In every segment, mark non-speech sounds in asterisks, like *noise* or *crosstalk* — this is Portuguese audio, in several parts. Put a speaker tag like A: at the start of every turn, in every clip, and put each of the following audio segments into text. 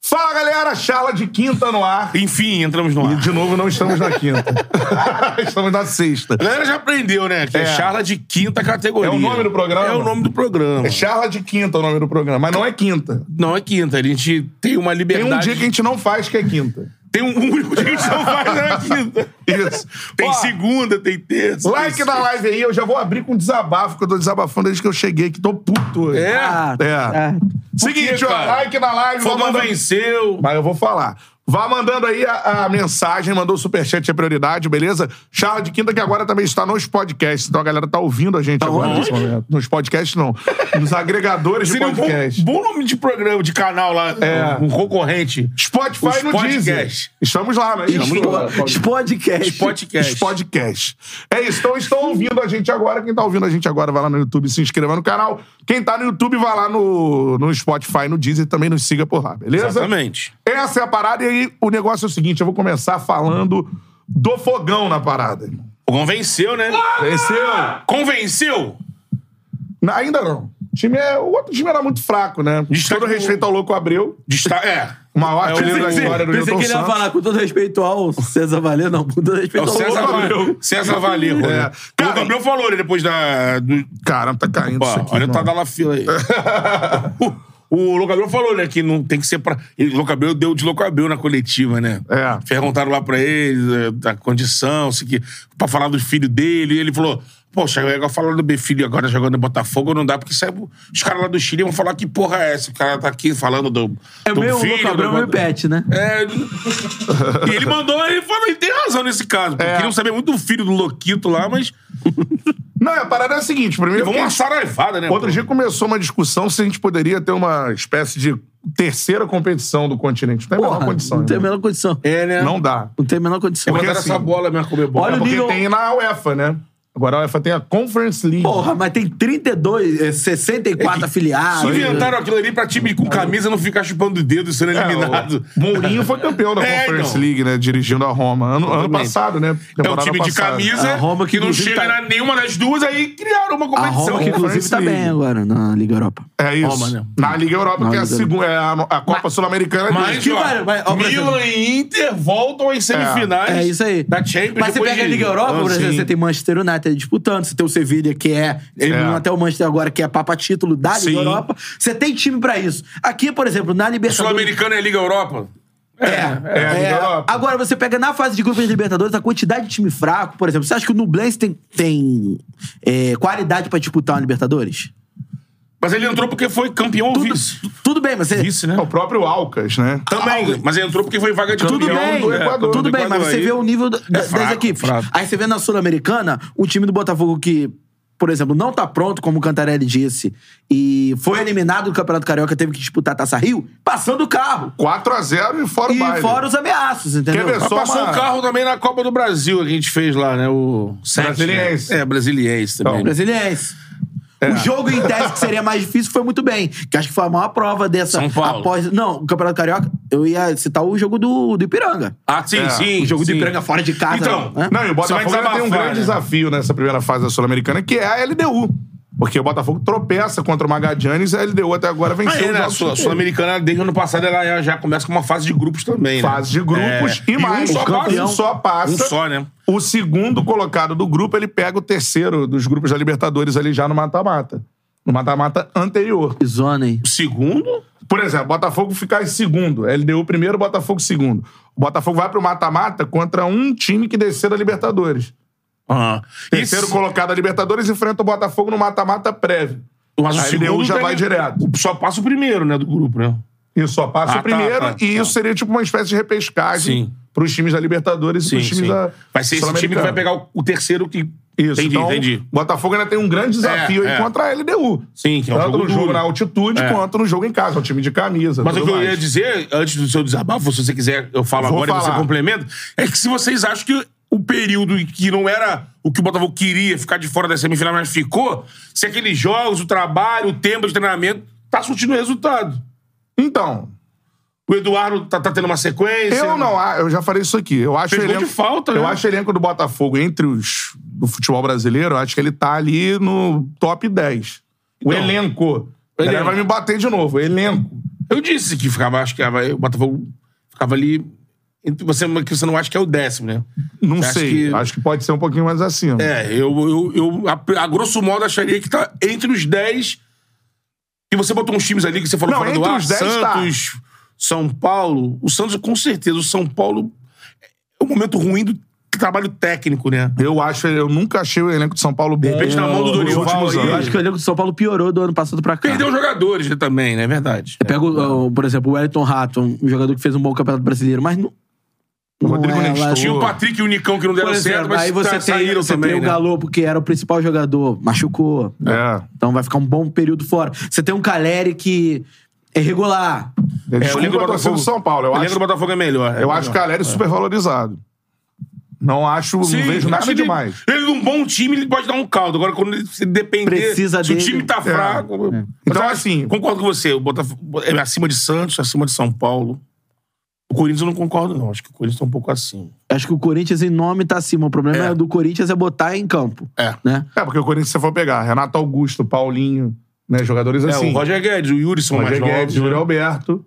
A: Fala, galera! Charla de quinta no ar.
B: Enfim, entramos no
A: E,
B: ar.
A: de novo, não estamos na quinta. *laughs* estamos na sexta.
B: A galera já aprendeu, né? Que é,
A: É.
B: charla de quinta categoria.
A: É o nome do programa?
B: É o nome do programa.
A: É charla de quinta o nome do programa, mas não é quinta.
B: Não é quinta, a gente tem uma
A: Tem
B: liberdade.
A: um dia que a gente não faz que é quinta.
B: Tem um *laughs* único dia que a gente não faz na *laughs* quinta.
A: Isso.
B: *laughs* Tem
A: Ó,
B: segunda, tem terça.
A: Like
B: tem
A: da live aí, eu já vou abrir com um desabafo, que eu tô desabafando desde que eu cheguei aqui, tô puto. hoje.
B: É?
C: Ah,
A: É.
C: tá.
A: Seguinte,
B: quê,
A: ó,
B: cara?
A: like na live, vá
B: Fogão
A: mandando...
B: venceu.
A: Mas eu vou falar. Vá mandando aí a, a mensagem, mandou o superchat é prioridade, beleza? Charla de Quinta, que agora também está nos podcasts, então a galera tá ouvindo a gente agora
B: onde?
A: nesse momento. Nos podcasts, não. Nos
B: *laughs*
A: agregadores de
B: Seria um bom,
A: podcast.
B: bom nome de programa, de canal lá.
A: É.
B: Um concorrente.
A: Spotify
B: Os
A: no
B: podcasts.
A: Deezer. Estamos lá, né?
B: Estamos
A: Isso.
B: lá.
C: Os podcasts.
B: Podcast.
A: Os podcasts. É isso. Então estão ouvindo a gente agora. Quem tá ouvindo a gente agora, vai lá no YouTube, se inscreva no canal. Quem tá no YouTube, vai lá no, no Spotify, no Deezer, também nos siga por lá, beleza?
B: Exatamente.
A: Essa é a parada. E aí, o negócio é o seguinte: eu vou começar falando do fogão na parada. irmão.
B: Fogão venceu, né?
C: é
A: Venceu?
B: Convenceu?
A: Não, ainda não. O, time é, o outro time era muito fraco, né? Com
B: Destaque
A: todo
B: do-
A: respeito ao louco Abreu,
B: Desta... É.
A: uma ótima
B: pensei
A: da
B: que você-
A: história do
C: Pensei
A: Hilton
C: que ele ia
A: Santos.
C: falar, com todo respeito ao César Valeu, não, com todo
B: É
C: respeito
B: o
C: ao
B: César
C: Lucas Valeu.
B: Valeu. César Valeu.
A: É.
B: né?
A: Cara,
B: o Gabriel falou né, depois da. Do...
A: Caramba, tá caindo
B: Ó,
A: isso aqui.
B: olha o
A: mano.
B: Tadá na fila aí. *laughs* o, o Locabel falou, né, que não tem que ser pra. E o Locabel deu de Locabel na coletiva, né?
A: É.
B: Perguntaram lá pra ele, é, da condição, se que, pra falar do filho dele. E ele falou. Poxa, é igual falar do meu filho agora jogando no Botafogo, não dá, porque sabe, os caras lá do Chile vão falar que porra é essa. O cara tá aqui falando do,
C: É
B: do
C: meio o
B: um filho.
C: Lucas Abreu
B: do-
C: meio pet, né?
B: É. E ele mandou, ele falou, e tem razão nesse caso. porque
A: É.
B: Queriam saber muito do filho do Loquito lá, mas
A: Não, a parada é a seguinte: primeiro.
B: levou
A: que-
B: uma saraivada, né?
A: Outro
B: pô?
A: dia começou uma discussão se a gente poderia ter uma espécie de terceira competição do continente. Não tem a menor
C: Porra,
A: condição.
C: não tem a
A: irmão.
C: menor condição.
B: É, né?
A: Não dá.
C: Não tem a menor condição.
A: porque
B: Mandaram
A: assim-
B: É essa bola mesmo comer bola.
C: Olha
A: É
C: o
A: porque
C: nível-
A: tem na UEFA, né? Agora a UEFA tem a Conference League.
C: Porra, mas tem 32, é, 64 afiliados.
B: Inventaram aquilo ali pra time
C: É.
B: com camisa não ficar chupando o dedo e sendo
A: É,
B: eliminado.
A: o Mourinho foi campeão da
B: *laughs* É,
A: Conference
B: então.
A: League, né? Dirigindo a Roma. Ano, ano
B: Exatamente.
A: passado, né?
B: É um
A: Temporada
B: time de
A: passada.
B: camisa
C: A Roma
B: que,
C: que
B: não chega
C: inclusive tá-
B: na nenhuma das duas, aí criaram uma
C: A
B: competição.
C: Roma, que inclusive,
B: assim.
C: tá
A: League.
C: bem agora na Liga Europa.
A: É isso.
B: Roma, né?
A: Na Liga Europa,
C: Na
A: que é a,
C: Liga
A: segunda, é a, a Copa Sul-Americana. é
B: Mas,
A: grande.
C: que
B: ó,
C: vale, vai- ó, Brasil.
B: Milan e Inter voltam às semifinais
C: É isso aí.
B: da Champions.
C: Mas você
B: depois
C: pega a
B: de-
C: Liga Europa,
B: Ah,
C: por exemplo,
B: sim.
C: você tem Manchester United disputando, você tem o Sevilla, que é. eliminou até o Manchester agora, que é papa título da Liga
A: Sim.
C: Europa. Você tem time pra isso. Aqui, por exemplo, na Libertadores.
B: Sul-Americana é Liga Europa?
C: É,
A: é a Liga Europa.
C: Agora, você pega na fase de grupos de Libertadores a quantidade de time fraco, por exemplo. Você acha que o Nublense tem, tem é, qualidade pra disputar uma Libertadores?
B: Mas ele entrou porque foi campeão ou
C: Tudo,
B: vice.
C: tudo bem, mas você.
B: Vice, né?
A: É o próprio Alcas, né?
B: Também. Mas ele entrou porque foi vaga de
C: Tudo
B: campeão
C: bem,
B: do
C: é,
B: Equador.
C: tudo
B: do
C: bem, mas
B: Equador
C: você
B: aí. é
C: vê o nível da- da- das
B: fraco,
C: equipes.
B: fraco.
C: Aí você vê na Sul-Americana o time do Botafogo que, por exemplo, não tá pronto, como o Cantarelli disse, e foi eliminado do Campeonato Carioca, teve que disputar a Taça Rio, passando o carro.
A: 4x0 e fora o
C: e
A: baile.
B: né?
C: fora os ameaços, entendeu?
A: Quer ver
B: Mas
A: só?
B: passou
A: uma-
B: um carro também na Copa do Brasil que a gente fez lá, né? O sete,
A: Brasiliense.
B: né? É, brasiliense também.
A: Então,
B: né?
C: Brasiliense. O jogo em tese que seria mais difícil foi muito bem. Que acho que foi a maior prova dessa.
B: São Paulo.
C: Após, não, o Campeonato Carioca, eu ia citar o jogo do, do Ipiranga.
B: Ah, sim,
A: É,
B: sim.
C: O jogo do
B: sim.
C: Ipiranga fora de casa.
B: Então,
C: né?
A: Não, e o
B: Você vai
A: Botafogo ainda tem um
B: desabafar,
A: grande
B: né?
A: desafio nessa primeira fase da Sul-Americana, que é a LDU. Porque o Botafogo tropeça contra o Magadianes e a LDU até agora venceu
B: Aí,
A: os
B: né, a
A: jogos
B: Sul-
A: que teve.
B: Sul-Americana, desde o ano passado, ela já- já começa com uma fase de grupos também, né?
A: Fase de grupos
B: É.
A: e mais.
B: um só
A: o
B: passa.
A: campeão só passa.
B: Um só, né?
A: O segundo colocado do grupo, ele pega o terceiro dos grupos da Libertadores ali já no mata-mata. No mata-mata anterior.
C: Que zona, hein?
B: O segundo?
A: Por exemplo, Botafogo ficar em segundo. LDU primeiro, Botafogo segundo. O Botafogo vai pro mata-mata contra um time que descer da Libertadores.
B: Ah.
A: Terceiro
B: Esse-
A: colocado da Libertadores enfrenta o Botafogo no mata-mata prévio.
B: mas o
A: A LDU
B: segundo é
A: já
B: pega-
A: vai direto.
B: Só passa o primeiro, né? Do grupo, né?
A: Isso só passa
B: Ah,
A: o primeiro
B: tá, tá,
A: e
B: tá.
A: isso seria tipo uma espécie de repescagem
B: Sim.
A: para os times da Libertadores e
B: Sim,
A: pros times
B: sim.
A: da
B: Vai ser esse time que
A: Sul-Americana.
B: vai pegar o, o terceiro que...
A: Isso,
B: entendi,
A: então,
B: entendi.
A: o Botafogo ainda tem um grande desafio
B: É,
A: aí
B: é.
A: contra a LDU.
B: Sim, que é um
A: Tanto tá
B: jogo
A: no jogo né?
B: duro.
A: na altitude
B: É.
A: quanto no jogo em casa. É um time de camisa.
B: Mas o
A: tudo
B: que eu ia
A: mais.
B: dizer, antes do seu desabafo, se você quiser, eu falo
A: Vou
B: agora e você
A: falar.
B: complementa, é que se vocês acham que o período em que não era o que o Botafogo queria ficar de fora da semifinal, mas ficou, se aqueles jogos, o trabalho, o tempo de treinamento, tá surtindo resultado.
A: Então,
B: O Eduardo tá, tá tendo uma sequência.
A: eu não. ah, Eu já falei isso aqui. Eu acho
B: Fez
A: o
B: gol
A: elenco,
B: de falta, né?
A: Eu acho o elenco do Botafogo entre os do futebol brasileiro, eu acho que ele tá ali no top 10. O
B: Então,
A: elenco. Ele
B: elenco.
A: vai me bater de novo. o Elenco.
B: Eu disse que ficava, acho que era- o Botafogo ficava ali. entre- Você, que você não acha que é o décimo, né?
A: Não
B: Você acha
A: sei.
B: que-
A: Acho que pode ser um pouquinho mais acima.
B: É, eu, eu, eu a, a grosso modo acharia que tá entre os 10. E você botou uns times ali que você falou
A: Não,
B: fora do
A: entre
B: ar,
A: os 10 tá.
B: Santos, São Paulo. O Santos, com certeza, o São Paulo é um momento ruim do trabalho técnico, né?
A: Eu acho, eu nunca achei o elenco de São Paulo bom. De
B: repente, na mão do Dorival aí,
C: Eu acho que o elenco do São Paulo piorou do ano passado pra cá.
B: Perdeu jogadores né, também, né? É verdade.
C: Você pega, o- o- por exemplo, o Wellington Ratton, um jogador que fez um bom campeonato brasileiro, mas não. não
A: Rodrigo
C: é lá-
A: Nestor.
B: Tinha o Patrick e o Nicão que não
C: Por
B: deram certo,
C: exemplo,
B: mas
C: aí você
B: sa-
C: tem,
B: saíram
C: você
B: também.
C: tem o
B: né?
C: Galo, que era o principal jogador, machucou.
A: É.
C: Então vai ficar um bom período fora. Você tem um Caleri que é regular.
B: É, o elenco
A: Desculpa,
B: do
A: eu torcida
B: Botafogo.
A: do São Paulo. Eu
B: o elenco
A: acho,
B: do Botafogo é melhor.
A: eu acho o Caleri super valorizado. Não acho, não vejo nada
B: acho que
A: demais.
B: Ele, num bom time, ele pode dar um caldo. Agora, quando ele se depender.
C: Precisa
B: se
C: dele.
B: o time tá fraco. Mas
A: Então,
B: eu acho-
A: assim-
B: Concordo com você. O Botafogo é acima de Santos, acima de São Paulo. O Corinthians eu não concordo, não. Acho que o Corinthians tá um pouco acima.
C: Acho que o Corinthians em nome tá acima. O problema
B: É.
C: é do Corinthians é botar em campo.
B: É.
C: Né?
A: É, porque o Corinthians, se você for pegar, Renato Augusto, Paulinho, né? Jogadores
B: É,
A: assim.
B: o Roger Guedes, o Yuri são
A: Roger
B: mais né? novos.
A: Guedes, é Júlio Alberto.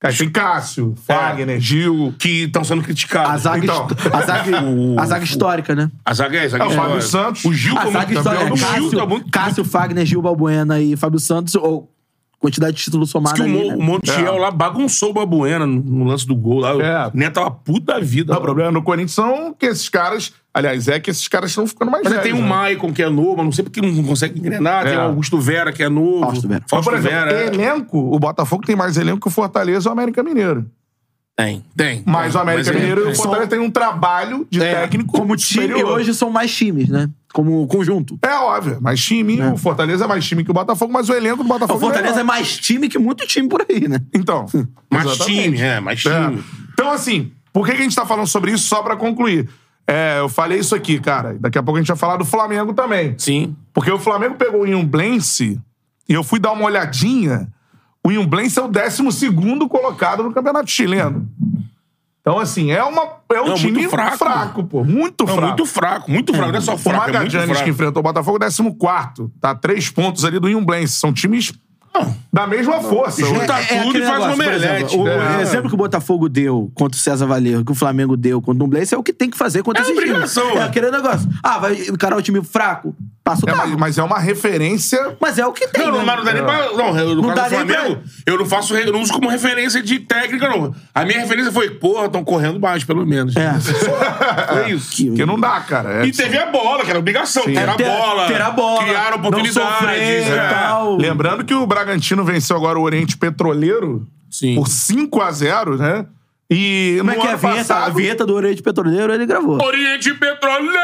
A: Caixinho Cássio,
B: É.
A: Fagner, Gil.
B: Que estão sendo criticados.
C: A zaga,
A: Então.
C: hist- a zaga,
B: *laughs*
C: a zaga histórica, né?
B: A zaga é, a zaga
A: É, o
B: é
A: Fábio
B: histórica.
A: Santos. Ah,
B: O Gil
C: A
B: tá
C: zaga
B: muito
C: histórica é
B: campeão. O Gil tá muito.
C: Cássio, Cássio Fagner, Gil Balbuena e Fábio Santos, ou quantidade de títulos né?
B: Diz que
C: somados.
B: o, Mo- o Montiel
A: É.
B: lá bagunçou o Babuena no, no lance do gol lá.
A: É.
B: O Neto tava puto da vida.
A: Não,
B: lá.
A: o problema no Corinthians são que esses caras. Aliás, é que esses caras estão ficando mais
B: Mas aí
A: velhos.
B: tem o
A: né?
B: Maicon, que é novo, mas não sei porque não consegue engrenar. Tem
A: É.
B: o Augusto Vera, que é novo.
C: Fausto Vera.
A: Mas,
B: Fausto
A: por exemplo,
B: Vera. é.
A: elenco, o Botafogo tem mais elenco que o Fortaleza e o América Mineiro.
B: Tem, tem.
A: Mas o América
B: Mas é-
A: Mineiro e o
B: é.
A: Fortaleza têm um trabalho de
B: É,
A: técnico.
C: Como time,
A: superior.
C: hoje são mais times, né? Como conjunto.
A: É óbvio, mais time. O Fortaleza é mais time que o Botafogo, mas o elenco do Botafogo.
C: O Fortaleza é mais time que muito time por aí, né?
A: é Então.
B: Mais
A: exatamente.
B: time, é, mais time.
A: É. Então, assim, por que, que a gente tá falando sobre isso só pra concluir? É, eu falei isso aqui, cara. Daqui a pouco a gente vai falar do Flamengo também.
B: Sim.
A: Porque o Flamengo pegou o Inhamblense e eu fui dar uma olhadinha. O Inhamblense é o 12 colocado no Campeonato Chileno. Então, assim, é, uma, é um
B: Não,
A: time
B: muito
A: fraco.
B: fraco.
A: pô. Muito
B: Não,
A: fraco.
B: muito fraco, muito fraco. Não é só
A: O
B: fraco, é muito
A: Magallanes, que
B: fraco.
A: enfrentou o Botafogo, 14. Tá três pontos ali do Inhamblense. São times da mesma força.
B: Junta
A: O-
B: tudo e
C: é, aquele
B: faz uma
C: negócio,
B: omelete. É.
C: por exemplo, o,
A: né?
C: o exemplo que o Botafogo deu contra o César Valerro, que o Flamengo deu contra o Blaze, é o que tem que fazer
B: É
C: contra esses times.
B: obrigação,
C: É
B: né?
C: aquele negócio. Ah, vai encarar o time fraco? Passa o
A: É,
C: carro.
A: mas,
C: mas,
A: mas é uma
B: *laughs*
A: referência.
C: é o que tem.
B: Não, não,
C: né?
B: mas não dá nem pra. Não, eu, no caso do
C: Não dá nem pra-
B: Flamengo, eu não faço, re- não uso como referência de técnica, não. A minha referência foi, porra, estão correndo baixo, pelo menos. *laughs*
C: É.
B: Foi isso.
C: Que-
A: Porque não dá, cara. É-
B: E teve a bola, que era obrigação. Ter a
C: É, Ter-
B: bola.
C: ter a bola,
B: Criar
C: não
B: oportunidades.
C: sofrer e
B: é.
C: tal.
A: Lembrando que o Bragantino venceu agora o Oriente Petroleiro
B: Sim.
A: por 5 a 0 né? E
C: Como é
A: no
C: que é a
A: ano
C: vinheta? A
A: passado...
C: vinheta do Oriente Petroleiro ele gravou.
B: Oriente Petroleiro!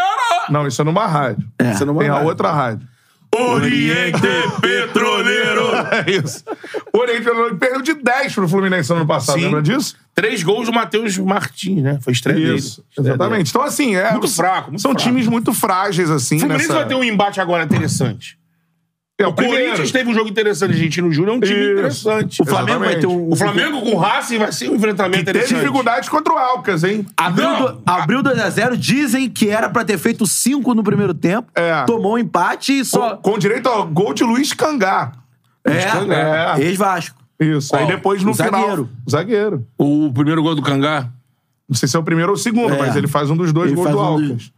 A: Não, isso é numa rádio.
C: É.
A: Isso é numa
C: Tem a
A: rádio. outra rádio.
B: Oriente Petroleiro!
A: *laughs* É isso. O Oriente Petroleiro perdeu de 10 pro Fluminense no ano passado,
B: Sim.
A: lembra disso?
B: Três gols do Matheus Martins, né? Foi estreia
A: Isso,
B: dele. Estreia dele.
A: exatamente. Então, assim, é,
B: Muito fraco, muito
A: são
B: fraco.
A: times muito frágeis, assim.
B: O Fluminense
A: nessa...
B: vai ter um embate agora interessante.
A: É, o
B: O Corinthians teve um jogo interessante, Argentino Júnior é um time
A: Isso.
B: interessante.
C: O Flamengo vai ter um.
B: O Flamengo com o Racing vai ser um enfrentamento
A: Teve
B: interessante.
A: dificuldades contra o Alcas, hein?
C: um- Abriu,
B: Não.
C: do- abriu 2x0, dizem que era pra ter feito 5 no primeiro tempo.
A: É.
C: Tomou um empate e só.
A: Com, com direito ao gol de Luiz Cangá.
C: É,
A: É.
C: ex-Vasco.
A: Isso. Aí
B: Qual?
A: depois, no
C: O
A: final...
C: zagueiro.
A: O zagueiro.
B: O primeiro gol do Cangá.
A: Não sei se é o primeiro ou o segundo,
C: É.
A: mas ele faz um dos dois
C: Ele
A: gols
C: faz
A: do
C: um dos-
A: Alcas.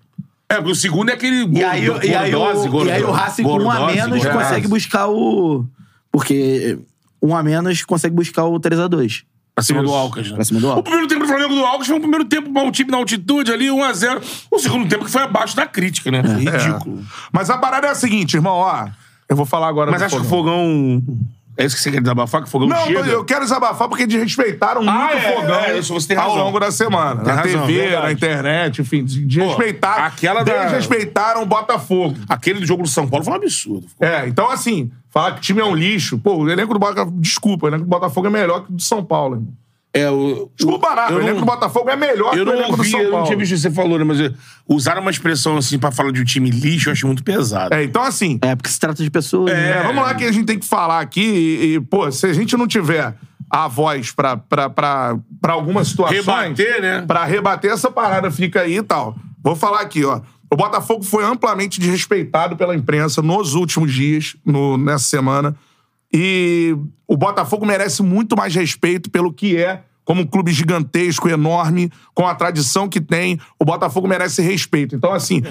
B: É, porque o segundo é aquele gol.
C: E aí,
B: do-
C: e aí,
B: Gordose,
C: o, e aí o
B: Gordose,
C: Racing com um a
B: Gordose,
C: menos
B: Gordose.
C: consegue buscar o. Porque um a menos consegue buscar o 3x2.
B: Pra cima do
A: Isso.
B: Alcas, né?
C: Pra cima do
B: O
C: Alcas.
B: primeiro tempo do Flamengo do Alcas foi um primeiro tempo bom, o time na altitude ali, 1x0. O segundo tempo que foi abaixo da crítica,
C: É.
B: né? Ridículo.
A: Mas a parada é a seguinte, irmão, ó. Eu vou falar agora
B: Mas
A: do
B: acho que o
A: Fogão.
B: Fogão... É isso que você quer desabafar? Que o Fogão
A: Não,
B: chega?
A: tô- eu quero desabafar porque desrespeitaram
B: Ah,
A: muito
B: é,
A: o Fogão
B: é, isso você tem
A: ao
B: razão.
A: longo da semana.
B: Tem
A: na
B: razão,
A: TV,
B: verdade.
A: na internet, enfim. des- Desrespeitaram.
B: aquela da-
A: desrespeitaram o Botafogo.
B: Aquele do jogo do São Paulo foi um absurdo.
A: É, então assim, falar que o time é um lixo. Pô, o elenco do Botafogo. Desculpa, o elenco do Botafogo é melhor que o do São Paulo, irmão.
B: É, o,
A: Desculpa nada, o
B: eu
A: elenco do
B: não,
A: Botafogo é melhor
B: eu
A: que o
B: não
A: elenco do
B: ouvi,
A: São
B: eu não
A: Paulo.
B: tinha visto o que você falou, né? Mas eh, usar uma expressão assim pra falar de um time lixo, eu acho muito pesado.
A: É, então assim,
C: É, porque se trata de pessoas.
A: É,
C: né?
A: vamos lá que a gente tem que falar aqui e, e, pô, se a gente não tiver a voz pra, pra, pra, pra algumas situações...
B: Rebater,
C: É.
B: né?
A: Pra rebater essa parada fica aí e tal. Vou falar aqui, ó. O Botafogo foi amplamente desrespeitado pela imprensa nos últimos dias, no, nessa semana. E o Botafogo merece muito mais respeito pelo que é, como um clube gigantesco, enorme, com a tradição que tem. O Botafogo merece respeito. Então, assim,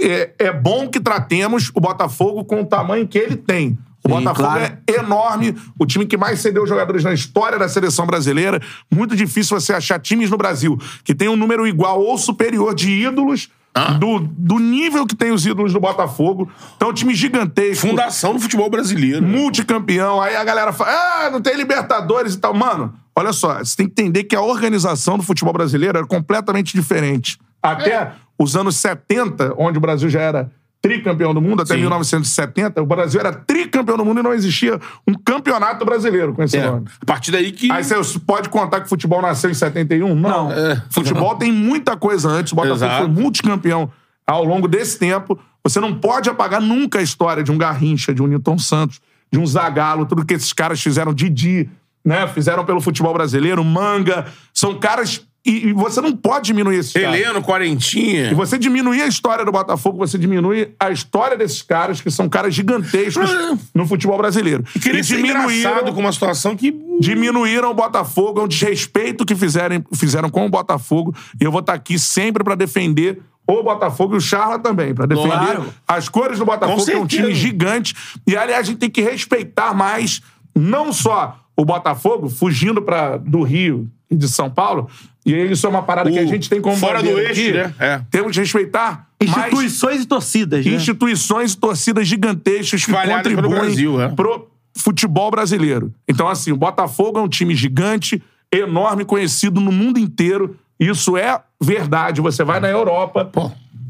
A: é, é bom que tratemos o Botafogo com o tamanho que ele tem. O
C: Sim,
A: Botafogo
C: claro.
A: é enorme, o time que mais cedeu jogadores na história da seleção brasileira. Muito difícil você achar times no Brasil que tem um número igual ou superior de ídolos
B: Ah.
A: do, do nível que tem os ídolos do Botafogo. Então, um time gigantesco,
B: Fundação do futebol brasileiro.
A: multicampeão. Aí a galera fala: ah, não tem Libertadores e tal. Mano, olha só, você tem que entender que a organização do futebol brasileiro era completamente diferente. Até
B: É.
A: os anos 70, onde o Brasil já era tricampeão do mundo, até
B: Sim.
A: 1970, o Brasil era tricampeão do mundo e não existia um campeonato brasileiro com esse
B: É.
A: nome.
B: A partir daí que.
A: Aí você pode contar que o futebol nasceu em 71? Não.
C: Não.
B: É.
A: Futebol tem muita coisa antes. O Botafogo
B: Exato.
A: foi multicampeão ao longo desse tempo. Você não pode apagar nunca a história de um Garrincha, de um Newton Santos, de um Zagallo, tudo que esses caras fizeram, Didi, né? Fizeram pelo futebol brasileiro, Manga. São caras... E, e você não pode diminuir esses caras.
B: Heleno,
A: tá. E
B: quarentinha.
A: você diminuir a história do Botafogo, você diminui a história desses caras, que são caras gigantescos
B: É.
A: no futebol brasileiro.
B: E queria ser engraçado com uma situação que.
A: Diminuíram o Botafogo, é um desrespeito que fizerem, fizeram com o Botafogo. E eu vou estar aqui sempre pra defender o Botafogo e o Charla também, pra defender
C: Claro.
A: as cores do Botafogo,
B: Com
A: que é um
B: certeza.
A: time gigante. E, aliás, a gente tem que respeitar mais, não só o Botafogo, fugindo pra, do Rio e de São Paulo. E isso é uma parada que a
B: O-
A: gente tem como.
B: fora do
A: bandeira
B: eixo,
A: aqui.
B: né? É.
A: Temos que respeitar mais
C: Instituições e torcidas, né?
A: instituições e torcidas gigantescas que
B: Espalhadas pelo
A: contribuem
B: Brasil, é.
A: pro futebol brasileiro. Então, assim, o Botafogo é um time gigante, enorme, conhecido no mundo inteiro. Isso é verdade. Você vai na Europa,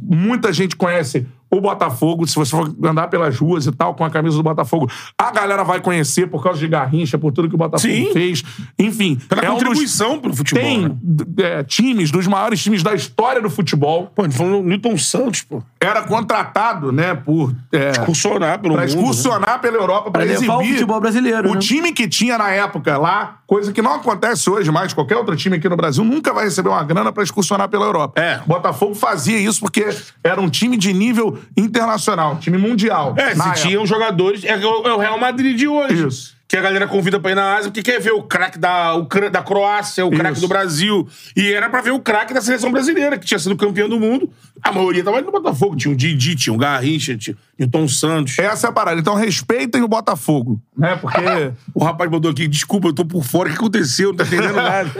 A: muita gente conhece o Botafogo. Se você for andar pelas ruas e tal, com a camisa do Botafogo, a galera vai conhecer por causa de Garrincha, por tudo que o Botafogo
B: Sim.
A: fez. Enfim,
B: Pela
A: é um dos...
B: contribuição pro futebol.
A: Tem
B: né?
A: d- é, times, dos maiores times da história do futebol,
B: Pô, a gente falou do Newton Santos, pô.
A: era contratado, né, por é,
B: Excursionar pelo
A: pra
B: mundo. né?
A: excursionar pela Europa, pra,
C: Pra levar o
A: exibir
C: futebol brasileiro.
A: o
C: né?
A: time que tinha na época lá, coisa que não acontece hoje mais, qualquer outro time aqui no Brasil nunca vai receber uma grana pra excursionar pela Europa.
B: É.
A: Botafogo fazia isso porque era um time de nível internacional, time mundial.
B: É,
A: na
B: se tinham jogadores. É, o é o Real Madrid de hoje.
A: Isso.
B: Que a galera convida pra ir na Ásia, porque quer ver o craque da, Ucra- da Croácia, o craque
A: Isso.
B: do Brasil. E era pra ver o craque da seleção brasileira, que tinha sido campeão do mundo. A maioria tava indo no Botafogo. Tinha o Didi, tinha o Garrincha, tinha o Tom Santos.
A: Essa é a parada. Então respeitem o Botafogo, né? Porque
B: O rapaz mandou aqui, desculpa, eu tô por fora. O que aconteceu? Não tá
A: *laughs*
B: entendendo nada.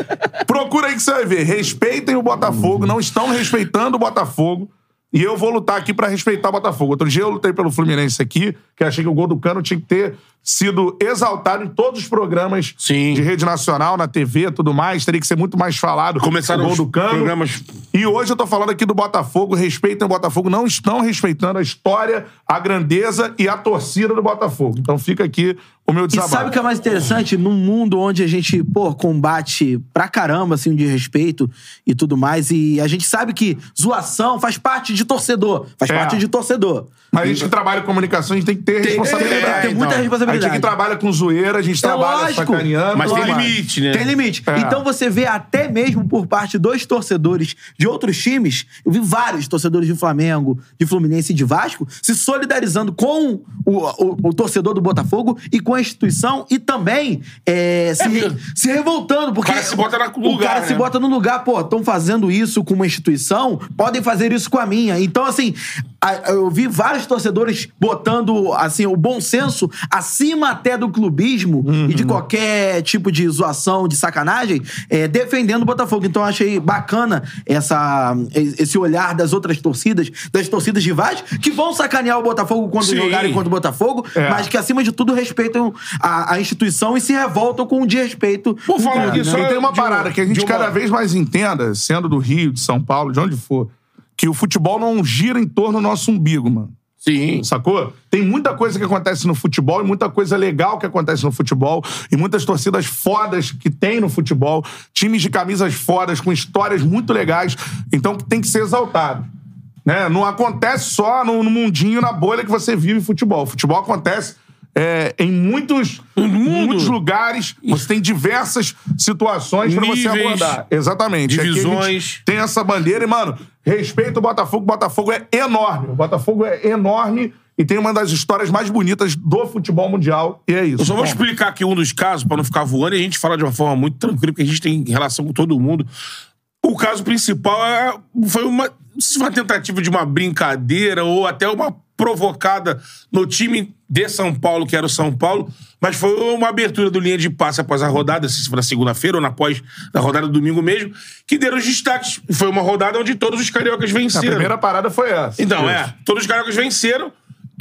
A: Procura aí que você vai ver. Respeitem o Botafogo, não estão respeitando o Botafogo. E eu vou lutar aqui pra respeitar o Botafogo. Outro dia eu lutei pelo Fluminense aqui, que achei que o gol do Cano tinha que ter sido exaltado em todos os programas
B: Sim.
A: de rede nacional, na TV, tudo mais. Teria que ser muito mais falado. o
B: Começaram
A: gol
B: os
A: do Cano.
B: programas.
A: E hoje eu tô falando aqui do Botafogo, respeitem o Botafogo, não estão respeitando a história, a grandeza e a torcida do Botafogo. Então fica aqui o meu
C: E
A: desabafo.
C: sabe o que é mais interessante? Num mundo onde a gente, pô, combate pra caramba, assim, de respeito e tudo mais, e a gente sabe que zoação faz parte de torcedor. Faz
A: É.
C: parte de torcedor.
A: A gente que trabalha com comunicação, a gente tem que ter responsabilidade. então.
C: tem muita responsabilidade.
A: A gente que trabalha com zoeira, a gente trabalha
C: lógico.
A: sacaneando.
B: Mas tem
A: tudo mais.
B: limite, né?
C: Tem limite.
A: É.
C: Então você vê até mesmo por parte dos torcedores de outros times, eu vi vários torcedores de Flamengo, de Fluminense e de Vasco, se solidarizando com o, o- o torcedor do Botafogo e com a instituição e também é, se,
B: mesmo.
C: se revoltando. Porque
B: O cara se bota na- no
C: o cara
B: lugar,
C: se
B: né?
C: bota no lugar, pô, estão fazendo isso com uma instituição, podem fazer isso com a minha. Então, assim, a- eu vi vários torcedores botando, assim, o bom senso acima até do clubismo e
B: Uhum.
C: de qualquer tipo de zoação, de sacanagem, é, defendendo o Botafogo. Então, eu achei bacana essa, esse olhar das outras torcidas, das torcidas rivais, que vão sacanear o Botafogo quando
B: Sim.
C: jogarem contra o Botafogo,
A: É.
C: mas que, acima de tudo, respeitam a, a instituição e se revoltam com o desrespeito.
B: Vou falar
C: interno.
B: disso,
A: E tem uma
B: de um-
A: parada que a
B: de
A: gente
B: uma-
A: cada vez mais entenda, sendo do Rio, de São Paulo, de onde for, que o futebol não gira em torno do nosso umbigo, mano.
B: Sim.
A: Sacou? Tem muita coisa que acontece no futebol e muita coisa legal que acontece no futebol e muitas torcidas fodas que tem no futebol, times de camisas fodas com histórias muito legais, então que tem que ser exaltado. Né? Não acontece só no, no mundinho, na bolha que você vive futebol. Futebol acontece é, em muitos, muitos lugares, você tem diversas situações pra você
B: Níveis,
A: abordar. Exatamente. Aqui a gente
B: divisões.
A: tem essa bandeira e, mano, respeita o Botafogo. O Botafogo é enorme. O Botafogo é enorme e tem uma das histórias mais bonitas do futebol mundial. E é isso.
B: Eu só vou
A: Bom,
B: explicar aqui um dos casos, pra não ficar voando, e a gente fala de uma forma muito tranquila, porque a gente tem relação com todo mundo. O caso principal é- foi uma, não sei se foi uma tentativa de uma brincadeira ou até uma provocada no time de São Paulo, que era o São Paulo, mas foi uma abertura do linha de passe após a rodada, se foi na segunda-feira ou na pós da rodada do domingo mesmo, que deram os destaques. Foi uma rodada onde todos os cariocas
A: É A
B: venceram.
A: primeira parada foi essa.
B: Então,
A: Isso.
B: é. Todos os cariocas venceram.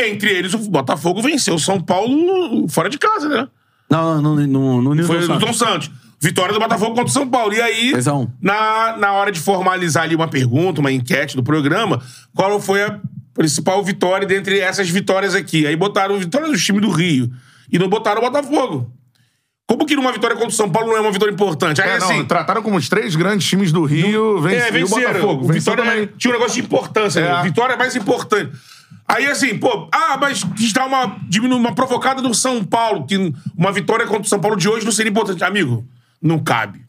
B: Entre eles, o Botafogo venceu o São Paulo fora de casa, né?
C: Não, não, não, não, não, não
B: Foi
C: não-
B: o Tom Santos. Vitória do Botafogo contra o São Paulo. E aí,
C: Dois a um.
B: na, na hora de formalizar ali uma pergunta, uma enquete do programa, qual foi a principal vitória dentre essas vitórias aqui? Aí botaram vitória do time do Rio. E não botaram o Botafogo. Como que numa vitória contra o São Paulo não é uma vitória importante? Aí,
A: É, não,
B: assim,
A: trataram como os três grandes times do Rio, venceram.
B: é, venceram.
A: E o Botafogo.
B: O
A: Venceu
B: Vitória
A: também.
B: tinha um negócio de importância. né?
A: É.
B: Vitória é mais importante. Aí, assim, pô, ah, mas quis dar uma, diminu- uma provocada do São Paulo, que uma vitória contra o São Paulo de hoje não seria importante. Amigo, não cabe.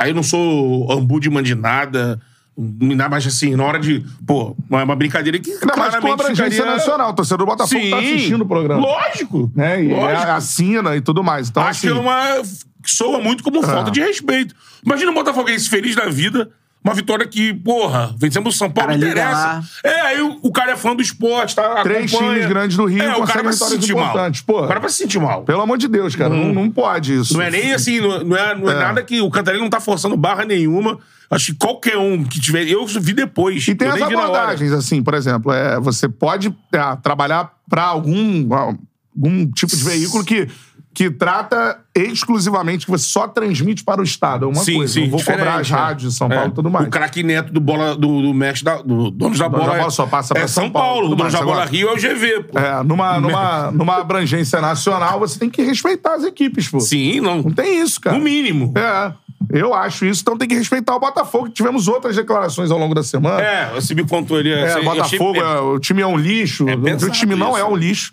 B: Aí eu não sou ambudman de nada, nada mais assim, na hora de. Pô, é uma brincadeira que.
A: Ainda mais com a
B: claramente
A: abrangência
B: ficaria-
A: nacional. O torcedor do Botafogo
B: Sim,
A: tá assistindo o programa.
B: Lógico.
A: Né? E
B: lógico.
A: é- assina e tudo mais. Então,
B: Acho que
A: assim, Ah.
B: é uma. soa muito como falta de respeito. Imagina o Botafoguense feliz da vida. Uma vitória que, porra, vencemos o São Paulo,
C: Cara,
B: não
C: liga
B: interessa.
C: lá.
B: É, aí o, o cara é fã do esporte, tá?
A: Três
B: acompanha.
A: times grandes do Rio
B: É, o cara
A: conseguem
B: vai se
A: vitórias
B: sentir mal.
A: importantes, porra.
B: O cara vai se sentir mal.
A: pelo amor de Deus, cara, não, não pode isso.
B: Não é nem assim, não, não é, não é
A: É.
B: nada que o Cantarelli não tá forçando barra nenhuma. Acho que qualquer um que tiver. Eu vi depois.
A: E tem
B: eu
A: as
B: nem vi na hora.
A: abordagens, assim, por exemplo, é, você pode é, trabalhar para algum, algum tipo de veículo que, que trata exclusivamente, que você só transmite para o Estado. É uma
B: Sim,
A: coisa.
B: sim,
A: não vou
B: diferente,
A: cobrar as
B: é.
A: rádios de São Paulo e tudo mais.
B: O craque neto do bola do, do mestre da, do dono da
A: Dono da
B: bola.
A: Bola só passa pra
B: é
A: São
B: São
A: Paulo,
B: Paulo.
A: tudo
B: O dono
A: mais.
B: da bola
A: Agora-
B: Rio é o GV, pô.
A: É,
B: *laughs*
A: numa, numa, numa abrangência nacional, você tem que respeitar as equipes, pô.
B: Sim, não.
A: Não tem isso, cara.
B: No mínimo.
A: É, eu acho isso. Então tem que respeitar o Botafogo. Tivemos outras declarações ao longo da semana.
B: É, você me contou ali.
A: É,
B: essa- eu achei-
A: Botafogo,
B: é,
A: é, o time é um lixo. o
B: pensado
A: time não
B: isso.
A: é um lixo.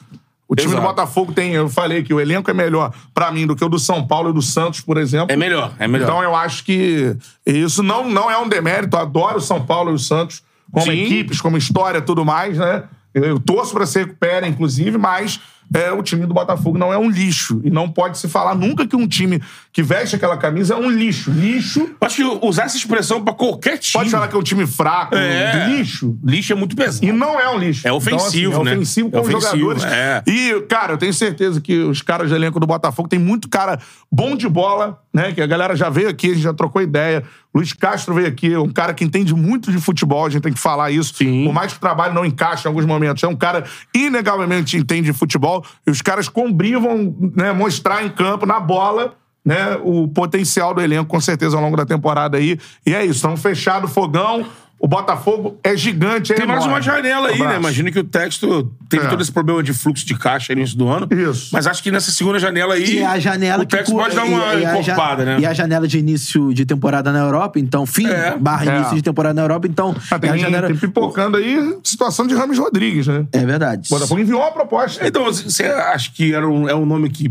A: O time do
B: Exato.
A: Botafogo tem, eu falei que o elenco é melhor pra mim do que o do São Paulo e do Santos, por exemplo.
B: é melhor, é melhor.
A: Então eu acho que isso não, não é um demérito. Eu adoro o São Paulo e o Santos como
B: Sim.
A: equipes, como história, tudo mais, né? Eu, eu torço pra se recuperar, inclusive, mas é, o time do Botafogo não é um lixo. E não pode se falar nunca que um time que veste aquela camisa é um lixo. Lixo.
B: Acho que usar essa expressão pra qualquer time.
A: Pode falar que é um time fraco,
B: É.
A: lixo.
B: Lixo é muito pesado.
A: E não é um lixo.
B: É ofensivo,
A: é
B: né?
A: ofensivo com
B: É
A: os
B: ofensivo,
A: jogadores.
B: é.
A: E, cara, eu tenho certeza que os caras do elenco do Botafogo tem muito cara bom de bola, né? Que a galera já veio aqui, a gente já trocou ideia. Luiz Castro veio aqui, é um cara que entende muito de futebol, a gente tem que falar isso.
B: Sim.
A: Por mais que o trabalho não encaixe em alguns momentos, é um cara inegavelmente entende de futebol. E os caras combrivam, né, mostrar em campo, na bola. Né, o potencial do elenco, com certeza, ao longo da temporada aí. E é isso, estamos fechado o fogão. O Botafogo é gigante, é
B: Tem mais
A: enorme.
B: uma janela aí, né?
A: Abraço.
B: Imagina que o texto teve
A: É.
B: todo esse problema de fluxo de caixa aí no início do ano.
A: Isso.
B: Mas acho que nessa segunda janela aí.
C: E é a janela
B: o texto
C: cu-
B: pode dar
C: e-
B: uma
C: e a ja-
B: encorpada, né?
C: E é a janela de início de temporada na Europa, então, fim
B: É.
C: barra
A: É.
C: início de temporada na Europa, então.
A: Ah, tem,
C: é a janela-
A: tem pipocando aí situação de Rames Rodrigues, né?
C: É verdade.
A: O Botafogo enviou uma proposta.
B: Então, você acha que era um, é um nome que.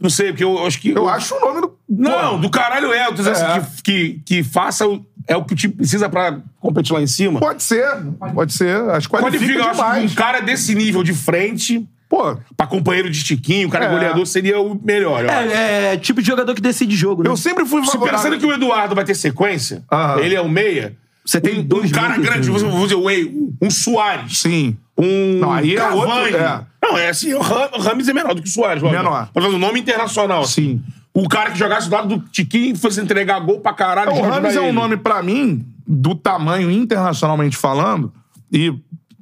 B: Não sei, porque eu acho que.
A: Eu acho o nome do.
B: Não,
A: Pô,
B: do caralho é. Eu tô dizendo
A: É.
B: assim, que, que, que faça. o- É o que o time precisa pra competir lá em cima.
A: Pode ser, pode ser. Acho que qualifica,
B: Qualifica, eu acho que
A: demais.
B: um cara desse nível de frente.
A: Pô,
B: Pra companheiro de Tiquinho, cara
A: É.
B: goleador, seria o melhor. eu acho.
C: É, é tipo de jogador que decide jogo, né?
A: eu sempre fui
B: Se
A: favorável.
B: pensando que o Eduardo vai ter sequência,
A: Aham.
B: ele é o meia.
C: Você tem
B: um,
C: dois
B: um cara
C: meias,
B: grande,
C: né?
B: vamos vamos dizer, o Whey, um Soares,
A: Sim.
B: um
A: Não, aí é
B: Cavani.
A: outro, é.
B: Não, é assim, o Ram- o Rames é menor do que o Soares. lógico.
A: Menor.
B: Mas o nome internacional. assim.
A: Sim.
B: O cara que jogasse do lado do Tiquinho, fosse entregar gol pra caralho.
A: O
B: joga
A: Rames é
B: pra
A: um
B: ele.
A: nome, pra mim, do tamanho internacionalmente falando, e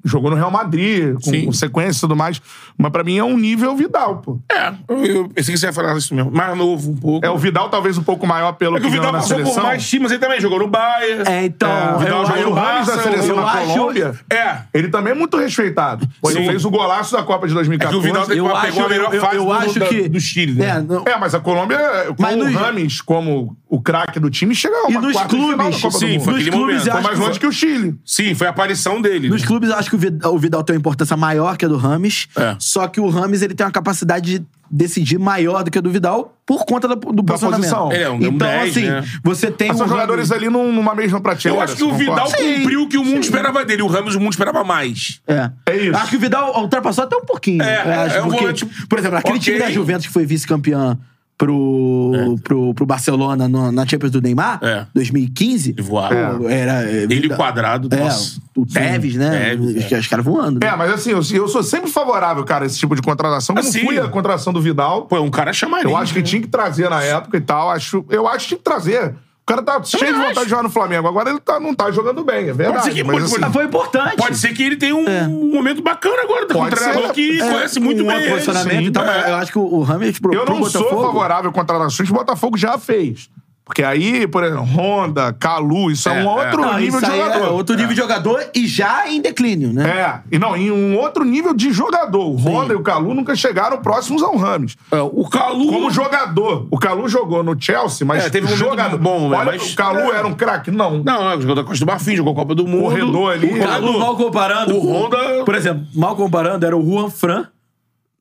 A: jogou no Real Madrid, com,
B: Sim.
A: com sequência e tudo mais. Mas pra mim é um nível Vidal, pô.
B: É, eu, eu pensei que você ia falar isso mesmo. Mais novo um pouco.
A: É o Vidal, talvez um pouco maior pelo
B: É que o Vidal
A: na
B: passou
A: seleção.
B: por mais times, ele também jogou no Bayern.
C: É, então.
A: É, o Vidal
C: eu
B: Vidal
C: acho-
A: jogou
B: jogou
A: no Barça, da
B: eu
A: seleção da
C: acho-
A: Colômbia.
B: É.
A: Ele também é muito respeitado. Pô, ele
B: *laughs* Sim.
A: fez o golaço da Copa de
B: É que o
A: 2014.
B: Vidal tem-
A: eu...
C: eu
B: pegou a
C: acho,
B: melhor
C: eu,
B: fase
C: eu
B: do-
C: acho
B: da-
C: que.
B: do Chile, né?
C: É, não-
A: É, mas a Colômbia, com
C: Mas
A: o
C: nos-
A: Rames como o craque do time, chega a
C: E
A: uma
C: nos
A: quarta de final da
C: clubes,
A: Copa do
B: sim,
A: Mundo. Foi
B: foi aquele
C: nos clubes,
B: momento.
C: acho
A: mais longe que o Chile.
B: Sim, foi a aparição dele.
C: Nos clubes, acho acho que o Vid- o Vidal tem uma importância maior que a do Rames.
B: É.
C: Só que o Rames ele tem uma capacidade de decidir maior do que a do Vidal por conta da- do posicionamento.
A: posição.
B: Ele é um
C: então,
B: 10,
C: assim,
B: né?
C: você tem
A: Mas
C: um
A: são jogadores
C: Rames-
A: ali num- numa mesma prateleira.
B: Eu acho que
A: você
B: o Vidal
A: concorda?
C: Sim,
B: cumpriu o que o mundo
C: sim.
B: esperava dele. O Ramos, o mundo esperava mais.
C: É.
A: É isso.
C: Acho que o Vidal ultrapassou até um pouquinho.
B: É,
C: eu acho,
B: é um
C: porque,
B: volante-
C: Por exemplo, aquele
B: Ok.
C: time da Juventus que foi vice-campeã pro, pro, pro Barcelona no- na Champions do Neymar,
B: É.
C: 2015,
B: Ele voava.
C: pô, era... é,
B: Ele
C: Vidal-
B: quadrado,
C: É,
B: nossa.
C: o Tevez, né?
B: Tevez,
C: Os, os caras voando. né?
A: É, mas assim, eu, eu sou sempre favorável, cara, a esse tipo de contratação. Como
B: Assim.
A: fui a contratação do Vidal,
B: Pô, é um cara chamarinho.
A: eu acho que tinha que trazer na época e tal. Acho, eu acho que tinha que trazer. O cara tá cheio de vontade
B: acho.
A: de jogar no Flamengo. Agora ele tá- não tá jogando bem, é verdade.
B: ser que-
A: mas,
B: pode-
A: assim,
C: Mas foi importante.
B: Pode ser que ele tenha um,
C: É.
B: um momento bacana agora. Tá com um
A: Pode ser.
B: treinador que
A: É,
B: conhece
C: um
B: muito bem.
C: outro
B: ele.
C: posicionamento
B: Sim.
C: e tal, mas
B: É.
C: eu acho que o, o Rames pro,
A: Eu
C: pro
A: não sou
C: Botafogo...
A: favorável a contratações que o Botafogo já fez. Porque aí, por exemplo, Honda, Calu, isso é,
B: É,
A: um outro
C: Não,
A: nível
C: isso
A: de
C: aí
A: jogador.
C: É outro nível de jogador e já em declínio, né?
A: É, e não, em um outro nível de jogador. O Honda e o Calu nunca chegaram próximos ao Rames.
B: É, O Calu.
A: Como jogador. O Calu jogou no Chelsea, mas
B: É, teve um momento
A: jogador.
B: bom, né,
A: Olha,
B: mas-
A: o Calu era um craque? Não.
B: Não, não, jogou da Costa do Marfim, jogou Copa do Mundo.
A: Corredor ali.
B: O Calu,
C: mal comparando.
B: O
C: com-
B: Honda-
C: Por exemplo, mal comparando, era o Juan Fran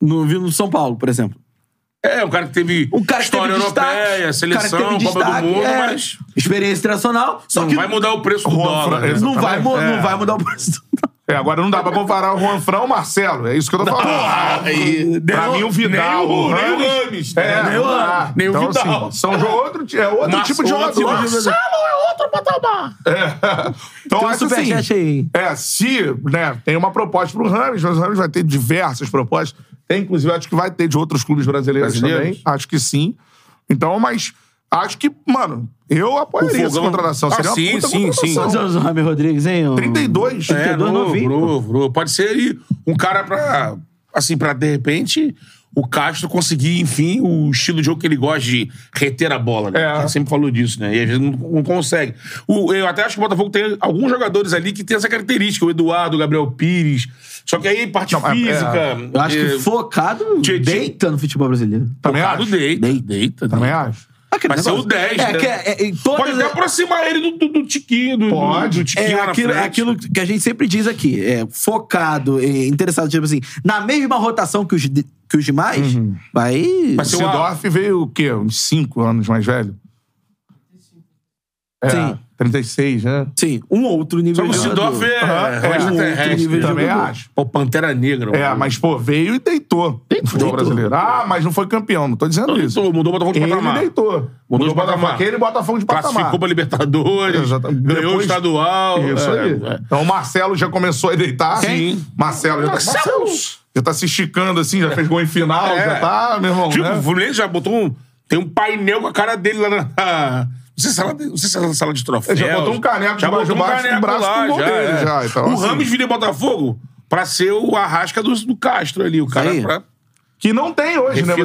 C: no, no São Paulo, por exemplo.
B: É, um cara que teve
C: Um cara que
B: história
C: teve destaque, um
B: europeia,
C: cara
B: seleção,
C: que teve
B: Copa
C: destaque,
B: do Mundo,
C: é,
B: mas.
C: Experiência internacional, só
B: Não
C: que
B: vai mudar o preço do
A: Juan
B: dólar.
A: Fran-
B: né?
C: não, vai, mu-
A: É.
C: não vai mudar o preço.
A: É, agora não dá pra comparar o Juan Fran ao Marcelo. É isso que eu tô falando.
B: aí-
A: pra
B: nem
A: mim,
B: o-
A: o Vidal.
B: nem o-
A: o
B: nem o
A: Rames.
B: Rames,
A: É,
B: né? Nem o
A: não dá.
B: Rames, nem o
A: então,
B: Vidal.
A: assim, são jo- outro, é outro
B: Mas-
A: tipo de
B: outro
A: jogador.
B: tipo de jogador.
C: é outro patamar.
A: É. Então,
C: Tem um
A: acho assim,
C: superchat aí, hein?
A: É, se né, tem uma proposta pro Rames, mas o Rames vai ter diversas propostas. Tem, inclusive, acho que vai ter de outros clubes brasileiros,
B: Brasileiros?
A: também. Acho que sim. Então, mas acho que, mano, eu apoiaria
B: O
A: essa
B: Fogão-
A: contratação.
B: Ah,
A: Seria uma
B: sim,
A: puta
B: sim, sim.
A: contratação.
C: Quantos anos o Rami Rodrigues, hein? Um ô?
A: 32.
B: É,
C: 32
B: novo,
C: novinho,
B: novo, novo. Pode ser aí um cara pra. Assim, pra de repente o Castro conseguir, enfim, o estilo de jogo que ele gosta de reter a bola, né?
A: É.
B: Ele sempre falou disso, né? E às vezes não, não consegue. O- eu até acho que o Botafogo tem alguns jogadores ali que tem essa característica, o Eduardo, o Gabriel Pires. Só que aí, parte
A: Não, é-
B: física.
A: é.
C: Eu acho
B: é,
C: que focado
B: Tietchan.
C: deita no futebol brasileiro.
A: Também
B: focado,
A: acho.
B: deita, deita, né?
A: Também
B: deita.
A: acho.
C: Aquele
B: Mas é
C: negócio-
B: o 10,
C: é,
B: né?
C: que é, é, em todas
B: Pode até
C: as-
B: aproximar ele do, do, do Tiquinho, do, do-
A: Pode.
B: do Tiquinho
C: É
B: lá na
C: aquilo,
B: frente.
C: aquilo que a gente sempre diz aqui, é focado, é, interessado, tipo assim, na mesma rotação que os, de- que os demais,
B: Uhum.
C: vai.
A: O
B: Vai ser uma-
A: Sidorf veio o quê? Uns 5 anos mais velho? É,
C: Sim.
A: 36, né?
C: Sim, um outro nível
B: Só que o
C: de jogador.
B: Sidorf é,
A: Aham, é.
B: é, extraterrestre.
C: nível de
A: Também
C: jogador.
A: acho.
B: Pô, Pantera Negra.
A: É,
B: mano.
A: mas, pô, veio e deitou. no futebol
C: Deitou.
A: brasileiro. Ah, mas não foi campeão, não tô dizendo isso.
B: Isso, mudou o Botafogo de
A: Ele
B: patamar.
A: deitou.
B: Mudou de
A: o Botafogo
B: patamar.
A: aquele e Botafogo de patamar.
B: Classificou pra Libertadores,
A: Exatamente.
B: ganhou o
A: Depois-
B: estadual.
A: Isso
B: é,
A: aí.
B: é.
A: Então o Marcelo já começou a deitar.
B: Quem?
A: Sim. Marcelo já tá,
B: Marcelo!
A: Marcelo já tá se esticando assim, já fez gol em final,
B: É.
A: já tá, meu irmão.
B: Tipo, o
A: né?
B: Fluminense já botou um... Tem um painel com a cara dele lá na... na- Não sei, se é sala de- não sei se é na sala de troféu.
A: Ele já botou um caneco
B: Já
A: debaixo
B: botou um
A: do braço, com o
B: caneco
A: braço com
B: lá,
A: o gol
B: já,
A: dele,
B: é.
A: já, então,
B: o
A: assim.
B: Ramos viria Botafogo pra ser o arrasca do, do Castro ali. O cara
C: Aí.
B: pra...
A: Que não tem hoje,
B: Refinar,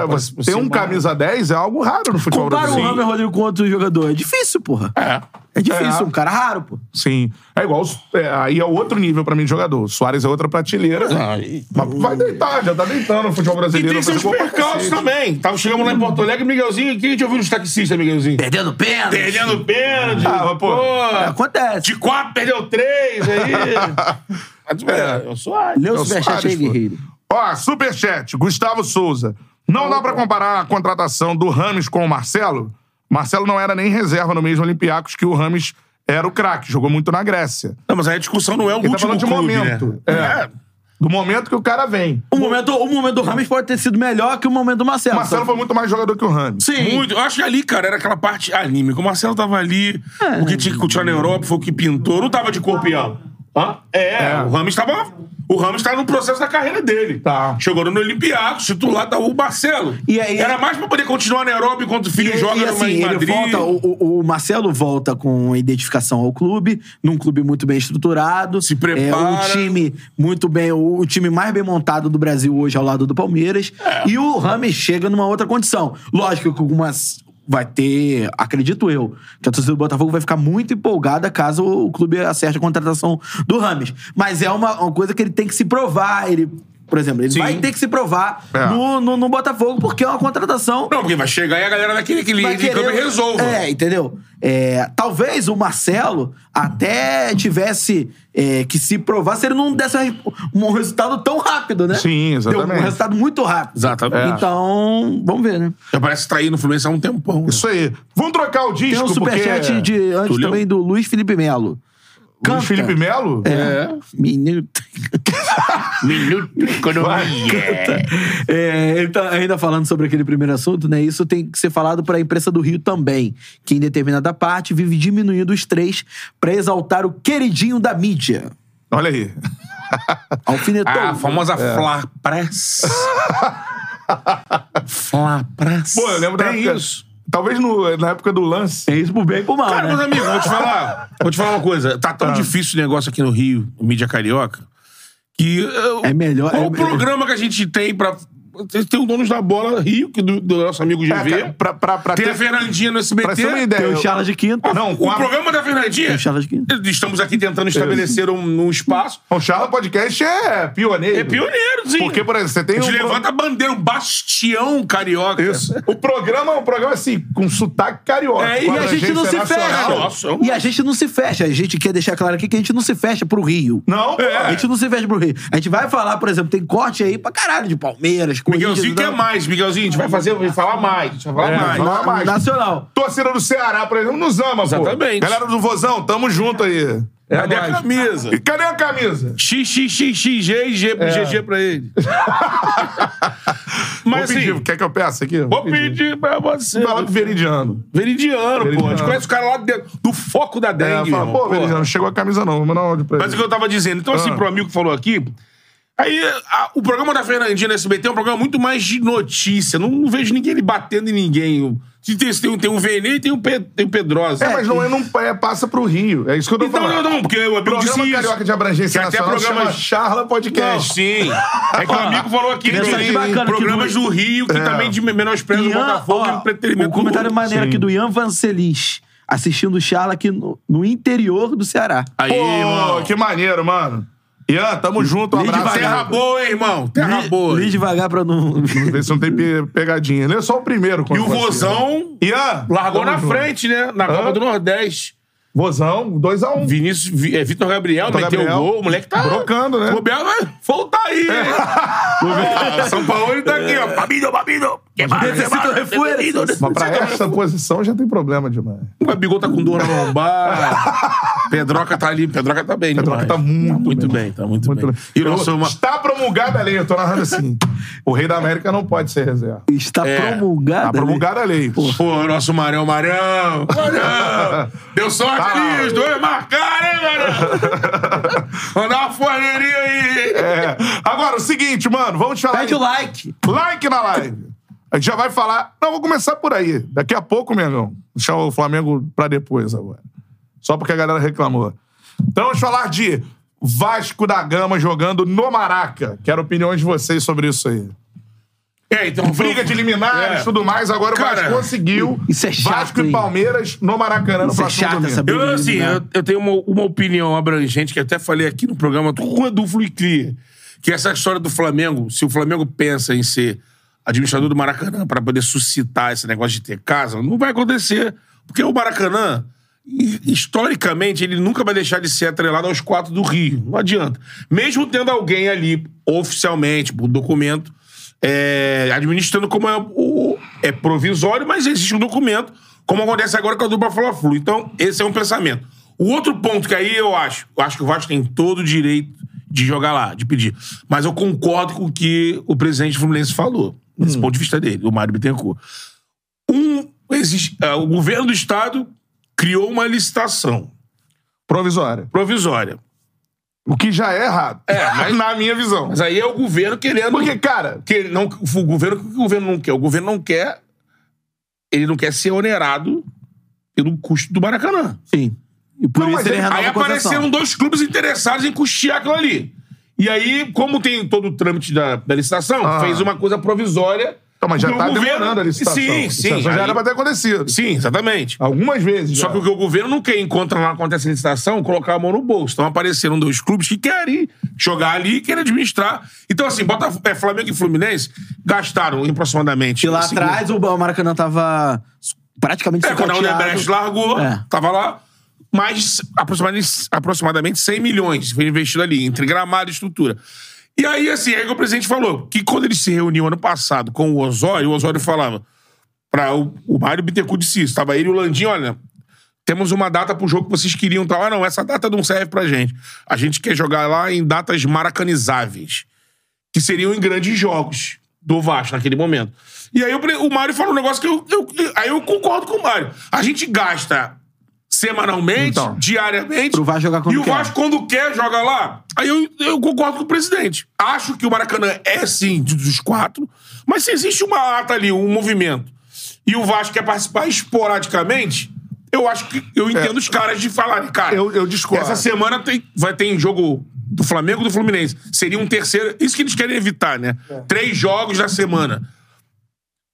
A: né? Você,
B: pra-
A: você ter um
B: cima.
A: camisa 10 é algo raro no futebol
C: Compara o
B: né,
A: brasileiro.
C: Ramos Rodrigo com outro jogador. É difícil, porra.
B: É.
C: É
A: É.
C: difícil, um cara raro, pô.
A: Sim. É igual. os- é, aí é outro nível pra mim de jogador. O Soares é outra prateleira.
B: Ah, e-
A: Mas vai deitar, já tá deitando no futebol
B: E
A: brasileiro. vai
B: tem
A: fazer
B: seus
A: gol pra
B: percalços
A: cacete.
B: também. Tava, chegamos lá em Porto Alegre, Miguelzinho, quem te ouviu nos taxistas, Miguelzinho?
C: Perdendo pênalti.
B: Perdendo pênalti.
A: Ah, mas, pô,
C: Acontece.
B: De quatro, perdeu três aí. *laughs* Mas, é, eu sou ágil.
C: Leu o
A: Eu sou
C: superchat aí,
A: Ares, pô.
C: guerreiro.
A: Ó, superchat, Gustavo Souza. Não dá pra comparar a contratação do Rames com o Marcelo? Marcelo não era nem reserva no mesmo Olympiacos que o Rames era o craque, jogou muito na Grécia.
B: Não, mas aí a discussão não é o
A: Ele tá
B: último
A: falando de
B: clube,
A: momento.
B: né? É.
A: Do momento que o cara vem.
B: um
C: O Um momento, o momento do Ramos pode ter sido melhor que o momento do Marcelo.
A: O Marcelo foi muito mais jogador que o Rames.
C: Sim.
B: Muito. Eu acho que ali, cara, era aquela parte anímica. O Marcelo tava ali, o que tinha que continuar na Europa, foi o que pintou. Não tava de corpo e alma. Hã? É,
A: É.
B: o Ramos tava... O Ramos tá no processo da carreira dele.
A: Tá.
B: Chegou no Olympiacos, titular tá o Marcelo.
C: E aí-
B: Era mais pra poder continuar na Europa enquanto o filho
C: E-
B: joga
C: e,
B: numa-
C: assim,
B: em
C: ele
B: Madrid.
C: volta, o, o- o Marcelo volta com a identificação ao clube, num clube muito bem estruturado.
B: Se prepara.
C: É, um time muito bem, o, o time mais bem montado do Brasil hoje ao lado do Palmeiras.
B: É.
C: E o Rames chega numa outra condição. Lógico que algumas. Vai ter, acredito eu, que a torcida do Botafogo vai ficar muito empolgada caso o clube acerte a contratação do Rames. Mas é uma, uma coisa que ele tem que se provar, ele por exemplo. Ele
B: Sim.
C: vai ter que se provar
A: É.
C: no, no, no Botafogo, porque é uma contratação.
B: Não, porque vai chegar e a galera daquele que liga
C: vai
B: de câmera resolva.
C: É, entendeu? É, talvez o Marcelo até tivesse é, que se provar se ele não desse um resultado tão rápido, né?
A: Sim, exatamente. É.
C: Deu um resultado muito rápido.
B: Exatamente.
C: Então, vamos ver, né?
B: Já parece trair no Fluminense há um tempão. né?
A: Isso aí. Vamos trocar o disco,
C: Tem um superchat
A: porque...
C: de, antes
B: Tu leu?
C: também do Luiz Felipe Melo. Canta.
A: Luiz Felipe Melo?
C: É. *laughs* Minuto.
B: Minuto Economia.
C: É, ele tá ainda falando sobre aquele primeiro assunto, né? Isso tem que ser falado para a imprensa do Rio também, que em determinada parte vive diminuindo os três para exaltar o queridinho da mídia.
A: Olha aí.
C: Alfinetou.
B: *laughs*
A: Então,
B: A famosa
A: é.
B: Fla
A: *laughs*
B: Press. Fla Press.
A: Pô, eu lembro da
B: Tem
A: época... Ah,
B: isso.
A: Talvez no- na época do lance.
C: Tem isso por bem e por mal,
B: Cara,
C: né?
B: meus amigos, vou te falar. Vou te falar uma coisa. Tá
A: Ah.
B: tão difícil o negócio aqui no Rio, mídia carioca, que. eu-
C: É melhor-
B: Qual
C: é
B: o
C: melhor.
B: programa que a gente tem pra. Tem o Donos da Bola Rio, que do, do nosso amigo
A: É,
B: GV.
A: cara, pra, pra, pra,
B: tem
A: ter,
B: a Fernandinha no SBT.
A: pra ter uma
B: é-
A: ideia.
C: Tem o
A: eu-
C: Charles de Quinto.
A: Não,
B: O
A: com a-
B: programa da Fernandinha.
C: Tem o Charles de Quinto.
B: Estamos aqui tentando estabelecer um, um espaço.
A: O Charla Podcast é pioneiro.
B: É pioneiro, sim.
A: Porque, por exemplo, você tem
B: A
A: um
B: gente
A: pro-
B: levanta a bandeira, um bastião carioca.
A: Isso. O programa é um programa assim, com sotaque carioca.
B: É, e
A: com
C: E a gente não se
A: abrangência
C: fecha.
A: nacional.
B: Nossa, eu-
C: E a gente não se fecha. A gente quer deixar claro aqui que a gente não se fecha pro Rio.
A: Não, é. pô.
B: É.
C: A gente não se fecha pro Rio. A gente vai falar, por exemplo, tem corte aí pra caralho de Palmeiras, Corinthians...
B: Miguelzinho quer
C: na-
B: mais, Miguelzinho. A gente vai fazer, vai falar mais. A gente vai falar
A: É,
B: mais.
A: vamos falar mais.
C: Nacional.
A: Torcida do Ceará, por exemplo, nos ama,
B: Exatamente. É
A: pô. Galera do Vozão, tamo junto aí.
B: Cadê a camisa?
A: E cadê a camisa?
B: XXXXG e G,
A: É.
B: GG
A: *laughs*
B: pra ele. Mas
A: Vou pedir,
B: assim,
A: quer que eu peça aqui?
B: vou pedir pra você.
A: Fala com o Veridiano.
B: Veridiano, pô. A gente
A: Veridiano.
B: conhece o cara lá dentro, do foco da
A: É,
B: dengue.
A: fala,
B: irmão.
A: pô,
B: Porra.
A: Veridiano, não chegou a camisa não, vou mandar um áudio pra ele.
B: Mas o que eu tava dizendo. Então, assim,
A: Ah.
B: pro amigo que falou aqui. Aí, a- o programa da Fernandinha no SBT é um programa muito mais de notícia. Não, não vejo ninguém ele batendo em ninguém. Eu- Tem, um, tem, tem o Vene e tem o, Pe- tem o Pedrosa.
A: É, mas não, é, não é, passa pro Rio. É isso que eu tô
B: Então, não,
A: falando.
B: não, porque o amigo disse
A: programa
B: isso.
A: Carioca de Abrangência
B: Que até
A: Nacional
B: programa-
A: chama Charla
B: Não,
A: Podcast.
B: sim. É que o amigo falou aqui
C: Mensagem
B: tem
C: bacana aqui
B: programas
C: do-
B: do Rio que
A: É.
B: também de menosprezam o
C: Ian,
B: Botafogo e
C: ó,
B: o entretenimento
C: o comentário
B: do-
C: maneiro
A: Sim.
C: aqui do Ian Vancelis, assistindo o Charla aqui no, no interior do Ceará.
B: Aí,
A: Pô,
B: irmão.
A: que maneiro, mano. Ian, tamo junto, um
C: Lide
A: abraço.
C: vai-
B: Terra boa, hein, irmão. Terra
C: Li-
B: boa.
C: Li devagar pra *laughs* não...
A: Vê se não tem pe- pegadinha. Lê só o primeiro.
B: E
A: quando
B: o
A: for assim.
B: Vozão
A: Ian!
B: largou
A: tamo
B: na
A: junto.
B: frente, né? Na Copa do Nordeste.
A: Vozão, 2x1. Um.
B: Vinícius, Vi- é, Vitor Gabriel
A: Vitor
B: meteu
A: Gabriel.
B: o gol. O moleque tá...
A: Brocando, né? É.
B: O Gabriel vai voltar aí. hein? Ó, São Paulo ele tá aqui, ó. Babido, babido. Que
C: *laughs*
B: mais, que
C: Necessito
B: mais?
C: refuerzo.
B: Babido,
A: Mas pra
B: necessito
A: essa posição já tem problema demais.
B: O Gabigol tá com dor na lombar. Pedroca tá ali. Pedroca tá bem,
A: Pedroca
B: demais.
A: tá muito
B: bem. Tá muito, bem. E o
A: Eu-
B: nosso... Uma...
A: Está promulgada a lei, eu tô narrando assim. o rei da América não pode ser reserva.
C: Está
B: É,
A: Está
C: promulgada. né?
A: promulgada a lei.
B: Pô, o nosso Marão, Marão! Marão! Deu sorte
A: Tá.
B: ali, os dois marcaram,
A: *laughs*
B: hein, Marão? Mandar uma forneirinha aí!
A: É. Agora, o seguinte, mano, vamos te falar.
C: Pede
A: aí.
C: o like.
A: Like na live. A gente já vai falar. Não, vou começar por aí. Daqui a pouco, Mengão. Deixar o Flamengo pra depois agora. Só porque a galera reclamou. Então vamos falar de Vasco da Gama jogando no Maraca. Quero opiniões de vocês sobre isso aí.
B: É, então,
A: Briga de liminares,
B: É.
A: tudo mais. Agora o
B: Cara,
A: Vasco conseguiu.
C: isso é chato,
A: Vasco e
C: hein?
A: Palmeiras no Maracanã no
C: Isso é
A: próximo
C: chato,
A: domingo.
C: essa briga.
B: Eu, assim, eu, eu tenho uma, uma opinião abrangente que até falei aqui no programa, tô com o Edu Fluicria, que é essa história do Flamengo, se o Flamengo pensa em ser administrador do Maracanã para poder suscitar esse negócio de ter casa, não vai acontecer. Porque o Maracanã, hi- historicamente, ele nunca vai deixar de ser atrelado aos quatro do Rio. Não adianta. Mesmo tendo alguém ali, oficialmente, por documento, é, administrando como é, o, é provisório, mas existe um documento, como acontece agora com a dupla Fla-Flu. Então, esse é um pensamento. O outro ponto que aí eu acho, eu acho que o Vasco tem todo o direito de jogar lá, de pedir. Mas eu concordo com o que o presidente Fluminense falou, desse ponto de vista dele, o Mário Bittencourt. Um, existe, ah, o governo do estado criou uma licitação
A: Provisória.
B: provisória.
A: O que já é errado. É, mas... *laughs* na minha visão.
B: Mas aí é o governo querendo.
A: Porque, cara,
B: que ele não, o governo, o que o governo não quer? O governo não quer. Ele não quer ser onerado pelo custo do Maracanã.
C: Sim. E por
A: Não, mas
C: isso ele
A: aí-
C: renova
B: Aí um
C: a concessão.
B: apareceram dois clubes interessados em custear aquilo ali. E aí, como tem todo o trâmite da, da licitação,
A: Ah.
B: fez uma coisa provisória.
A: então, mas já
B: que o
A: tá demorando a licitação.
B: Sim, sim.
A: Licitação já
B: aí-
A: era pra ter acontecido.
B: Sim, exatamente.
A: Algumas vezes.
B: Só
A: já.
B: que o que o governo não quer, enquanto não acontece a licitação, colocar a mão no bolso. Então apareceram dois clubes que querem jogar ali e querer administrar. Então, assim, Botafogo, é, Flamengo e Fluminense gastaram em aproximadamente.
C: E lá
B: assim,
C: atrás o Maracanã tava praticamente
B: É, quando a
C: sucateado.
B: Odebrecht largou,
C: É.
B: tava lá, mais aproximadamente, aproximadamente 100 milhões foi investido ali, entre gramado e estrutura. E aí, assim, é o que o presidente falou, que quando ele se reuniu ano passado com o Osório, o Osório falava para o, o Mário Bittencourt disse isso, tava ele e o Landim, olha, temos uma data pro jogo que vocês queriam, tal. Ah, não, essa data não serve pra gente. A gente quer jogar lá em datas maracanizáveis que seriam em grandes jogos do Vasco naquele momento. E aí o, pre- o Mário falou um negócio que eu, eu- Aí eu concordo com o Mário. A gente gasta semanalmente,
A: Então.
B: diariamente.
C: Pro Vasco jogar quando
B: E o
C: quer.
B: Vasco, quando quer, joga lá. Aí eu, eu concordo com o presidente. Acho que o Maracanã é, sim, de- dos quatro. Mas se existe uma ata ali, um movimento, e o Vasco quer participar esporadicamente, eu acho que... Eu entendo os caras de falarem, cara...
A: É. Eu- eu discordo.
B: Essa semana tem, vai ter jogo do Flamengo e do Fluminense. Seria um terceiro. Isso que eles querem evitar, né?
A: É.
B: Três jogos na semana.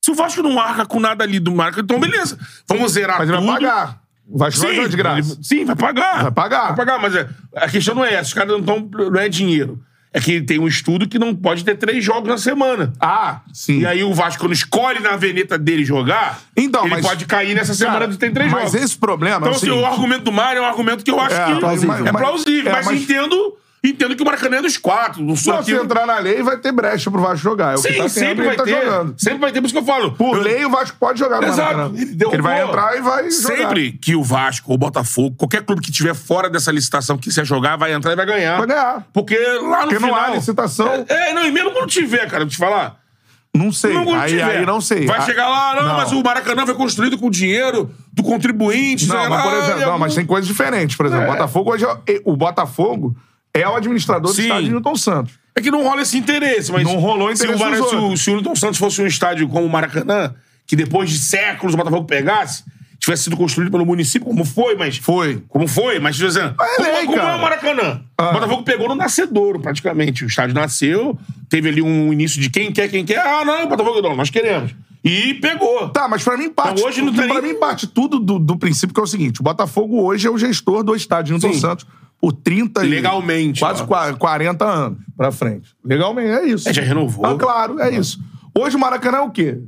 B: Se o Vasco não arca com nada ali do Marco, então beleza. Vamos zerar
A: Mas ele
B: tudo.
A: vai pagar. Vai jogar de graça.
B: ele- Sim, vai pagar.
A: Vai pagar.
B: Vai pagar, mas é- a questão não é essa. Os caras não estão. Não é dinheiro. É que tem um estudo que não pode ter três jogos na semana.
A: Ah, sim.
B: E aí o Vasco, quando escolhe na veneta dele jogar,
A: Então,
B: ele
A: mas-
B: pode cair nessa semana
A: Cara,
B: de ter três
A: mas
B: jogos.
A: esse problema
B: Então,
A: é o
B: assim, o
A: seguinte,
B: argumento do Mário é um argumento que eu acho
A: É,
B: que
A: plausível.
B: é plausível.
A: É,
B: mas,
A: mas-
B: entendo, entendo que o Maracanã é dos quatro. Não sou
A: só
B: aqui.
A: se entrar na lei, vai ter brecha pro Vasco jogar. É o que
B: Sim,
A: tá tendo,
B: sempre
A: e
B: vai
A: ele tá
B: ter.
A: jogando.
B: Sempre vai ter, por isso que eu falo.
A: Por
B: Eu-
A: lei, o Vasco pode jogar no
B: Exato.
A: Maracanã.
B: Ele, deu
A: Porque ele vai
B: bola.
A: entrar e vai jogar.
B: Sempre que o Vasco, o Botafogo, qualquer clube que tiver fora dessa licitação que quiser jogar, vai entrar e vai ganhar.
A: Vai ganhar.
B: Porque lá no
A: Porque não
B: final...
A: há licitação.
B: É, é, não, e mesmo quando tiver, cara, vou te falar...
A: Não sei.
B: Não, quando
A: aí,
B: tiver.
A: aí não sei.
B: Vai
A: Ah,
B: chegar lá, não, mas o Maracanã foi construído com o dinheiro do contribuinte,
A: Não, mas,
B: sei lá,
A: por exemplo,
B: e é um-
A: não,
B: algum-
A: mas tem coisas diferentes. Por exemplo,
B: É.
A: o Botafogo hoje é, o Botafogo é o administrador do
B: Sim.
A: estádio de Newton Santos.
B: É que não rola esse interesse, mas.
A: Não rolou
B: se
A: interesse
B: o Mara-
A: dos
B: se, o,
A: outros.
B: se o Newton Santos fosse um estádio como o Maracanã, que depois de séculos o Botafogo pegasse, tivesse sido construído pelo município, como foi, mas.
A: Foi.
B: Como foi, mas tô dizendo.
A: Mas é
B: como,
A: lei,
B: como
A: cara.
B: é o Maracanã?
A: Ah.
B: O Botafogo pegou no nascedouro, praticamente. O estádio nasceu, teve ali um início de quem quer, quem quer. Ah, não, Botafogo não, nós queremos. E pegou.
A: Tá, mas pra mim parte.
B: Então, hoje não tem
A: pra
B: nem-
A: mim parte tudo do, do princípio que é o seguinte: o Botafogo hoje é o gestor do estádio de Newton
B: Sim.
A: Santos por 30 e-
B: Legalmente,
A: Quase
B: ó.
A: qua- 40 anos pra frente. Legalmente, é isso.
B: É, já renovou.
A: Ah, claro, é isso. Hoje o Maracanã é o quê?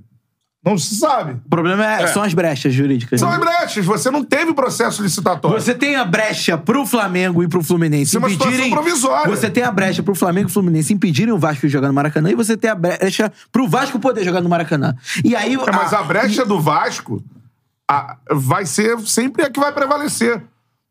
A: Não se sabe.
C: O problema é,
B: É.
C: são as brechas jurídicas. né?
A: São as brechas. Você não teve processo licitatório.
C: Você tem a brecha pro Flamengo e pro Fluminense
A: Isso é uma situação
C: impedirem.
A: provisória.
C: Você tem a brecha pro Flamengo e Fluminense impedirem o Vasco de jogar no Maracanã e você tem a brecha pro Vasco poder jogar no Maracanã. E aí.
A: É, mas a brecha do Vasco a- vai ser sempre a que vai prevalecer.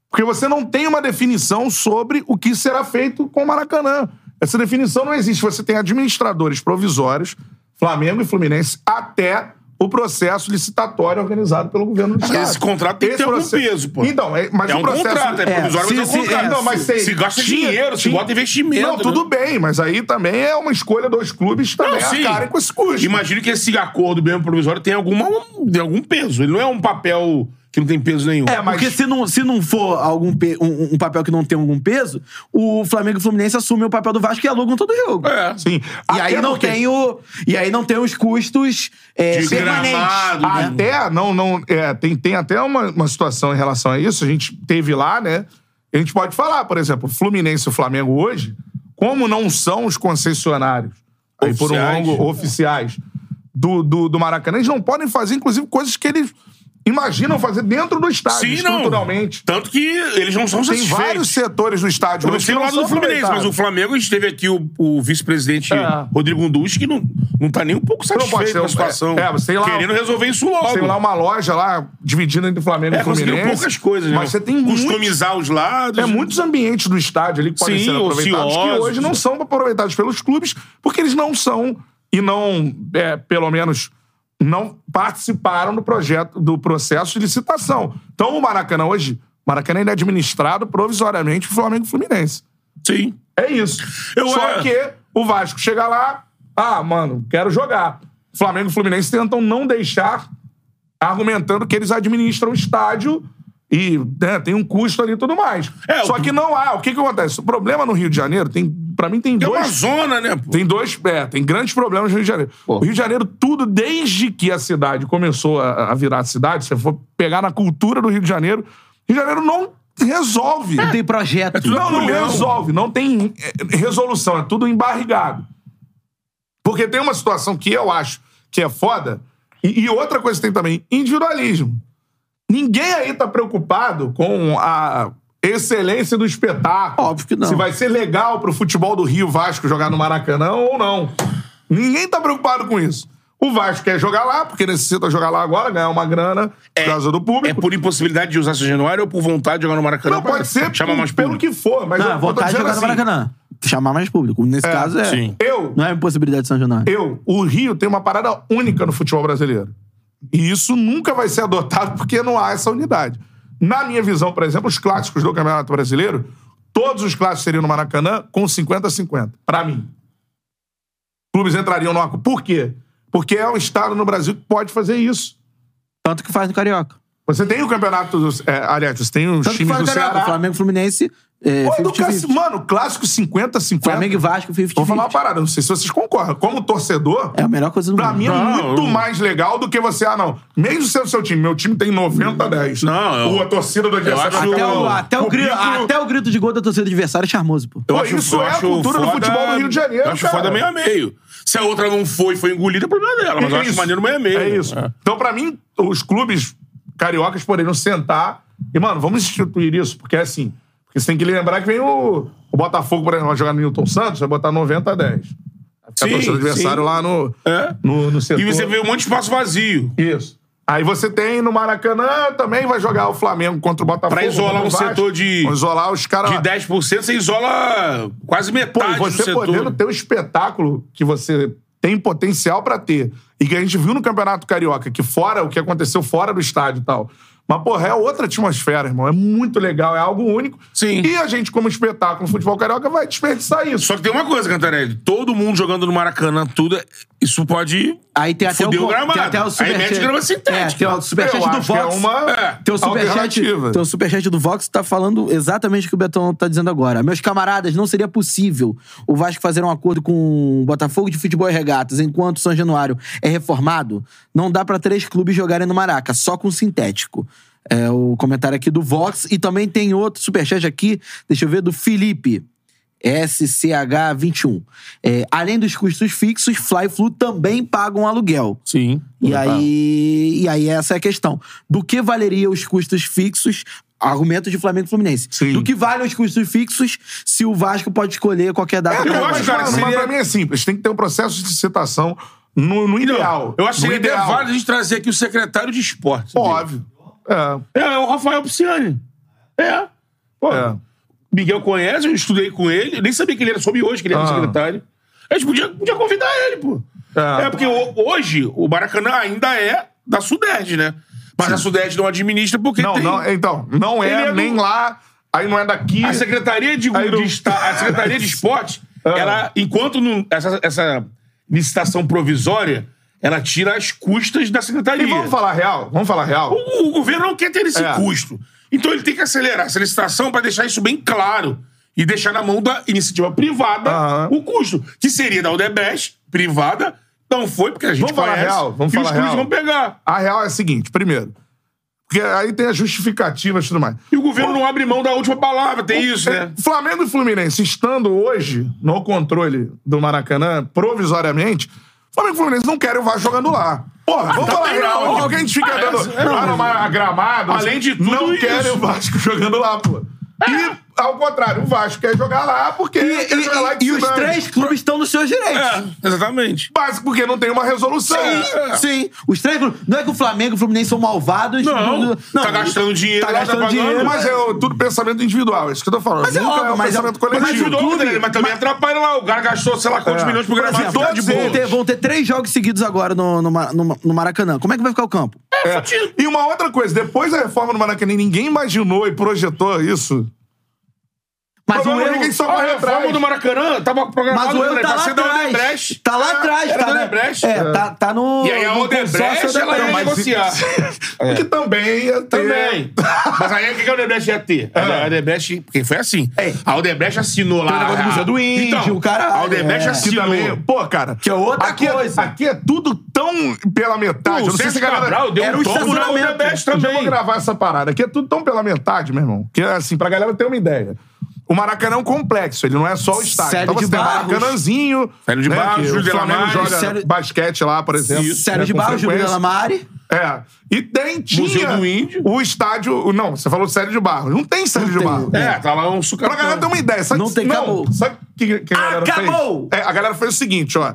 A: Porque você não tem uma definição sobre o que será feito com o Maracanã. Essa definição não existe. Você tem administradores provisórios, Flamengo e Fluminense, até o processo licitatório organizado pelo governo do
B: Mas
A: Estado.
B: esse contrato tem que ter algum peso, pô.
A: Então, é, mas
B: é
A: o
B: um
A: processo...
B: contrato, é
C: É,
B: provisório,
C: se-
B: mas é
C: se-
B: um contrato.
C: é,
A: não, mas
B: se,
A: tem-
B: gasta
A: tinha-
B: dinheiro, se
A: tinha-
B: bota investimento.
A: Não,
B: né?
A: tudo bem, mas aí também é uma escolha dos clubes também
B: Não, sim.
A: arcarem com esse custo.
B: Imagino que esse acordo mesmo provisório tem, alguma, tem algum peso. Ele não é um papel que não tem peso nenhum.
C: É, porque se não, se não for algum pe- um, um papel que não tem algum peso, o Flamengo e o Fluminense assumem o papel do Vasco e alugam todo jogo.
B: É.
A: Sim.
C: E aí
A: Até
C: não
A: Ah, porque-
C: tem o. E aí não tem os custos é,
B: De
C: permanentes.
B: gramado, né?
A: Até, não, não, é, tem, tem até uma, uma situação em relação a isso, a gente teve lá, né? A gente pode falar, por exemplo, Fluminense e Flamengo hoje, como não são os concessionários aí por um
B: Oficiais.
A: longo oficiais do, do, do Maracanã, eles não podem fazer, inclusive, coisas que eles imaginam fazer dentro do estádio,
B: Sim, não.
A: estruturalmente.
B: Tanto que eles não são
A: Tem
B: satisfeitos.
A: vários setores do estádio
B: Eu não
A: hoje que
B: sei o
A: não
B: lado
A: são
B: do Fluminense, mas o
A: aproveitados.
B: Flamengo, a gente teve aqui o, o vice-presidente
A: É.
B: Rodrigo Gunducci, que não, não tá nem um pouco
A: pode
B: satisfeito
A: ser
B: com
A: um-
B: a situação.
A: é, é, sei lá-
B: Querendo resolver isso logo.
A: Tem lá uma loja lá, dividida entre Flamengo
B: é,
A: e Fluminense.
B: conseguiram poucas coisas, né?
A: Mas você tem muito
B: Customizar os lados.
A: É muitos ambientes do estádio ali que podem
B: Sim,
A: ser aproveitados, que
B: ociosos.
A: hoje não são aproveitados pelos clubes, porque eles não são, e não, é, pelo menos, não participaram do projeto, do processo de licitação. Então o Maracanã hoje, o Maracanã ele é administrado provisoriamente pro Flamengo e Fluminense.
B: Sim.
A: É isso.
B: Eu
A: Só
B: é-
A: que o Vasco chega lá, ah, mano, quero jogar. Flamengo e Fluminense tentam não deixar, argumentando que eles administram o estádio e né, tem um custo ali e tudo mais.
B: É,
A: Só
B: o-
A: que não há. O que, que acontece? O problema no Rio de Janeiro tem, para mim, tem
B: É uma
A: dois.
B: zona, né? pô?
A: Tem dois. É, tem grandes problemas no Rio de Janeiro. O Rio de Janeiro, tudo, desde que a cidade começou a, a virar cidade, se você for pegar na cultura do Rio de Janeiro, Rio de Janeiro não resolve.
C: Não É, tem projeto.
A: Não, não
B: Agulhão.
A: resolve. Não tem eh, resolução. É tudo embarrigado. Porque tem uma situação que eu acho que é foda. E, e outra coisa que tem também: individualismo. Ninguém aí tá preocupado com a excelência do espetáculo.
C: Óbvio que não.
A: Se vai ser legal pro futebol do Rio Vasco jogar no Maracanã ou não. Ninguém tá preocupado com isso. O Vasco quer jogar lá, porque necessita jogar lá agora, ganhar uma grana por causa do público.
B: É por impossibilidade de usar seu Januário ou por vontade de jogar no Maracanã?
A: Não, pode ser
B: Chama mais
A: pelo
B: público.
A: que for. Mas
C: Não,
A: eu- eu
C: é
A: tô
C: vontade de
A: dizendo
C: jogar no
A: assim,
C: Maracanã. Chamar mais público. Nesse caso é.
B: sim.
A: Eu,
C: Não é impossibilidade de São Januário.
A: eu, o Rio tem uma parada única no futebol brasileiro. E isso nunca vai ser adotado *laughs* porque não há essa unidade. Na minha visão, por exemplo, os clássicos do Campeonato Brasileiro, todos os clássicos seriam no Maracanã com 50 a 50, pra mim. Clubes entrariam no arco. Por quê? Porque é um estado no Brasil que pode fazer isso.
C: Tanto que faz no Carioca.
A: Você tem o campeonato, do, é, aliás, você tem os
C: Tanto que
A: times
C: faz
A: do
C: no Carioca.
A: Ceará.
C: Flamengo Fluminense. É,
A: Pô, do
C: 50-50.
A: cacete, Mano, clássico 50 a 50.
C: Flamengo e Vasco, 50
A: Vou falar uma parada, não sei se vocês concordam. Como torcedor,
C: É a melhor coisa do
A: Pra
C: mundo.
A: mim é
B: Não,
A: muito
B: eu-
A: mais legal do que você, ah, não. Mesmo sendo seu time, meu time tem 90 a 10.
B: Não, eu-
A: Ou a torcida do adversário.
B: acho-
A: tá
C: Até o,
A: com-
C: até, o
A: com
C: grito,
A: pico-
C: até o grito de gol da torcida adversária é charmoso, pô.
A: Pô, isso é a cultura do futebol do Rio de Janeiro,
B: Eu acho
A: cara.
B: foda meio a meio. Se a outra não foi, foi engolida, é problema dela. Mas eu acho
A: isso.
B: maneiro meio a meio.
A: É isso. Então, pra mim, os clubes cariocas poderiam sentar e, mano, vamos instituir isso, porque é assim. Porque você tem que lembrar que vem o, o Botafogo, por exemplo, vai jogar no Newton Santos, vai botar 90 a 10. Fica a
B: Sim,
A: torcida do adversário
B: sim.
A: lá no,
B: É.
A: no, no setor.
B: E você vê um monte de espaço vazio.
A: Isso. Aí você tem no Maracanã também vai jogar o Flamengo contra o Botafogo.
B: Pra isolar
A: contra o
B: um
A: Vasco.
B: setor de-
A: Vão isolar os caras.
B: De
A: lá.
B: 10%, você isola quase
A: Ah. Pô,
B: metade
A: e
B: do
A: você
B: setor.
A: podendo ter o espetáculo que você tem potencial pra ter e que a gente viu no Campeonato Carioca, que fora o que aconteceu fora do estádio e tal. Mas, porra, é outra atmosfera, irmão. É muito legal, é algo único.
B: Sim.
A: E a gente, como espetáculo no futebol carioca, vai desperdiçar isso.
B: Só que tem uma coisa, Cantarelli. Todo mundo jogando no Maracanã, tudo. Isso pode.
C: Aí tem até
B: Fuder
C: o,
B: o gramado.
C: Tem até o
B: Aí
C: superchat.
B: mete grama
C: É,
B: sintética.
C: tem o superchat
A: Eu
C: do
A: acho que
C: Vox.
A: é uma
B: É,
C: Tem o superchat,
A: alternativa.
C: tem o superchat do Vox que tá falando exatamente o que o Betão tá dizendo agora. Meus camaradas, não seria possível o Vasco fazer um acordo com o Botafogo de Futebol e Regatas enquanto o São Januário é reformado? Não dá pra três clubes jogarem no Maraca, só com sintético. É o comentário aqui do Vox. E também tem outro superchat aqui, deixa eu ver, do Felipe. SCH21. É, além dos custos fixos, Fly Flu também pagam aluguel.
B: Sim.
C: E
A: Tá.
C: aí, e aí essa é a questão. Do que valeria os custos fixos? Argumentos de Flamengo e Fluminense.
A: Sim.
C: Do que valem os custos fixos se o Vasco pode escolher qualquer data?
B: É, eu
C: pra
B: acho,
A: mas,
B: cara,
A: mano,
B: que
A: mas
B: seria-
A: pra mim é simples. Tem que ter um processo de citação no, no ideal.
B: Eu acho que
A: No
B: seria até
A: ideal.
B: válido a gente trazer aqui o secretário de esporte.
A: Óbvio. É.
B: É, é o Rafael Pisciani. É. Pô,
A: É.
B: Miguel conhece, eu estudei com ele. Eu nem sabia que ele era, soube hoje que ele era
A: Ah.
B: secretário. A gente podia, podia convidar ele, pô.
A: É.
B: É, porque ho- hoje o Maracanã ainda é da Sudeste, né? Mas a Sudeste não administra porque
A: Não,
B: tem...
A: não, então, não é,
B: Ele é do- Ah,
A: nem lá, aí não é daqui.
B: A Secretaria de,
A: Aí
B: de
A: não-
B: Esta- a Secretaria de Esporte,
A: *laughs* Ah.
B: ela, enquanto não- essa, essa licitação provisória, ela tira as custas da Secretaria.
A: E vamos falar real, vamos falar real.
B: O, o governo não quer ter esse
A: É.
B: custo. Então ele tem que acelerar essa licitação para deixar isso bem claro. E deixar na mão da iniciativa privada
A: Aham.
B: o custo, que seria da Odebrecht, privada, não foi, porque a gente
A: Vamos falar
B: conhece,
A: real, vamos
B: e
A: falar
B: os clubes
A: real.
B: vão pegar.
A: A real é a seguinte, primeiro, porque aí tem as justificativas e tudo mais. É,
B: E o governo não abre mão da última palavra, tem isso, né?
A: Flamengo e Fluminense estando hoje no controle do Maracanã, provisoriamente, Flamengo e Fluminense não querem o Vasco jogando lá. Porra, vamos falar
B: também
A: real
B: não.
A: aqui, porque a gente fica
B: Ah,
A: dando
B: Tá é,
A: lá no mar- gramado.
B: Além de tudo
A: Não
B: isso.
A: querem o Vasco jogando lá, pô. E, ao contrário, o Vasco quer jogar lá porque
C: E,
A: quer jogar lá
C: e-
A: que
C: e
A: se
C: os
A: dane.
C: três clubes estão nos seus direitos.
B: É, exatamente.
A: Mas porque não tem uma resolução. É.
C: Sim, Tá sim. Os três clubes. Não é que o Flamengo e o Fluminense são malvados.
B: É. Não,
C: do-
B: tá gastando dinheiro,
C: Tá
B: lá,
C: gastando
B: tá pagando,
C: dinheiro.
A: Mas é o- tudo pensamento individual, é isso que eu tô falando.
C: Mas é
A: Nunca
C: óbvio,
A: é um
C: mas é-
A: pensamento
B: Mas,
A: coletivo.
C: o
B: ajudou,
C: clube-
B: né? mas também atrapalha lá. O cara gastou, sei lá, quantos
A: É.
B: milhões pro
C: Por
B: gramado.
C: exemplo, um
B: tá de
C: todos vão
B: boa.
C: ter, vão ter três jogos seguidos agora no, no, Mar- no, no Maracanã. Como é que vai ficar o campo?
A: É. E uma outra coisa, depois da reforma do Maracanã, ninguém imaginou e projetou isso.
C: Mas o
A: problema é que
C: erro...
A: ninguém só
B: A
A: corre
B: reforma
A: atrás.
B: do Maracanã tava programado
C: Mas o erro
B: pra-
C: tá
B: pra
C: lá
B: ser da
C: atrás.
B: Odebrecht. Ah,
C: Tá lá
B: É,
C: atrás.
B: era
C: tá
B: da
C: na-
B: Odebrecht.
C: É, tá, tá no...
B: E aí a
C: no
B: Odebrecht,
C: consórcio
B: ela
C: da-
B: ia
A: mas-
B: negociar.
A: *laughs*
C: É.
A: Porque também ia ter... *laughs*
B: Também. Mas aí o que que a Odebrecht ia ter? A Odebrecht, porque foi assim.
C: É.
B: A Odebrecht assinou lá.
C: Tem o negócio do Museu do Índio,
B: então,
C: o caralho.
B: A Odebrecht
C: É.
A: Que
B: assinou.
A: também, pô, cara.
C: Que é outra
A: aqui
C: coisa.
A: aqui é tudo tão pela metade.
B: O
A: eu não sei se
B: Sérgio
A: a galera.
B: Cabral deu
C: Era
B: um
C: um
B: tombo na
C: estacionamento.
B: Odebrecht
A: Eu vou
B: também.
A: gravar essa parada. Aqui é tudo tão pela metade, meu irmão. Que assim, pra galera ter uma ideia. O Maracanã é um complexo, ele não é só o estádio.
C: Sério
A: então você
C: de
A: tem o
C: Barros.
A: Maracanãzinho.
B: Sério de
A: né,
B: Barros,
A: que
B: Júlio de
A: O Flamengo
B: Lamares.
A: joga
C: Sério-
A: basquete lá, por exemplo.
C: Sério
A: né,
C: de
A: com
C: Barros, Júlio
A: frequência.
C: Delamare.
A: É. E tem, tinha
B: Museu do Índio.
A: o estádio... Não, você falou Sério de Barros. Não tem Sério de
C: tem.
A: Barros.
B: É, tá lá um sucatão.
A: Pra galera ter uma ideia. Sabe,
C: Não tem, acabou.
A: Sabe o que, que a galera
C: Acabou!
A: fez? É, a galera fez o seguinte,
C: *laughs*
A: ó.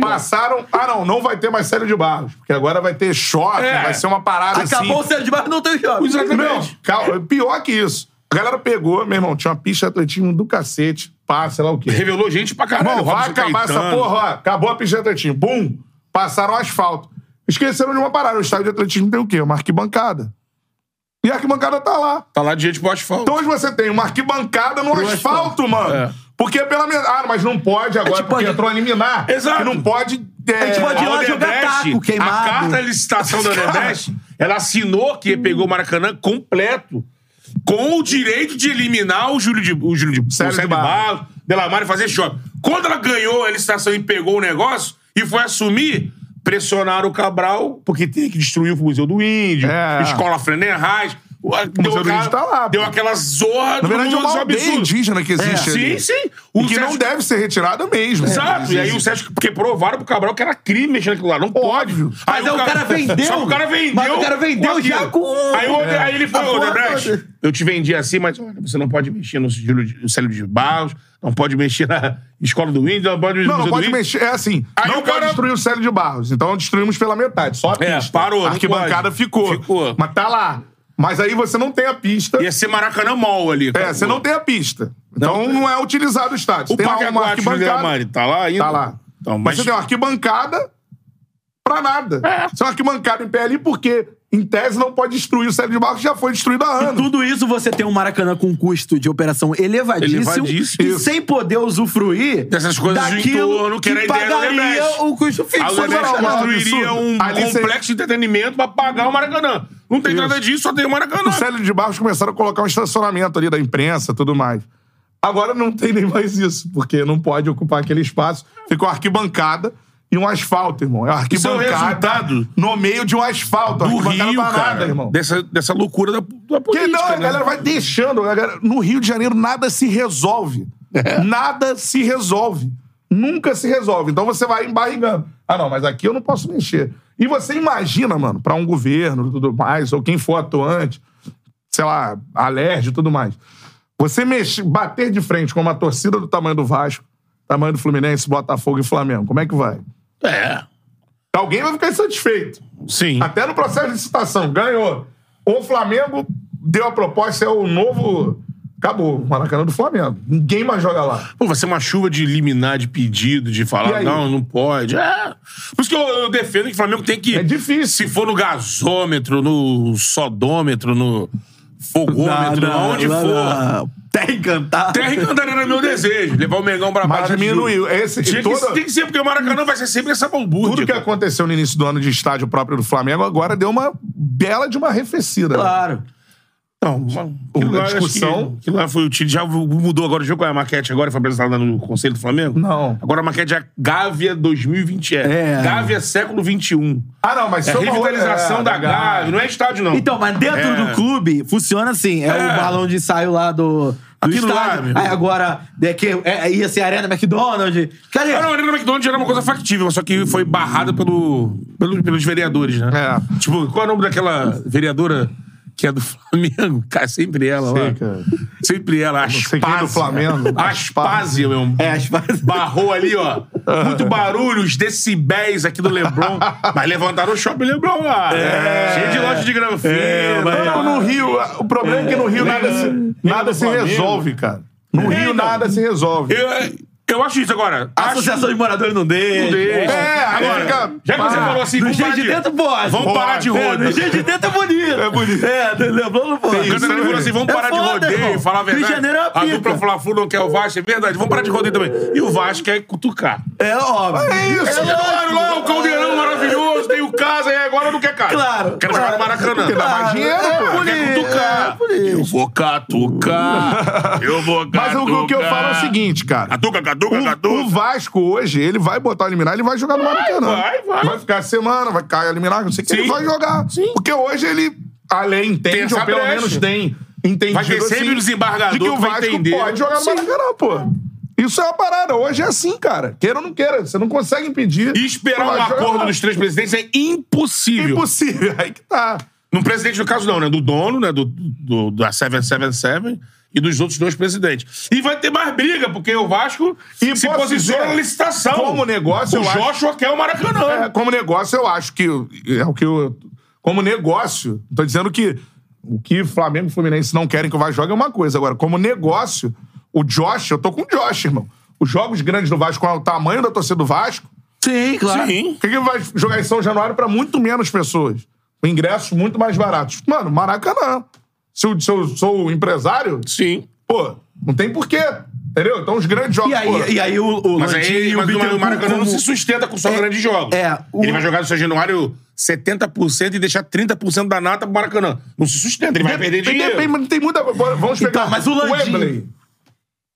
A: Passaram... Ah, não, não vai ter mais Sério de Barros. Porque agora vai ter shopping,
B: É.
A: vai ser uma parada assim.
C: Acabou o né, Sério de Barros, não tem jogo.
A: Não, calma, pior que isso. A galera pegou, meu irmão, tinha uma pista de atletismo do cacete, pá, sei lá o quê.
B: Revelou gente pra caralho.
A: Irmão, vai
B: Robson
A: acabar
B: Caetano.
A: essa porra, ó. Acabou a pista de atletismo. Bum! Passaram o asfalto. Esqueceram de uma parada. O estádio de atletismo tem o quê? Uma arquibancada. E a arquibancada tá lá.
B: Tá lá de gente pro asfalto.
A: Então hoje você tem uma arquibancada no asfalto, mano.
B: É.
A: Porque é pela. me- Ah, mas não pode agora,
C: gente
A: porque
C: pode-
A: entrou a liminar.
B: Exato.
A: Que não pode. É...
C: gente pode ir
B: A
C: lá jogar taco queimado.
B: A carta de licitação da Odebrecht, ela assinou que pegou o Maracanã completo. Com o direito de eliminar o Júlio de, o Júlio de,
A: Sérgio
B: o Sérgio
A: de Barros.
B: Barros, Delamare fazer shopping. Quando ela ganhou a licitação e pegou o negócio e foi assumir, pressionaram o Cabral, porque tem que destruir o Museu do Índio,
A: É.
B: Escola Frenenrais. O
A: Museu do Índio tá lá, pô.
B: Deu aquela zorra
A: Na verdade, é
B: do
A: uma aldeia
B: absurdo.
A: indígena que existe
B: Sim,
A: ali.
B: sim.
A: E que não
B: Sérgio-
A: deve ser retirada mesmo.
B: Exato. E aí o Sérgio, porque provaram pro Cabral que era crime mexer naquilo lá. Não pode.
A: Óbvio. Ah, é
C: Mas aí o cara vendeu.
B: Só que o cara vendeu.
C: Mas o cara vendeu
B: aquilo.
C: já com-
B: Aí, o
A: É.
B: Ode- aí ele
C: A
B: falou,
A: Ah,
C: porra
B: Odebrecht,
C: toda.
B: eu te vendi assim, mas olha, você não pode mexer no sigilo de- no Célio de Barros, não pode mexer na escola do índio, não pode mexer no
A: Não, não
B: Museu do
A: pode
B: Índio.
A: mexer. É assim.
B: Aí
A: não
B: o cara-
A: pode destruir o Célio de Barros. Então destruímos pela metade. Só a pista.
B: É, parou,
A: A
B: não
A: arquibancada
B: pode.
A: ficou.
B: Ficou. é
A: Mas tá lá. Mas aí você não tem a pista.
B: Ia ser Maracanã Mall ali.
A: É, você não tem a pista. Então não, é utilizado o estádio.
B: O
A: Você tem
B: Parque
A: lá uma
B: Aquático de
A: arquibancada.
B: Mari tá lá ainda?
A: Tá lá.
B: Então,
A: mas...
B: mas...
A: você tem uma arquibancada pra nada. Você é uma arquibancada em pé ali porque, em tese, não pode destruir o Célio de Barros que já foi destruído há anos.
C: Tudo isso você tem um Maracanã com custo de operação elevadíssimo,
B: Elevadíssimo.
C: e sem poder usufruir
B: Dessas coisas do
C: daquilo
B: entorno, que
C: que,
B: era a ideia do
C: pagaria
B: Odebrecht.
C: o custo fixo.
B: A Odebrecht
A: Mas,
C: Não,
A: não,
B: construiria
A: absurdo.
B: um
A: Ali você-
B: complexo de entretenimento pra pagar o Maracanã. Não tem nada disso, só tem o Maracanã.
A: O Célio de Barros começaram a colocar um estacionamento ali da imprensa e tudo mais. Agora não tem nem mais isso, porque não pode ocupar aquele espaço. Ficou uma arquibancada e um asfalto, irmão. É uma
B: Isso é o
A: arquibancada
B: resultado
A: no meio de um asfalto.
B: do
A: arquibancada
B: Rio,
A: pra nada,
B: cara.
A: irmão.
B: Dessa, dessa loucura da, da política,
A: Porque não, a
B: né?
A: galera vai deixando. a galera- no Rio de Janeiro nada se resolve.
B: É.
A: Nada se resolve. Nunca se resolve. Então você vai embarrigando. Ah, não, mas aqui eu não posso mexer. E você imagina, mano, pra um governo e tudo mais, ou quem for atuante, sei lá, alerge e tudo mais. Você mexe, bater de frente com uma torcida do tamanho do Vasco, tamanho do Fluminense, Botafogo e Flamengo, como é que vai?
B: É,
A: Alguém vai ficar insatisfeito.
B: sim.
A: Até no processo de licitação, ganhou. O Flamengo deu a proposta, é o novo. Acabou, o Maracanã do Flamengo. Ninguém mais joga lá.
B: Pô, vai ser uma chuva de liminar, de pedido, de
A: E
B: falar,
A: aí?
B: não, não pode. É. Por isso que eu, eu defendo que o Flamengo tem que.
A: É difícil.
B: Se for no gasômetro, no sodômetro, no fogômetro,
C: não,
B: aonde
C: não,
B: for.
C: não. Terra encantada.
B: Terra encantada era meu desejo. Levar o Mengão pra
A: Mas
B: baixo.
A: diminuiu. Esse,
B: Tinha
A: toda-
B: que, tem que ser, porque o Maracanã vai ser sempre essa balbúrdia.
A: tudo que é
B: cara.
A: aconteceu no início do ano de estádio próprio do Flamengo agora deu uma bela de uma arrefecida. né?
C: Claro.
B: Não, uma, aquilo lá, acho
A: discussão-
B: Que, aquilo lá foi o time. Já mudou agora o jogo, é a maquete agora, foi apresentada no Conselho do Flamengo?
A: Não.
B: Agora a maquete é Gávea 2020. É.
C: É.
B: Gávea século XXI.
A: Ah, não, mas
B: É a
A: foi uma outra-
B: revitalização
A: é,
B: da Gávea, não é estádio, não.
C: Então, mas dentro
B: É.
C: do clube funciona assim: é, o balão de ensaio lá do. do
B: Aquilo lá,
C: estádio.
B: meu.
C: Aí agora é que, é, ia ser a Arena McDonald's. Cadê?
B: Ah, não, a Arena McDonald's era uma coisa factível, só que foi barrada pelo, pelo- pelos vereadores, né?
A: É.
B: Tipo, qual é o nome daquela vereadora que é do *laughs* Flamengo? Cara, sempre ela
A: Sei,
B: lá.
A: cara.
B: Sempre ela,
A: sei quem é
B: Aspásia.
A: do Flamengo.
B: Aspásia, meu irmão.
C: É, as fases.
B: Barrou ali, ó. Muito barulho, os decibéis aqui do Leblon. Mas levantaram o shopping Leblon lá.
C: É.
B: Cheio de loja de granfina.
A: Não, é. no Rio, o é problema é que no Rio nada se, nada se
B: É, Flamengo.
A: resolve, cara. No
B: É,
A: Rio
B: não.
A: nada se resolve.
B: Eu- Eu acho isso agora.
C: A
B: acho-
C: Associação de Moradores não deixa.
B: Não deixa.
A: É, aí
B: Agora,
A: fica-
B: Já que você
A: Pá.
B: falou assim,
C: Do
B: vamos parar
C: jeito de dentro, pode.
B: Vamos parar de
C: É,
B: roda.
C: do jeito de dentro é bonito. É
A: bonito.
C: É, lembrou, não pode.
B: Quando ele falou assim, vamos
C: É
B: parar de
C: foda,
B: rodeio,
C: irmão.
B: falar a
C: Rio de
B: verdade.
C: Janeiro é uma
B: a
C: pica.
B: dupla Fla-Flu não quer o Vasco, é verdade. Vamos parar de rodeio também. E o Vasco quer cutucar.
C: É óbvio.
A: É isso,
C: É
B: Claro,
C: lógico. É.
B: lá o caldeirão maravilhoso, tem o casa, e agora não quer casa.
C: Claro,
B: Quero
C: claro.
B: jogar no Maracanã.
A: Porque dá mais dinheiro, pô.
B: é, quer cutucar.
C: é por isso.
B: eu vou
A: *laughs*
B: catucar. eu vou
A: Mas
B: catucar.
A: o, o que eu falo é o seguinte, cara.
B: Catuca, catuca,
A: O, o
B: catuca.
A: Vasco hoje, ele vai botar o eliminar, ele vai jogar no Maracanã.
B: é vai, vai.
A: Vai ficar a semana, vai cair eliminar, não sei o que,
B: Sim.
A: ele vai jogar. Porque hoje ele, além,
B: Tem
A: entende,
B: essa
A: ou pelo
B: brecha.
A: menos tem entendido
B: Vai ter sempre
A: assim,
B: o desembargador
A: de que o
B: que vai
A: Vasco
B: entender.
A: pode jogar no
B: Sim.
A: Maracanã, pô. Isso é uma parada. Hoje é assim, cara. Queira ou não queira, você não consegue impedir.
B: E
A: Vai
B: esperar um
A: jogar
B: acordo
A: lá.
B: dos três presidentes é impossível.
A: Impossível. *laughs* Aí que tá.
B: No presidente, no caso, não, né? Do dono, né? Do, do- da 777 e dos outros dois presidentes. E vai ter mais briga, porque o Vasco
A: E
B: se
A: posso
B: posiciona
A: dizer,
B: na licitação.
A: como negócio,
B: o
A: eu acho-
B: Joshua quer o Maracanã.
A: É, como negócio, eu acho que. É o que eu, como negócio, não tô dizendo que o que Flamengo e Fluminense não querem que o Vasco jogue é uma coisa. Agora, como negócio, o Josh, eu tô com o Josh, irmão. Os jogos grandes do Vasco, com o tamanho da torcida do Vasco,
C: Sim, claro.
B: Sim.
A: o que, que vai jogar em São Januário pra muito menos pessoas? Ingressos muito mais baratos. Mano, Maracanã. Se eu, se eu sou empresário,
B: Sim.
A: pô, não tem porquê. Entendeu? Então os grandes jogos.
C: E aí,
A: pô,
C: e aí o, o
B: Mas
C: Landim
B: aí
C: e
B: mas o
C: Bittencourt
B: Maracanã não
C: como-
B: se sustenta com só
C: É,
B: grandes jogos.
C: é, o-
B: Ele vai jogar no seu Januário 70% e deixar 30% da nata pro Maracanã. Não se sustenta, ele vai perder
A: tem,
B: dinheiro.
A: tem, tem, muita. Vamos
C: Então,
A: pegar.
C: mas o Landim-
A: Wembley.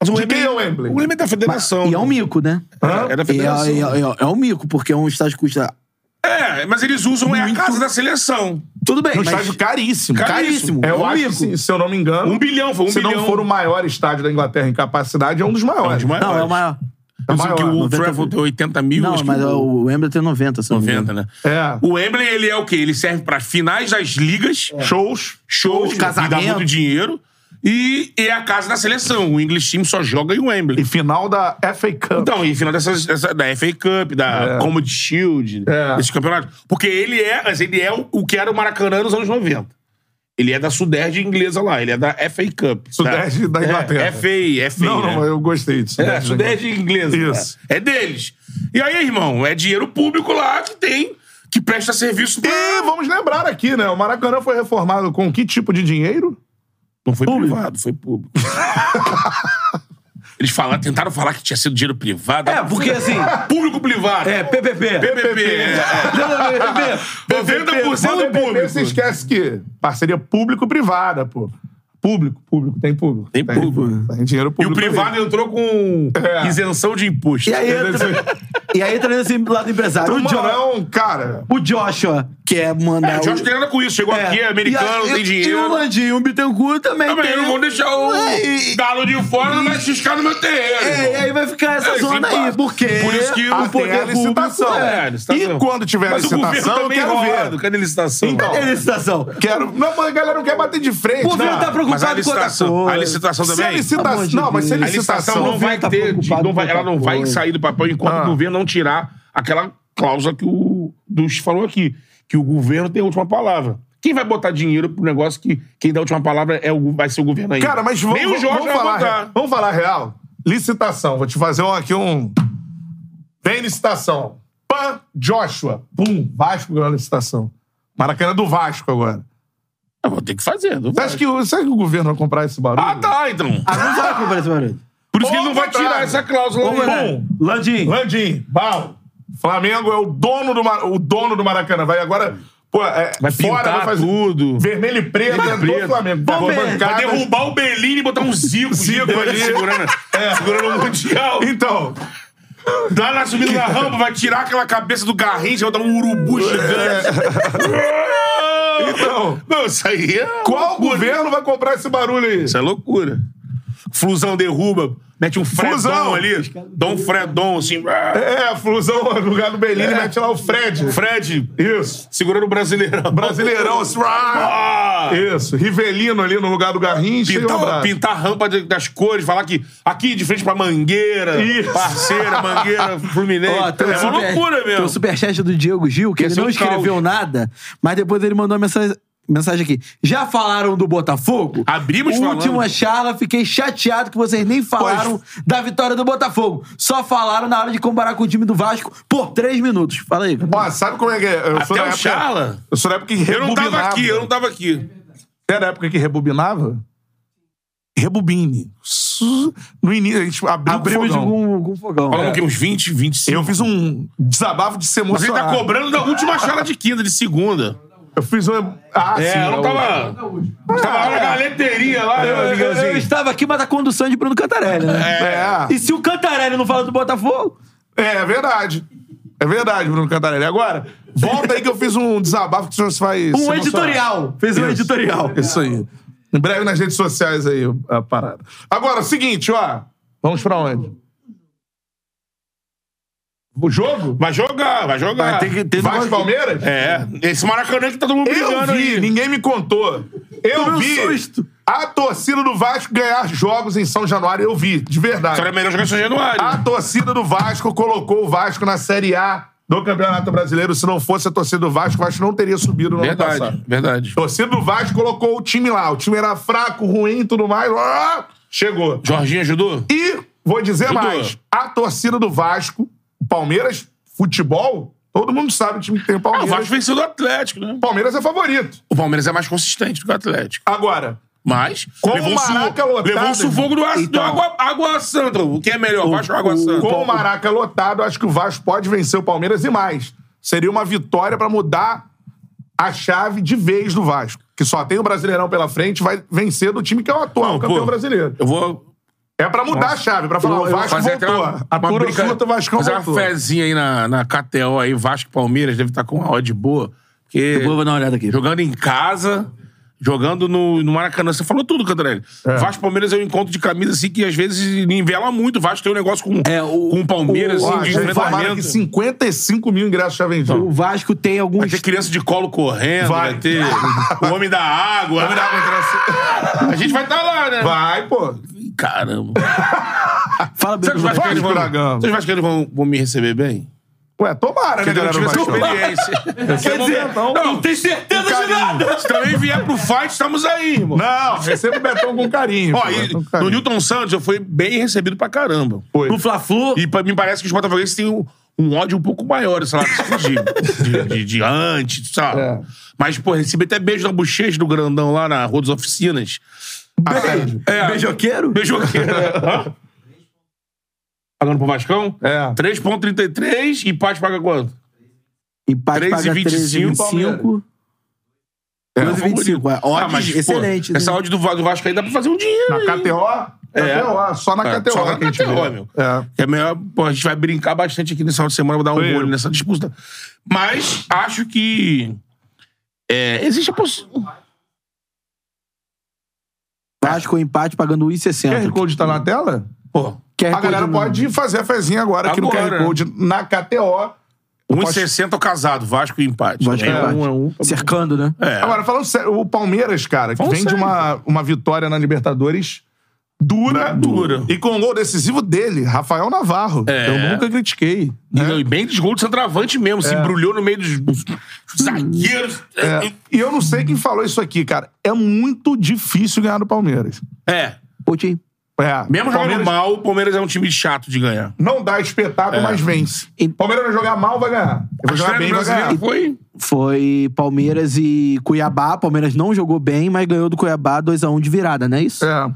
B: Mas o
A: de quem é o Wembley?
B: O Wembley é da federação.
C: E é um mico, né?
A: Hã?
B: É da
C: É,
B: federação.
C: é- é- é um mico, porque é um estádio que custa.
B: É, mas eles usam é a
C: Muito.
B: casa da seleção.
C: Tudo bem,
A: É um
C: mas
A: estádio caríssimo.
B: Caríssimo.
A: É, eu
C: um
A: acho que,
C: mico.
A: se- se eu não me engano.
B: Um bilhão, foi um
A: se
B: bilhão.
A: não for o maior estádio da Inglaterra em capacidade, é um dos maiores.
B: É um dos maiores.
C: Não, é o maior. um
A: É
B: Eu sei
A: maior,
B: que o
A: 90
B: Travel tem 80 mil,
C: Não,
B: acho que
C: mas é o Wembley tem 90, se eu não me
B: 90,
C: engano.
B: né?
A: É.
B: O Wembley, ele é o quê? Ele serve pra finais das ligas,
C: É.
A: Shows.
B: shows, e dá
C: casamento.
B: muito dinheiro. E e é a casa da seleção. O English Team só joga em Wembley.
A: E final da FA Cup.
B: Então, e final dessas, dessa- da FA Cup, da
A: É.
B: Comedy Shield,
A: É.
B: desses campeonatos. Porque ele é, mas ele é o, o que era o Maracanã nos anos 90. Ele é da Sudeste inglesa lá, ele é da FA Cup.
A: Sudeste da Inglaterra.
B: É, FA, FA.
A: não,
B: né?
A: não, eu gostei disso.
B: É, Sudeste inglesa.
A: Isso.
B: É. É deles. E aí, irmão, é dinheiro público lá que tem, que presta serviço pra...
A: E vamos lembrar aqui, né? O Maracanã foi reformado com que tipo de dinheiro?
B: Não foi privado, foi público. Eles falaram, tentaram falar que tinha sido dinheiro privado.
C: É, porque assim.
B: Público-privado.
C: É, PPP.
B: PPP. é.
C: PPP.
B: 90%
A: Mas o
B: público.
A: Você esquece que parceria público-privada, pô. Público, público, tem público.
B: Tem público.
A: Tem dinheiro
B: E o
A: público.
B: privado entrou com
A: É.
B: isenção de imposto.
C: E aí entra. E aí entra nesse lado
B: é
C: empresário.
A: O
C: O, Jo-
A: Marão, cara,
C: o Joshua, que é
B: Então,
C: mandar.
B: É, o Jorge tem nada com isso. Chegou
C: É.
B: aqui, é americano,
C: E aí-
B: tem
C: E o
B: dinheiro.
C: Landim, o Bittencourt também.
B: Também
C: tem.
B: não vão deixar o
C: É, e-
B: galo de fora, não vai ciscar no meu terreiro.
C: É, e
B: irmão.
C: aí vai ficar essa
B: É,
C: zona
B: sim,
C: aí, porque.
B: por isso que
A: Ah,
B: o
A: tem
B: poder
A: a licitação.
B: público- É, licitação.
A: E quando tiver
B: Mas o governo
A: licitação, eu
B: também
A: quero
B: é
A: ver.
B: roubado. Cadê licitação?
A: Então,
C: Cadê a é licitação?
A: Quero. Não, mas a galera não quer bater de frente. né?
C: O governo
A: não.
C: tá
B: Mas a
C: preocupado com outra
B: licitação,
C: coisa.
B: a licitação
A: Se a
B: também...
A: licitação.
C: Pelo amor de
A: não, mas se a
C: Deus.
B: A licitação
A: licitação.
B: não vai
C: tá
B: ter,
C: preocupado
B: não vai-
C: com
B: ela não
C: outra
B: vai
C: coisa.
B: sair do papel enquanto
A: Ah.
B: o governo não tirar aquela cláusula que o Dux falou aqui, que o governo tem a última palavra. Quem vai botar dinheiro pro negócio que quem dá a última palavra é o, vai ser o governo aí?
A: Cara, mas vamos,
B: Nem o Jorge
A: vamos,
B: vai
A: falar,
B: botar.
A: real. vamos falar real. Licitação. Vou te fazer um- aqui um. Vem licitação. Pan, Joshua. Pum, Vasco ganhou a licitação. Maracanã do Vasco agora.
B: Eu vou ter que fazer. não
A: Você
B: vai.
A: acha que, o- será que o governo vai comprar esse barulho?
B: Ah, tá, então.
C: Ah, não vai comprar esse barulho.
B: Por isso que
A: Ou
B: ele não vai
A: contrário.
B: tirar essa cláusula.
A: Ou
B: aí.
A: é.
C: Landim.
A: Landim, Bal. Flamengo é o dono do, Mar- o dono do Maracanã. Vai agora. Pô, é,
B: Vai
A: fora,
B: pintar
A: vai fazer
B: tudo.
A: Vermelho e preto,
B: Vermelho e
A: é do
B: preto. Tá
A: Flamengo.
C: Vamos ver,
A: Bancada.
B: Vai derrubar o Belini e botar um Zico,
A: Zico
B: gigante
A: ali. *laughs*
B: segurando,
A: É,
B: segurando o Mundial.
A: Então,
B: Dá na subida da rampa, vai tirar aquela cabeça do Garrincha, vai dar um urubu gigante.
A: Então.
B: Não, isso aí é.
A: qual
B: loucura.
A: governo vai comprar esse barulho aí?
B: Isso é loucura. Flusão derruba, mete um fredão
A: Flusão.
B: ali. Dá um fredão assim.
A: É, flusão no lugar do
B: É.
A: Belini, mete lá o Fred.
B: Fred
A: Isso.
B: segurando o brasileirão.
A: Brasileirão, esse-
B: *laughs* Ah!
A: Isso. Rivelino ali no lugar do Garrincha. e o
B: Pintar,
A: abraço.
B: pintar a rampa de- das cores, falar que aqui de frente pra Mangueira,
A: Isso.
B: parceira, Mangueira, Fluminense.
C: Ó, tem um
B: é uma
C: super-
B: loucura
C: Tem o
B: mesmo.
C: superchat do Diego Gil, que
B: Esse
C: ele
B: é
C: não
B: um
C: escreveu
B: caos.
C: nada, mas depois ele mandou uma mensagem Mensagem aqui. Já falaram do Botafogo?
B: Abrimos
C: Última
B: falando.
C: charla, fiquei chateado que vocês nem falaram da vitória do Botafogo. Só falaram na hora de comparar com o time do Vasco por três minutos. Fala aí.
A: Ó, sabe como é que é? Eu da
B: Até o
A: época-
B: Charla.
A: Eu sou da época que
B: Eu não
A: rebobinava.
B: tava aqui,
A: né?
B: eu não tava aqui.
A: Era a época que rebobinava? Rebobine. Su- No início, a gente abriu o
C: Abrimos
A: fogão.
B: um
C: com, com fogão.
B: Falamos que uns 20, 25.
A: Eu fiz um desabafo de se
B: Você
A: emocionar.
B: tá cobrando da última charla de quinta, de segunda.
A: Eu fiz um... Ah,
B: É,
A: sim. É.
B: eu não tava. Tava lá na né? galeteria
A: né,
B: lá,
C: Eu,
B: meu
C: eu- eu
B: amigãozinho.
C: estava aqui, mas tá a condução de Bruno Cantarelli, né?
A: É.
C: E se o Cantarelli não fala do Botafogo?
A: É, é verdade. É verdade, Bruno Cantarelli. Agora, volta aí que eu fiz um desabafo que você vai.
C: Um editorial. Fez um editorial.
A: é Isso aí. Em breve nas redes sociais aí a parada. Agora, seguinte, ó. Vamos pra onde? O jogo?
B: Vai jogar, vai jogar.
C: Vai ter que ter-
A: Vasco e Palmeiras?
B: É, esse Maracanã que tá todo mundo
A: Eu
B: brigando
A: vi,
B: aí.
A: um. ninguém me contou.
C: Tomei
A: Eu
C: um
A: vi
C: susto.
A: a torcida do Vasco ganhar jogos em São Januário. Eu vi, de
B: Só era
A: verdade.
B: é melhor jogar em São Januário.
A: A torcida do Vasco colocou o Vasco na Série A do Campeonato Brasileiro. Se não fosse a torcida do Vasco, o Vasco não teria subido no ano
B: verdade,
A: passado.
B: verdade.
A: Torcida do Vasco colocou o time lá. O time era fraco, ruim, tudo mais. Ah, chegou.
B: Jorginho ajudou?
A: E vou dizer
B: Dudu.
A: mais: a torcida do Vasco, o Palmeiras, futebol, todo mundo sabe o time que tem o
B: Ah, o
A: Palmeiras.
B: Vasco venceu do Atlético, né?
A: O Palmeiras é favorito.
B: O Palmeiras é mais consistente do que o Atlético.
A: Agora,
B: Mas.
A: Com
B: levou
A: o
B: um su-
A: Maraca é lotado,
B: Levou um sufoco do, a- do
C: Então.
B: água, água Santa. O que é melhor, Vasco ou Água Santa?
A: com o Maraca lotado, acho que o Vasco pode vencer o Palmeiras e mais. Seria uma vitória pra mudar a chave de vez do Vasco, que só tem o Brasileirão pela frente, vai vencer do time que é o atual
B: Não,
A: campeão
B: pô.
A: brasileiro.
B: Eu vou
A: É pra mudar a chave, pra falar,
C: Eu-
A: o
C: eu vou
A: Vasco
B: até
A: voltou. a Toro
B: brinca-
A: Surta, o Vascão
B: fazer
A: voltou.
B: uma fezinha aí na, na KTO aí, Vasco e Palmeiras deve estar com uma odd boa. Porque
C: Depois eu vou dar uma olhada aqui.
B: jogando em casa, jogando no, no Maracanã. Você falou tudo, Cantarelli. Vasco e Palmeiras é um encontro de camisas assim que às vezes nivela muito. O Vasco tem um negócio com
C: É, o-
B: com o Palmeiras,
C: o-
B: assim,
A: Ó,
B: de
A: já informaram
B: enfrentamento.
A: que 55 mil ingressos já vendidos.
C: O Vasco tem
B: Vai
C: alguns
B: ter criança de colo correndo, vai,
A: Vai.
B: ter o homem da água. A gente vai estar lá,
A: *laughs*
B: né?
A: Vai, pô.
B: Caramba.
C: *laughs*
B: Será
C: Fala bem do
B: que os
C: Vasco.
B: vascaínos vão,
A: Dragão.
B: vocês vascaínos vão, vão me receber bem?
A: Ué, tomara, né,
B: Porque eu
A: galera?
B: tive
A: do
B: essa
A: Vasco? *laughs*
B: experiência.
C: Quer dizer, não, não tem certeza de nada.
B: Se também vier pro fight, estamos aí, irmão.
A: Não, receba o Betão com carinho.
B: Ó,
A: pô,
B: e
A: Betão com
B: no
A: carinho.
B: Newton Santos eu fui bem recebido pra caramba.
A: Foi.
C: No Fla-Flu,
B: E pra, me parece que os botafoguenses têm um, um ódio um pouco maior, sei lá, assim, de, de, de, de antes, sabe?
A: É.
B: Mas, pô, recebi até beijo na bochecha do grandão lá na Rua das Oficinas.
A: Assédio.
B: É,
C: beijoqueiro?
B: Beijo aqui. Hã? Pagando pro Vascão?
A: É.
B: 3,33 e empate paga quanto?
C: Empate
B: 3,25,
C: paga 3,25.
A: Palmeiras.
C: 2,25. É, ódio
B: Ah, mas, pô,
C: excelente. né?
B: Essa ódio do, Va- do Vasco aí dá pra fazer um dinheiro.
A: Na
B: hein?
A: KTO?
B: É.
A: KTO, ah, só na
B: É,
A: KTO.
B: só na
A: que a gente
B: KTO,
A: vê.
B: meu.
A: É.
B: É melhor, pô, a gente vai brincar bastante aqui nesse final de semana, vou dar um
A: Foi.
B: olho nessa disputa. Mas acho que. é, existe a possibilidade.
C: Vasco empate pagando
A: QR
C: 1,60.
A: Code tá na tela?
B: Pô,
C: Quer
A: A galera
C: não.
A: pode fazer a fezinha agora aqui no
B: Agora.
A: QR Code na KTO.
B: 1,60 o casado, Vasco e empate.
C: Vasco
B: é,
C: e empate.
B: Um, é um.
C: Cercando, né?
B: É.
A: Agora, falando sério, o Palmeiras, cara, que
B: Falando
A: vem de
B: sério.
A: uma, uma vitória na Libertadores dura,
B: é Dura.
A: E com o gol decisivo dele, Rafael Navarro.
B: É.
A: Eu nunca critiquei.
B: E, não, e bem desgol do centroavante mesmo, se embrulhou no meio dos, dos zagueiros.
A: É, E eu não sei quem falou isso aqui, cara. É muito difícil ganhar do Palmeiras.
B: É.
C: Coutinho.
A: É.
B: Mesmo jogando
A: Palmeiras
B: mal, É. o Palmeiras é um time chato de ganhar.
A: Não dá espetáculo, mas vence.
C: E-
A: Palmeiras vai jogar mal, vai ganhar.
B: A
A: Vai jogar
B: estreia
A: bem,
B: do
A: vai
B: brasileiro
A: ganhar.
B: foi.
C: Foi Palmeiras e Cuiabá. Palmeiras não jogou bem, mas ganhou do Cuiabá 2x1 de virada, não é isso?
A: É.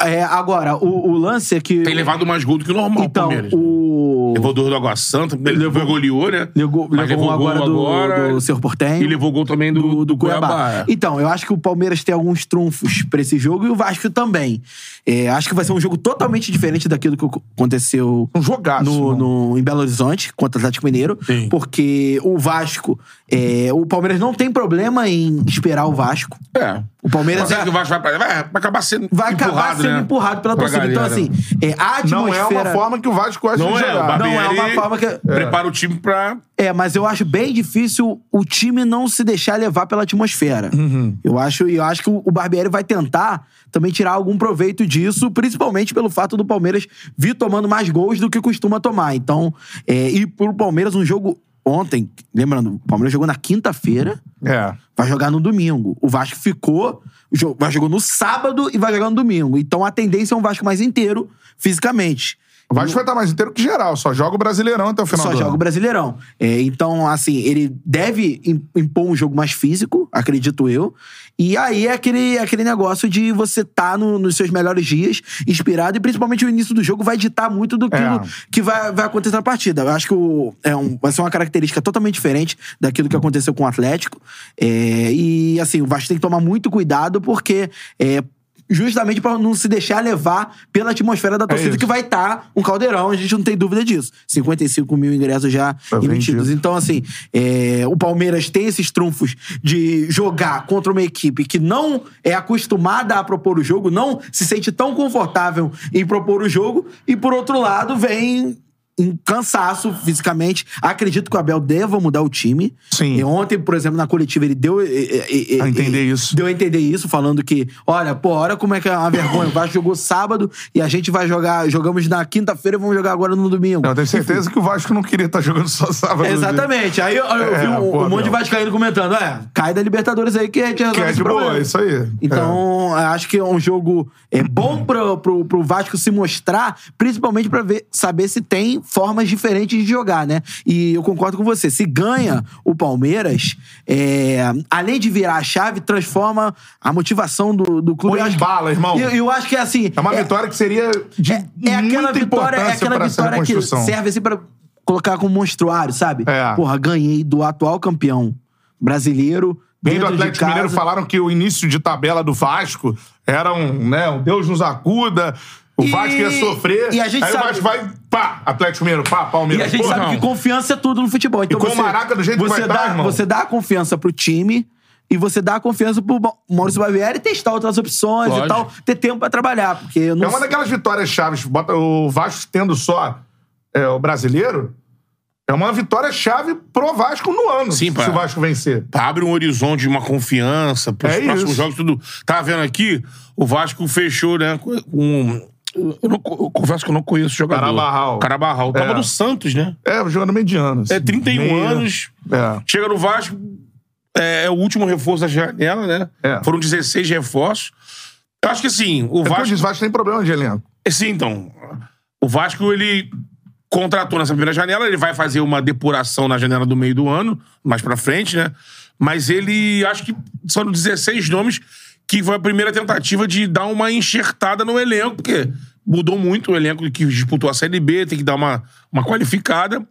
C: É, agora, o, o lance é que.
B: Tem levado mais gol do que o normal,
C: Então,
B: Palmeiras. né?
C: o.
B: Levou dois do Água Santa, ele levou, goleou, né?
C: Levou,
B: Mas
C: levou
B: levou
C: um agora,
B: gol
C: do,
B: agora.
C: do Cerro Portenho.
B: E levou gol também do, do, Cuiabá. é.
C: Então, eu acho que o Palmeiras tem alguns trunfos pra esse jogo e o Vasco também. É, acho que vai ser um jogo totalmente diferente daquilo que aconteceu
A: Um jogaço.
C: no,
A: mano.
C: no- em Belo Horizonte contra o Atlético Mineiro.
B: Sim.
C: Porque o Vasco. é, o Palmeiras não tem problema em esperar o Vasco.
B: É.
C: O
B: Mas
C: Palmeiras
B: será
C: é-
B: que o Vasco vai, pra- vai, vai acabar sendo
C: vai
B: empurrado,
C: acabar sendo
B: né?
C: empurrado pela
B: Pra né?
C: torcida. Então,
B: galera.
C: assim, é, a
A: Não é
C: atmosfera.
A: uma forma que o Vasco gosta
B: Não
A: de
B: é, o
A: jogar.
B: Babi
C: Não é uma
B: ele
C: forma que- É.
B: Prepara o time pra...
C: É, mas eu acho bem difícil o time não se deixar levar pela atmosfera.
A: Uhum.
C: Eu acho, e eu acho que o o Barbieri vai tentar também tirar algum proveito disso, principalmente pelo fato do Palmeiras vir tomando mais gols do que costuma tomar. Então, é, e pro Palmeiras um jogo ontem, lembrando, o Palmeiras jogou na quinta-feira,
A: É.
C: vai jogar no domingo. O Vasco ficou, jo- vai jogou no sábado e vai jogar no domingo. Então a tendência é um Vasco mais inteiro, fisicamente.
A: O Vasco vai estar mais inteiro que geral, só joga o Brasileirão até o final
C: Só
A: do
C: joga o
A: ano.
C: Brasileirão. É, então, assim, ele deve im- impor um jogo mais físico, acredito eu. E aí é aquele, aquele negócio de você estar nos seus melhores dias, inspirado, e principalmente o início do jogo vai ditar muito do que,
A: É.
C: que vai, vai acontecer na partida. Eu acho que o- é um- vai ser uma característica totalmente diferente daquilo que aconteceu com o Atlético. É, e, assim, o Vasco tem que tomar muito cuidado, porque. é, Justamente para não se deixar levar pela atmosfera da
A: É
C: torcida
A: isso.
C: que vai estar um caldeirão, a gente não tem dúvida disso. 55 mil ingressos já
A: Tá
C: emitidos.
A: vendido.
C: Então, assim, é, o Palmeiras tem esses trunfos de jogar contra uma equipe que não é acostumada a propor o jogo, não se sente tão confortável em propor o jogo, e por outro lado, vem. Em cansaço fisicamente. Acredito que o Abel deva mudar o time.
A: Sim.
C: E ontem, por exemplo, na coletiva, ele deu. eh, eh, eh,
A: A entender isso.
C: Deu a entender isso, falando que, olha, pô, olha como é que é uma vergonha. O Vasco jogou sábado e a gente vai jogar, jogamos na quinta-feira e vamos jogar agora no domingo.
A: Eu tenho certeza que o Vasco não queria estar jogando só sábado.
C: Exatamente. Aí eu, eu vi
A: É,
C: um,
A: pô,
C: um monte de
A: meu.
C: vascaíno comentando, é, cai da Libertadores aí que a gente
A: Que
C: resolve
A: é
C: esse
A: de boa,
C: problema."
A: isso aí.
C: Então, acho que é um jogo é, bom pro, pro, pro Vasco se mostrar, principalmente pra ver, saber se tem formas diferentes de jogar, né? E eu concordo com você. Se ganha o Palmeiras, é, além de virar a chave, transforma a motivação do, do clube.
A: Põe
C: Eu acho
A: em
C: que-
A: bala, irmão.
C: Eu, eu acho que é assim.
A: É uma vitória que seria de
C: É aquela
A: muita
C: vitória, é
A: importância
C: aquela
A: para essa
C: vitória que
A: reconstrução.
C: serve assim pra colocar como monstruário, sabe?
A: É.
C: Porra, ganhei do atual campeão brasileiro.
A: Bem do
C: dentro de
A: Atlético Mineiro
C: casa.
A: falaram que o início de tabela do Vasco era um, né, um Deus nos acuda, o
C: E-
A: Vasco ia sofrer.
C: e a gente
A: aí
C: sabe-
A: o Vasco vai, pá, Atlético Mineiro, pá,
C: E
A: Palmeiras.
C: a gente
A: porra,
C: sabe
A: não.
C: que confiança é tudo no futebol. Então
A: com o
C: você,
A: Maraca do jeito que
C: você
A: vai
C: dá,
A: dar, irmão.
C: Você dá a confiança pro time e você dá a confiança pro Mau- Maurício Bavieri testar outras opções e
B: Lógico.
C: tal, ter tempo pra trabalhar. Porque eu não
A: É uma
C: sei-
A: daquelas vitórias chaves. Bota o Vasco tendo só é, o brasileiro. É uma vitória chave pro Vasco no ano.
B: Sim, pá.
A: se o Vasco vencer.
B: Pra- abre um horizonte, uma confiança pros
A: É
B: próximos
A: isso.
B: jogos, tudo. Tá vendo aqui? O Vasco fechou, né? Com. com- eu, não co- eu confesso que eu não conheço o jogador.
A: Carabarral.
B: Carabarral. Tava
A: É.
B: no Santos, né?
A: É, jogando mediano.
B: É
A: assim,
B: 31
A: meia.
B: anos.
A: É.
B: Chega no Vasco, é, é o último reforço da janela, né?
A: É.
B: Foram 16 reforços. Eu acho que assim, o
A: É Vasco...
B: Vasco.
A: o Vasco tem problema de elenco.
B: Sim, então. O Vasco, ele contratou nessa primeira janela, ele vai fazer uma depuração na janela do meio do ano, mais pra frente, né? Mas ele, acho que são 16 nomes que foi a primeira tentativa de dar uma enxertada no elenco, porque mudou muito o elenco que disputou a Série B, tem que dar uma, uma qualificada.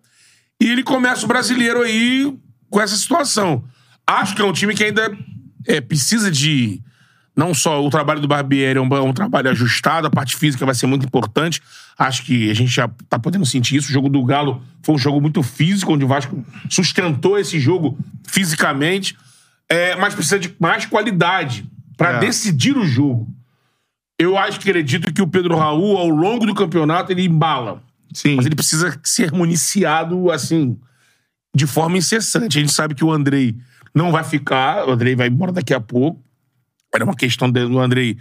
B: E ele começa o brasileiro aí com essa situação. Acho que é um time que ainda é, precisa de. Não só o trabalho do Barbieri é um, é um trabalho ajustado, a parte física vai ser muito importante. Acho que a gente já tá podendo sentir isso. O jogo do Galo foi um jogo muito físico, onde o Vasco sustentou esse jogo fisicamente, É, mas precisa de mais qualidade para
A: É.
B: decidir o jogo. Eu acho que acredito que o Pedro Raul, ao longo do campeonato, ele embala.
A: Sim.
B: Mas ele precisa ser municiado, assim, de forma incessante. A gente sabe que o Andrei não vai ficar, o Andrei vai embora daqui a pouco. Era uma questão de- do Andrei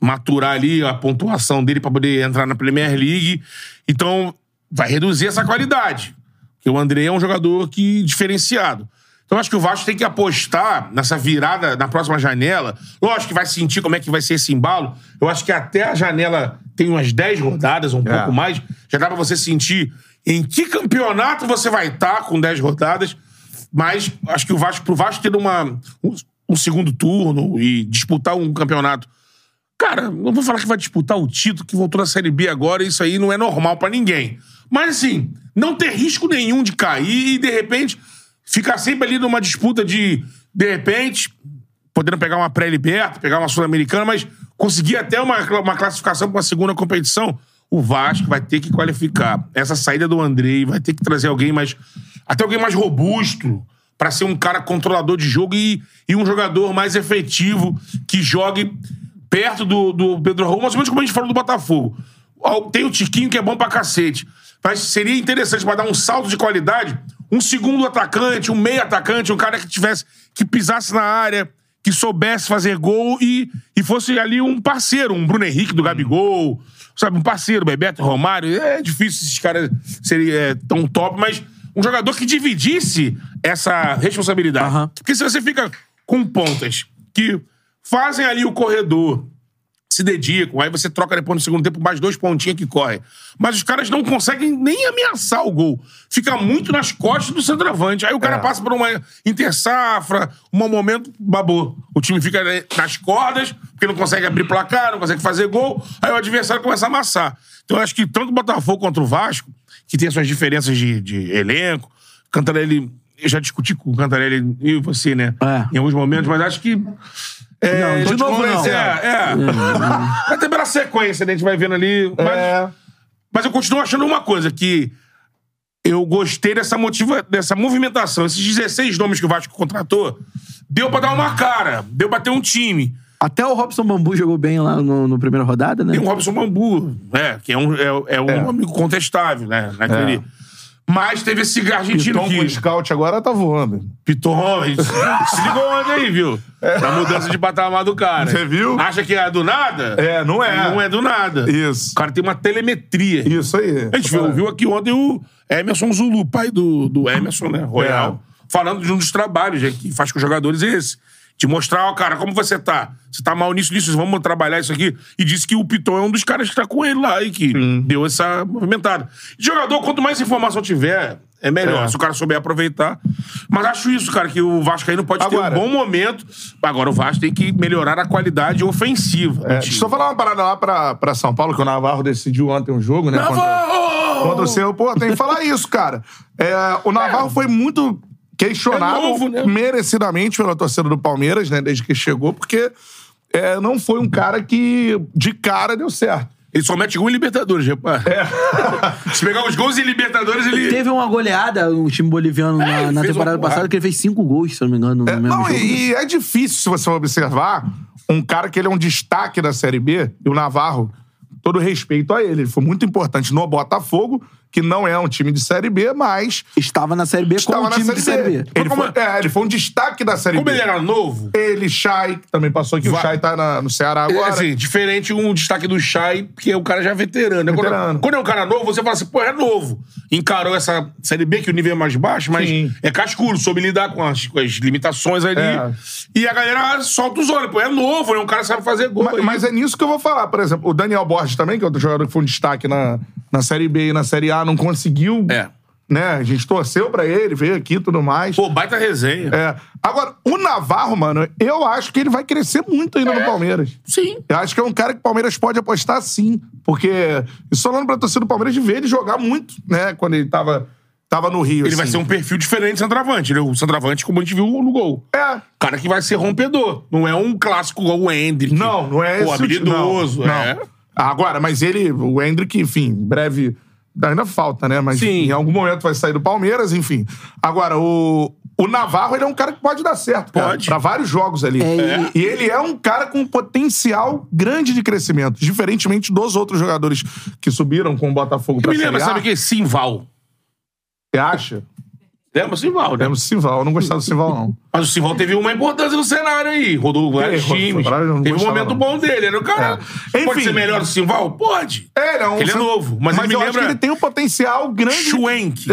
B: maturar ali a pontuação dele para poder entrar na Premier League. Então, vai reduzir essa qualidade. Porque o Andrei é um jogador que diferenciado. Então, acho que o Vasco tem que apostar nessa virada na próxima janela. Lógico que vai sentir como é que vai ser esse embalo. Eu acho que até a janela tem umas 10 rodadas, um
A: É.
B: pouco mais. Já dá pra você sentir em que campeonato você vai estar com 10 rodadas. Mas acho que o Vasco, pro Vasco ter uma, um, um segundo turno e disputar um campeonato. Cara, não vou falar que vai disputar o título que voltou na Série B agora, isso aí não é normal pra ninguém. Mas assim, não ter risco nenhum de cair e de repente ficar sempre ali numa disputa de de repente podendo pegar uma pré-liberta, pegar uma sul-americana, mas conseguir até uma, uma classificação para uma segunda competição, o Vasco vai ter que qualificar. Essa saída do Andrei vai ter que trazer alguém mais até alguém mais robusto para ser um cara controlador de jogo e, e um jogador mais efetivo que jogue perto do, do Pedro Raul, mas ou menos como a gente falou do Botafogo. Ó, Tem o Tiquinho que é bom pra cacete. Mas seria interessante para dar um salto de qualidade, um segundo atacante, um meio atacante, um cara que tivesse que pisasse na área, que soubesse fazer gol e, e fosse ali um parceiro, um Bruno Henrique do Gabigol, sabe, um parceiro, Bebeto Romário. É difícil esses caras serem é, tão top, mas um jogador que dividisse essa responsabilidade.
C: Aham.
B: Porque se você fica com pontas que fazem ali o corredor, se dedicam, aí você troca depois no segundo tempo mais dois pontinhos que correm. Mas os caras não conseguem nem ameaçar o gol. Fica muito nas costas do centroavante. Aí o cara passa por uma intersafra, um mau momento, babou. O time fica né, nas cordas, porque não consegue abrir placar, não consegue fazer gol. Aí o adversário começa a amassar. Então eu acho que tanto o Botafogo contra o Vasco, que tem suas diferenças de, de elenco, Cantarelli, eu já discuti com o Cantarelli e você, né?
C: É.
B: Em alguns momentos, mas acho que é,
C: Não, de
B: eles
C: novo
B: vão
C: não.
B: vencer, É, é. Vai ter pela sequência, né? A gente vai vendo ali. Mas,
A: É.
B: mas eu continuo achando uma coisa, que eu gostei dessa, motiva, dessa movimentação. Esses 16 nomes que o Vasco contratou, deu pra dar uma cara, deu pra ter um time.
C: Até o Robson Bambu jogou bem lá no, no primeira rodada, né?
B: Tem o Robson Bambu, né? Que é um, é, é um amigo contestável, né? Naquele...
A: É.
B: Mas teve esse argentino
A: Tom com
B: que...
A: o scout agora tá voando.
B: Piton, se se ligou ontem aí, viu? Da mudança de patamar do cara.
A: É. Você viu?
B: Acha que é do nada?
A: É, não é.
B: Não é do nada.
A: Isso.
B: O cara tem uma telemetria.
A: Isso aí.
B: A gente viu, viu aqui ontem o Emerson Zulu, pai do, do Emerson, né?
A: É.
B: Royal. Falando de um dos trabalhos né, que faz com os jogadores é esse. De mostrar, ó, cara, como você tá? Você tá mal nisso, nisso, vamos trabalhar isso aqui. E disse que o Piton é um dos caras que tá com ele lá e que deu essa movimentada. E Jogador, quanto mais informação tiver, é melhor.
A: É.
B: Se o cara souber aproveitar. Mas acho isso, cara, que o Vasco aí não pode
A: Agora-
B: ter um bom momento. Agora o Vasco tem que melhorar a qualidade ofensiva. do
A: É,
B: time.
A: deixa eu só falar uma parada lá pra, pra São Paulo, que o Navarro decidiu ontem um jogo, né? Contra-
B: Navarro!
A: Contra o seu, pô, tem que falar isso, cara. É, o Navarro foi muito questionado
B: É novo, né?
A: merecidamente pela torcida do Palmeiras, né? Desde que chegou, porque é, não foi um cara que de cara deu certo.
B: Ele só mete gol em Libertadores, repara.
A: É.
B: *laughs* Se pegar os gols em Libertadores, ele.
C: Teve uma goleada, o time boliviano,
B: É,
C: na,
B: ele
C: na
B: fez
C: temporada
B: uma porrada.
C: passada, que ele fez cinco gols, se eu não me engano, no mesmo
A: Não,
C: jogo.
A: e, e é difícil, se você observar, um cara que ele é um destaque da Série B, e o Navarro, todo respeito a ele, ele foi muito importante no Botafogo, que não é um time de Série B, mas
C: Estava na Série B
A: estava
C: com o
A: na
C: time
A: Série,
C: de Série B.
A: B. Ele
B: Como
A: foi, é, ele foi um destaque da Série
B: Como
A: B.
B: ele é? era novo,
A: Ele, Chay, que também passou aqui,
B: Va-
A: o Chay tá na- no Ceará
B: é,
A: agora.
B: assim, diferente um destaque do Chay, porque o cara já é veterano. né? Quando-
A: Veterano.
B: Quando, é um cara novo, você fala assim, pô, é novo. Encarou essa Série B, que o nível é mais baixo, mas
A: Sim.
B: é cascudo, soube lidar com as, com as limitações ali.
A: É.
B: E a galera solta os olhos, pô, é novo, é um cara que sabe fazer gol.
A: Mas,
B: aí.
A: mas é nisso que eu vou falar. Por exemplo, o Daniel Borges também, que é outro jogador que foi um destaque na, na Série B e na Série A, não conseguiu.
B: É.
A: Né? A gente torceu pra ele, veio aqui e tudo mais.
B: Pô, baita resenha.
A: É. Agora, o Navarro, mano, eu acho que ele vai crescer muito ainda no Palmeiras.
B: Sim.
A: Eu acho que é um cara que o Palmeiras pode apostar sim. Porque, isso falando pra torcida do Palmeiras, de ver ele jogar muito, né? Quando ele tava, tava no Rio.
B: Ele vai
A: assim.
B: ser um perfil diferente de centroavante. Ele é o centroavante, como a gente viu no gol.
A: É,
B: Cara que vai ser rompedor. Não é um clássico igual o Hendrick.
A: Não, não é
B: O
A: esse ti-
B: habilidoso.
A: não, não.
B: é.
A: Agora, mas ele, o Hendrick, enfim, em breve. Ainda falta, né? Mas
B: Sim.
A: em algum momento vai sair do Palmeiras, enfim. Agora, o, o Navarro, ele é um cara que pode dar certo, cara,
B: Pode.
A: Pra vários jogos ali.
C: É.
A: E ele é um cara com um potencial grande de crescimento, diferentemente dos outros jogadores que subiram com o Botafogo pra
B: Me lembra,
A: Série A.
B: sabe o que? Simval.
A: Você acha? É,
B: Lembra o Simval, né?
A: Lembro do Sival, eu não gostava do Sival, não.
B: Mas o Simval teve uma importância no cenário aí. Rodou vários
A: rodou
B: times.
A: vários, eu não
B: Teve um
A: gostava,
B: momento
A: não.
B: bom dele. Era o cara.
A: É.
B: Pode
A: Enfim.
B: ser melhor o Simval? Pode.
A: É, ele é, um-
B: Ele é novo, mas ele me
A: eu acho
B: lembra-
A: que ele tem um potencial grande. de-
B: Schwenk.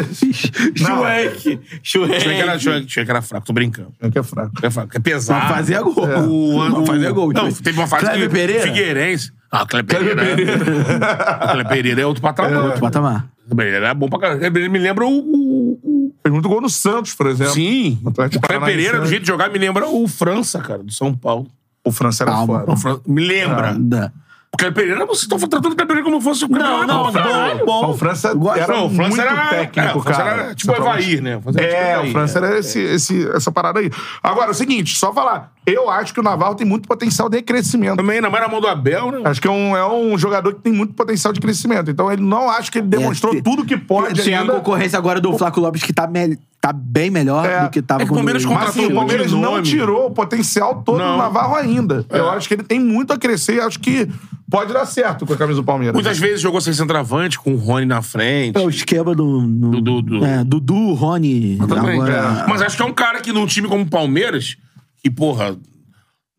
A: Não,
C: Chueque. Chueque.
B: Schwenk é era, Schwenk, Schwenk era fraco, tô brincando.
A: que é fraco.
B: É fraco, é pesado.
C: Não fazia gol.
B: O- o-
C: Não fazia gol.
B: Não, teve uma fase
C: Kleber
B: que
C: Pereira?
B: Figueirense. Ah, o Kleber Pereira. O Kleber Pereira é outro patamar.
C: Outro patamar.
B: O Kleber Pereira era bom pra caralho. O Kleber Pereira me lembra o- o- o
A: Fez muito gol no Santos, por exemplo.
B: Sim. O
A: Atlético
B: Fred
A: Paranaense,
B: Pereira, do
A: né?
B: jeito de jogar, me lembra o França, cara, do São Paulo.
A: O França era
C: Calma.
A: foda.
B: O Fran- Me lembra.
A: Ah.
C: Da-
B: O Cleber Pereira, vocês estão tratando o Cleber Pereira como fosse um o Cleber Pereira.
C: não,
B: caralho.
C: bom, bom.
A: Mas O França
C: Gosto-
A: era
B: Não, o França
A: muito
B: era- é,
A: técnico,
B: o França
A: cara.
B: era tipo Evair, né? O França era tipo
A: É,
B: Evair,
A: o França era esse, esse- essa parada aí. Agora, é o seguinte, só falar. Eu acho que o Navarro tem muito potencial de crescimento.
B: Também na mão do Abel, né?
A: Acho que é um, é um jogador que tem muito potencial de crescimento. Então, ele não acho que ele demonstrou
C: É, te-
A: tudo que pode
C: Tem a
A: ainda.
C: concorrência agora do Flávio Lopes, que tá, me- tá bem melhor
A: É.
C: do que tava
B: É que o
C: quando
B: Palmeiras
C: ele-
A: Mas assim, o
B: Contratou
A: Palmeiras
B: de
A: não
B: nome.
A: tirou o potencial todo
B: Não.
A: do Navarro ainda. Eu acho que ele tem muito a crescer e acho que pode dar certo com a camisa do Palmeiras.
B: Muitas vezes jogou sem centroavante, com o Rony na frente.
C: É o esquema do. do,
B: Do- do- do-
C: É, Dudu, Rony.
B: Também,
C: Agora,
B: é. Mas acho que é um cara que num time como o Palmeiras, que, porra,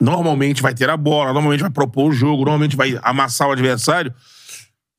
B: normalmente vai ter a bola, normalmente vai propor o jogo, normalmente vai amassar o adversário.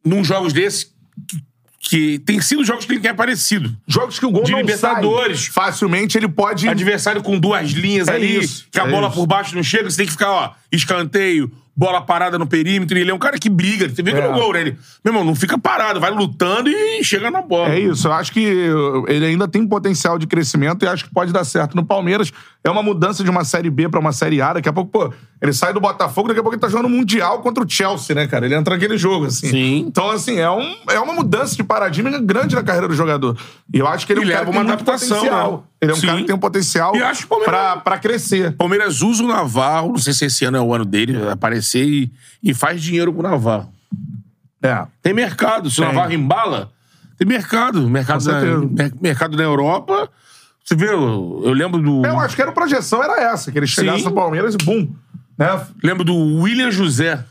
B: Num jogos desses, que que tem sido jogos que ele tem aparecido.
A: Jogos que o gol
B: De
A: não
B: Libertadores.
A: sai. Facilmente ele pode...
B: Adversário com duas linhas
A: É
B: ali,
A: isso,
B: que a
A: é
B: bola
A: isso.
B: por baixo não chega, você tem que ficar, ó, escanteio, bola parada no perímetro. Ele é um cara que briga, você vê que
A: É.
B: no gol, né? Ele, meu irmão, não fica parado, vai lutando e chega na bola.
A: É isso, eu acho que uh, ele ainda tem potencial de crescimento e acho que pode dar certo no Palmeiras. É uma mudança de uma Série B pra uma Série A. Daqui a pouco, pô, ele sai do Botafogo, daqui a pouco ele tá jogando Mundial contra o Chelsea, né, cara? Ele entra naquele jogo, assim.
B: Sim.
A: Então, assim, é, um, é uma mudança de paradigma grande na carreira do jogador. E eu acho que ele é um
B: E
A: cara
B: leva
A: que tem
B: uma
A: muito
B: adaptação,
A: potencial.
B: né?
A: Ele é um
B: Sim.
A: cara que tem um potencial
B: E eu acho que o Palmeiras-
A: pra, pra crescer.
B: Palmeiras usa o Navarro, não sei se esse ano é o ano dele, vai aparecer e, e faz dinheiro com o Navarro.
A: É.
B: Tem mercado. Se o
A: Tem.
B: Navarro embala, tem mercado. Mercado,
A: Com
B: na,
A: certeza.
B: mer- mercado na Europa. Você vê, eu, eu lembro do.
A: É, Eu acho que era a projeção, era essa, que ele chegasse
B: Sim.
A: no Palmeiras e bum. Né?
B: Lembro do William José.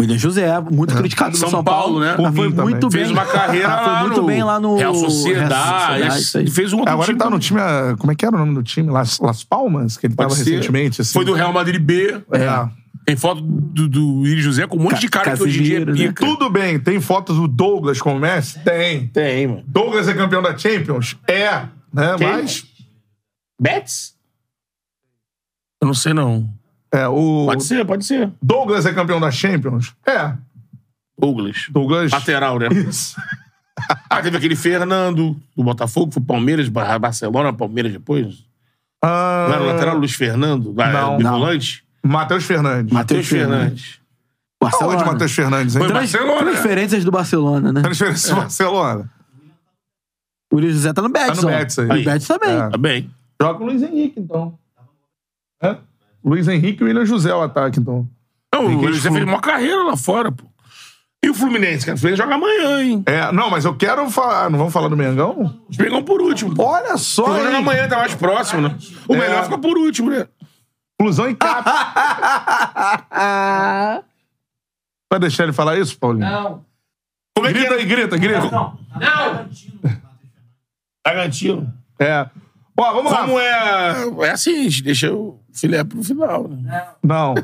C: William José, muito criticado no
B: São
C: São
B: Paulo,
C: Paulo,
B: né?
C: Mas foi
A: Por mim
C: muito
A: também.
C: bem.
B: Fez uma carreira
C: Mas
B: lá
C: foi muito
B: no
C: bem lá no
B: Real Sociedade.
C: Real Sociedade, isso aí.
B: fez um outro
A: Agora ele
B: time
A: tá no time. ah, Como é que era o nome do time? Las, Las Palmas, que ele
B: pode
A: tava
B: ser.
A: recentemente. Assim.
B: Foi do Real Madrid B.
A: É.
B: Tem foto do, do William José com um monte de
C: Ca-
B: cara que hoje em dia é
C: Casemiro, né?
B: pica.
A: Tudo bem, tem fotos do Douglas como Messi? Tem.
B: Tem, mano.
A: Douglas é campeão da Champions? É. Né?
B: Quem?
A: Mas.
B: Betts? Eu não sei, não.
A: É, o
B: Pode ser, pode ser.
A: Douglas é campeão da Champions? É.
B: Douglas.
A: Douglas.
B: Lateral, né?
A: Isso.
B: Ah, teve aquele Fernando do Botafogo, foi Palmeiras, Bar- Barcelona, Palmeiras depois.
A: Ah,
B: Não era o lateral Luiz Fernando, da,
A: Não.
B: do
A: Não.
B: volante?
A: Matheus Fernandes.
C: Matheus
B: Matheus
C: Fernandes.
B: Fernandes.
A: Aonde o Matheus Fernandes, hein?
B: Foi É.
A: Trans-
B: Barcelona.
C: Transferências do Barcelona, né?
A: Transferência do Barcelona.
C: O William José tá no Betis,
A: Tá no
C: ó.
A: Betis aí.
C: O Betis também.
A: É.
B: Tá bem.
A: Joga com o Luiz Henrique, então. É? Luiz Henrique e William José o ataque, então.
B: Não,
A: Ninguém
B: o José
A: exclui.
B: fez uma carreira lá fora, pô. E o Fluminense, cara? O Fluminense joga amanhã, hein?
A: É, não, mas eu quero falar. Não vamos falar do Mengão?
B: Eles pegam por último. Pô,
A: Olha
B: o
A: É só,
B: Fluminense joga
A: hein?
B: amanhã, tá mais próximo, né? O
A: É.
B: melhor fica por último, né?
A: Inclusão em *laughs* capa.
C: Ah.
A: Vai deixar ele falar isso, Paulinho?
D: Não.
B: Como é que
A: Grita
B: é?
A: aí, grita, grita.
D: Não.
B: Bragantino.
A: É. Ó, vamos lá.
B: Como é. É assim, a gente deixa o filé pro final, né?
A: Não.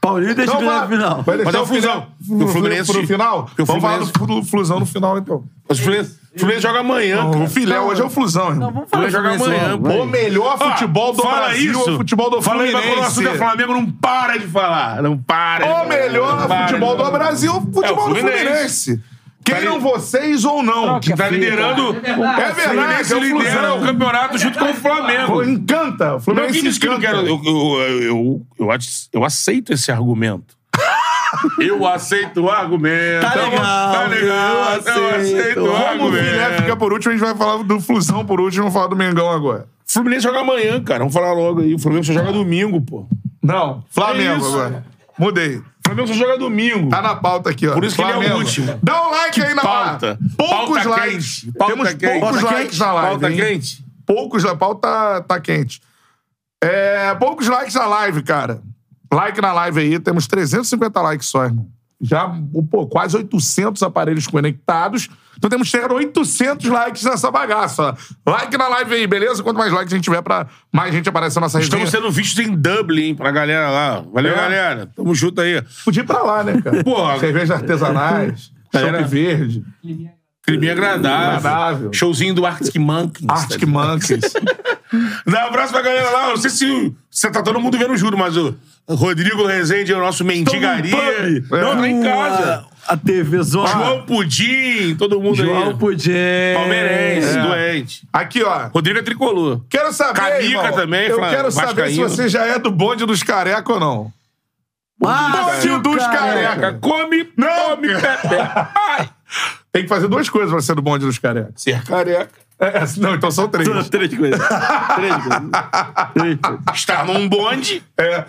C: Paulinho deixa
A: Então
C: o Grêmio
A: vai-
C: na final.
A: Vai
B: Mas
A: deixar
B: é o
A: o Flusão.
B: Flusão. O Fluminense-
A: No final?
B: o
A: Vamos falar
B: Fluminense-
A: do Flu- Flusão no final, então.
B: Mas o Fluminense, o Fluminense joga amanhã. cara.
A: O filé hoje é o Flusão, irmão.
B: O Fluminense joga amanhã, pô.
A: O melhor
B: Ah,
A: futebol do
B: fala
A: Brasil é o
B: isso.
A: futebol do
B: Fala aí, mas quando o
A: Fluminense.
B: assunto é Flamengo, não para de falar. Não para. de
A: É O
B: falar. Não
A: melhor
B: para
A: futebol
B: de
A: do
B: falar.
A: Brasil é o futebol do
B: Fluminense. Tá
A: Fluminense. Queiram vocês ou não.
B: Que tá liderando.
D: É verdade.
A: É
B: O
A: verdade,
B: Fluminense
A: é o
B: lidera o
A: Flusão.
B: campeonato junto com o Flamengo.
A: Pô, Encanta. O
B: Não,
A: Fluminense
B: quem disse que eu não quero.
A: encanta.
B: Eu, eu, eu, eu, eu acho- eu aceito
A: *laughs*
B: esse argumento. Eu aceito o argumento.
C: Tá legal,
B: Tá legal.
C: eu
B: Eu
C: aceito.
B: aceito o
C: Vamos,
A: Como o filé né, fica
B: argumento.
A: por último, a gente vai falar do Flusão por último, vamos falar do Mengão agora.
B: O Fluminense joga amanhã, cara. Vamos falar logo aí. O Fluminense só joga domingo, pô. O
A: Não, Flamengo
B: é isso?
A: agora. Mudei.
B: Fluminense só joga domingo.
A: Tá na pauta aqui, ó.
B: Por isso que ele é o último.
A: Dá um like aí na
B: pauta.
A: Poucos
B: Pauta
A: likes.
B: quente. Pauta
A: Temos
B: quente.
A: poucos
B: Pauta
A: likes na live.
B: Pauta
A: hein?
B: quente.
A: Poucos, a pauta tá quente. É, poucos likes na live, cara. Like na live aí, temos 350 likes só, irmão. Já, pô, quase 800 aparelhos conectados. Então temos que ter 800 likes nessa bagaça. ó. Like na live aí, beleza? Quanto mais likes a gente tiver, pra mais gente aparecer na nossa resenha.
B: Estamos sendo vistos em Dublin, hein, pra galera lá. Valeu,
A: É.
B: galera. Tamo junto aí.
A: Podia ir pra lá, né,
B: *laughs*
A: cara?
B: Porra.
A: Cervejas artesanais,
B: Galera.
A: chope verde,
B: Crime agradável.
A: Agradável.
B: Showzinho do Arctic Monkeys.
A: Arctic Monkeys.
B: Dá um abraço pra galera lá. Não sei se você tá todo mundo vendo, juro, mas o Rodrigo Rezende é o nosso mendigaria.
C: pub.
B: Não, tá em casa.
C: A, a TV Zona.
B: João Ah. Pudim, É. todo mundo
C: João É.
B: aí.
C: Pudim.
B: Palmeirense, doente.
A: Aqui, ó.
B: Rodrigo é tricolor.
A: Quero saber,
B: Camica
A: irmão,
B: também,
A: eu
B: Flá-
A: quero saber se
B: vascaíno.
A: você já é do bonde dos careca ou não.
C: Márcio
A: Bonde dos
C: Careca.
A: careca.
B: É. Come,
A: Não.
B: come, pepeca. Ai.
A: Tem que fazer duas coisas pra ser do bonde dos careca.
B: Ser careca.
A: É, é, não, então são três.
C: Três coisas. Três coisas. Três coisas.
B: Estar num bonde.
A: É.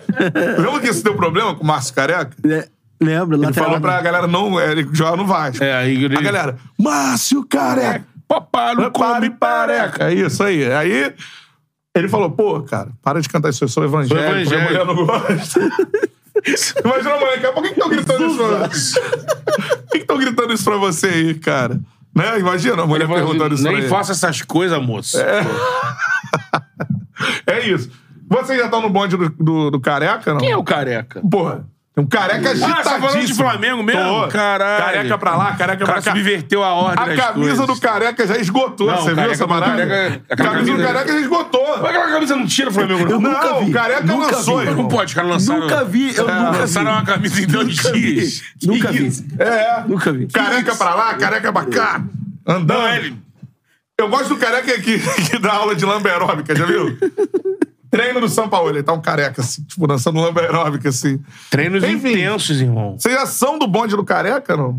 A: Lembra que esse deu problema com o Márcio Careca?
C: Le- Lembra?
A: Ele
C: lateral
A: falou
C: da-
A: pra galera não. é, Ele joga no Vasco.
B: É, aí
A: A galera, Márcio Careca!
B: É, Papai,
A: Come
B: não come pareca.
A: pareca. É isso aí. Aí ele falou, pô, cara, para de cantar isso, eu sou evangélico,
B: Sou
A: minha mulher
B: evangélico.
A: não gosta. *laughs* Imagina a mulher, cara, por que estão gritando isso pra você? *laughs* Por que estão gritando isso pra você aí, cara? Né? Imagina a mulher
B: tá
A: perguntando isso pra
B: Nem
A: ele.
B: faça essas coisas, moço.
A: É isso. Vocês já estão no bonde do, do, do careca, não?
B: Quem é o careca?
A: Porra, Um careca
B: Ah, você tá falando de
A: agitadíssimo.
B: Flamengo mesmo?
A: Tô.
B: Caralho.
A: Careca pra lá, careca
B: O cara
A: pra cá.
B: subverteu a ordem
A: A
B: das
A: camisa
B: coisas.
A: do careca já esgotou,
B: Não,
A: você viu
B: careca
A: essa
B: do
A: parada?
B: careca-
A: é- a
B: aquela
A: camisa do
B: camisa-
A: careca já esgotou.
B: Mas aquela camisa não tira o Flamengo, não?
A: Eu
B: Não,
A: nunca vi.
B: careca
A: Nunca
B: lançou,
A: vi.
B: irmão. Não pode, os caras lançaram.
C: Nunca vi, eu
B: Ah,
C: nunca
B: Lançaram
C: vi.
B: uma camisa em dois dias. Que
C: Nunca vi.
B: isso?
A: É.
C: Nunca vi.
A: Careca pra lá, careca pra cá. Andando.
B: Não, ele.
A: Eu gosto do careca que, que *laughs* dá aula de lamberóbica, já viu? Treino do São Paulo, ele tá um careca, assim, tipo, dançando lamberóbica, assim.
B: Treinos
A: Enfim.
B: intensos, irmão.
A: Vocês já são do bonde do careca, não?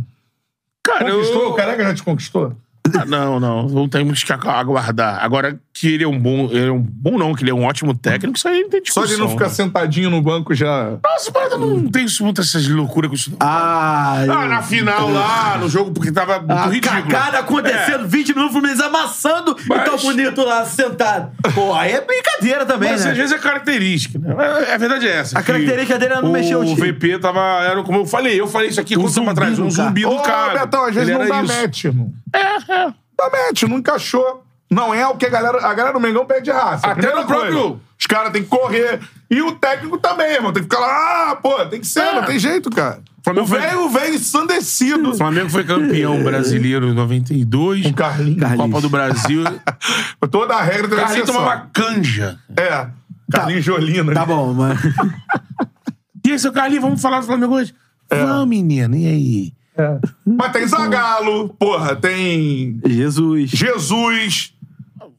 B: Cara,
A: Conquistou? O
B: eu.
A: careca já te conquistou?
B: Ah, Não, não. Não temos que aguardar. Agora, que ele é um bom. Ele é um bom, não, que ele é um ótimo técnico, isso aí não tem
A: Só
B: discussão. Hum.
A: de não ficar sentadinho no banco já.
B: Nossa, parada não tem muita essas loucuras com isso. não.
C: Ah,
B: Ah, na final lá, no jogo, porque tava muito
C: A
B: ridículo.
C: Ah,
B: É.
C: cagada acontecendo, 20 minutos, o Fluminense amassando
B: Mas-
C: e tão bonito lá sentado. Pô, aí é brincadeira também,
B: Mas
C: né?
B: às vezes é característica, né? A- A verdade é essa.
C: A
B: que
C: característica dele era não mexer o
B: O
C: time.
B: VP tava. Era como eu falei, eu falei isso aqui quanto tempo
C: zumbi
B: atrás,
C: no
B: um
C: cara.
B: zumbi do
A: Ô,
B: cara.
A: Betão, às vezes
B: Ele
A: não
B: era
A: dá
B: isso.
A: match, irmão.
B: É, é.
A: Dá match, não encaixou. Não é o que a galera. A galera do Mengão perde raça.
B: Até
A: Primeira
B: no próprio-
A: coisa. Os caras têm que correr. E o técnico também, irmão. Tem que ficar lá. Ah, pô, tem que ser,
B: É.
A: não tem jeito, cara.
B: Flamengo
A: o
B: foi-
A: velho vem ensandecido.
B: O Flamengo foi
C: *laughs*
B: campeão brasileiro em 92.
C: Um
A: Com o Carlinhos.
C: Tá.
B: Copa do
C: *laughs*
B: Brasil.
A: Toda a regra tem uma
B: Carlinhos
A: exceção.
B: tomava canja.
A: É. Carlinhos Jolina.
C: Tá bom, mas.
B: E aí, seu Carlinhos, vamos falar do Flamengo hoje? Não, menino, e aí?
A: Mas tem Zagalo, porra, tem
C: *laughs* Jesus.
A: Jesus.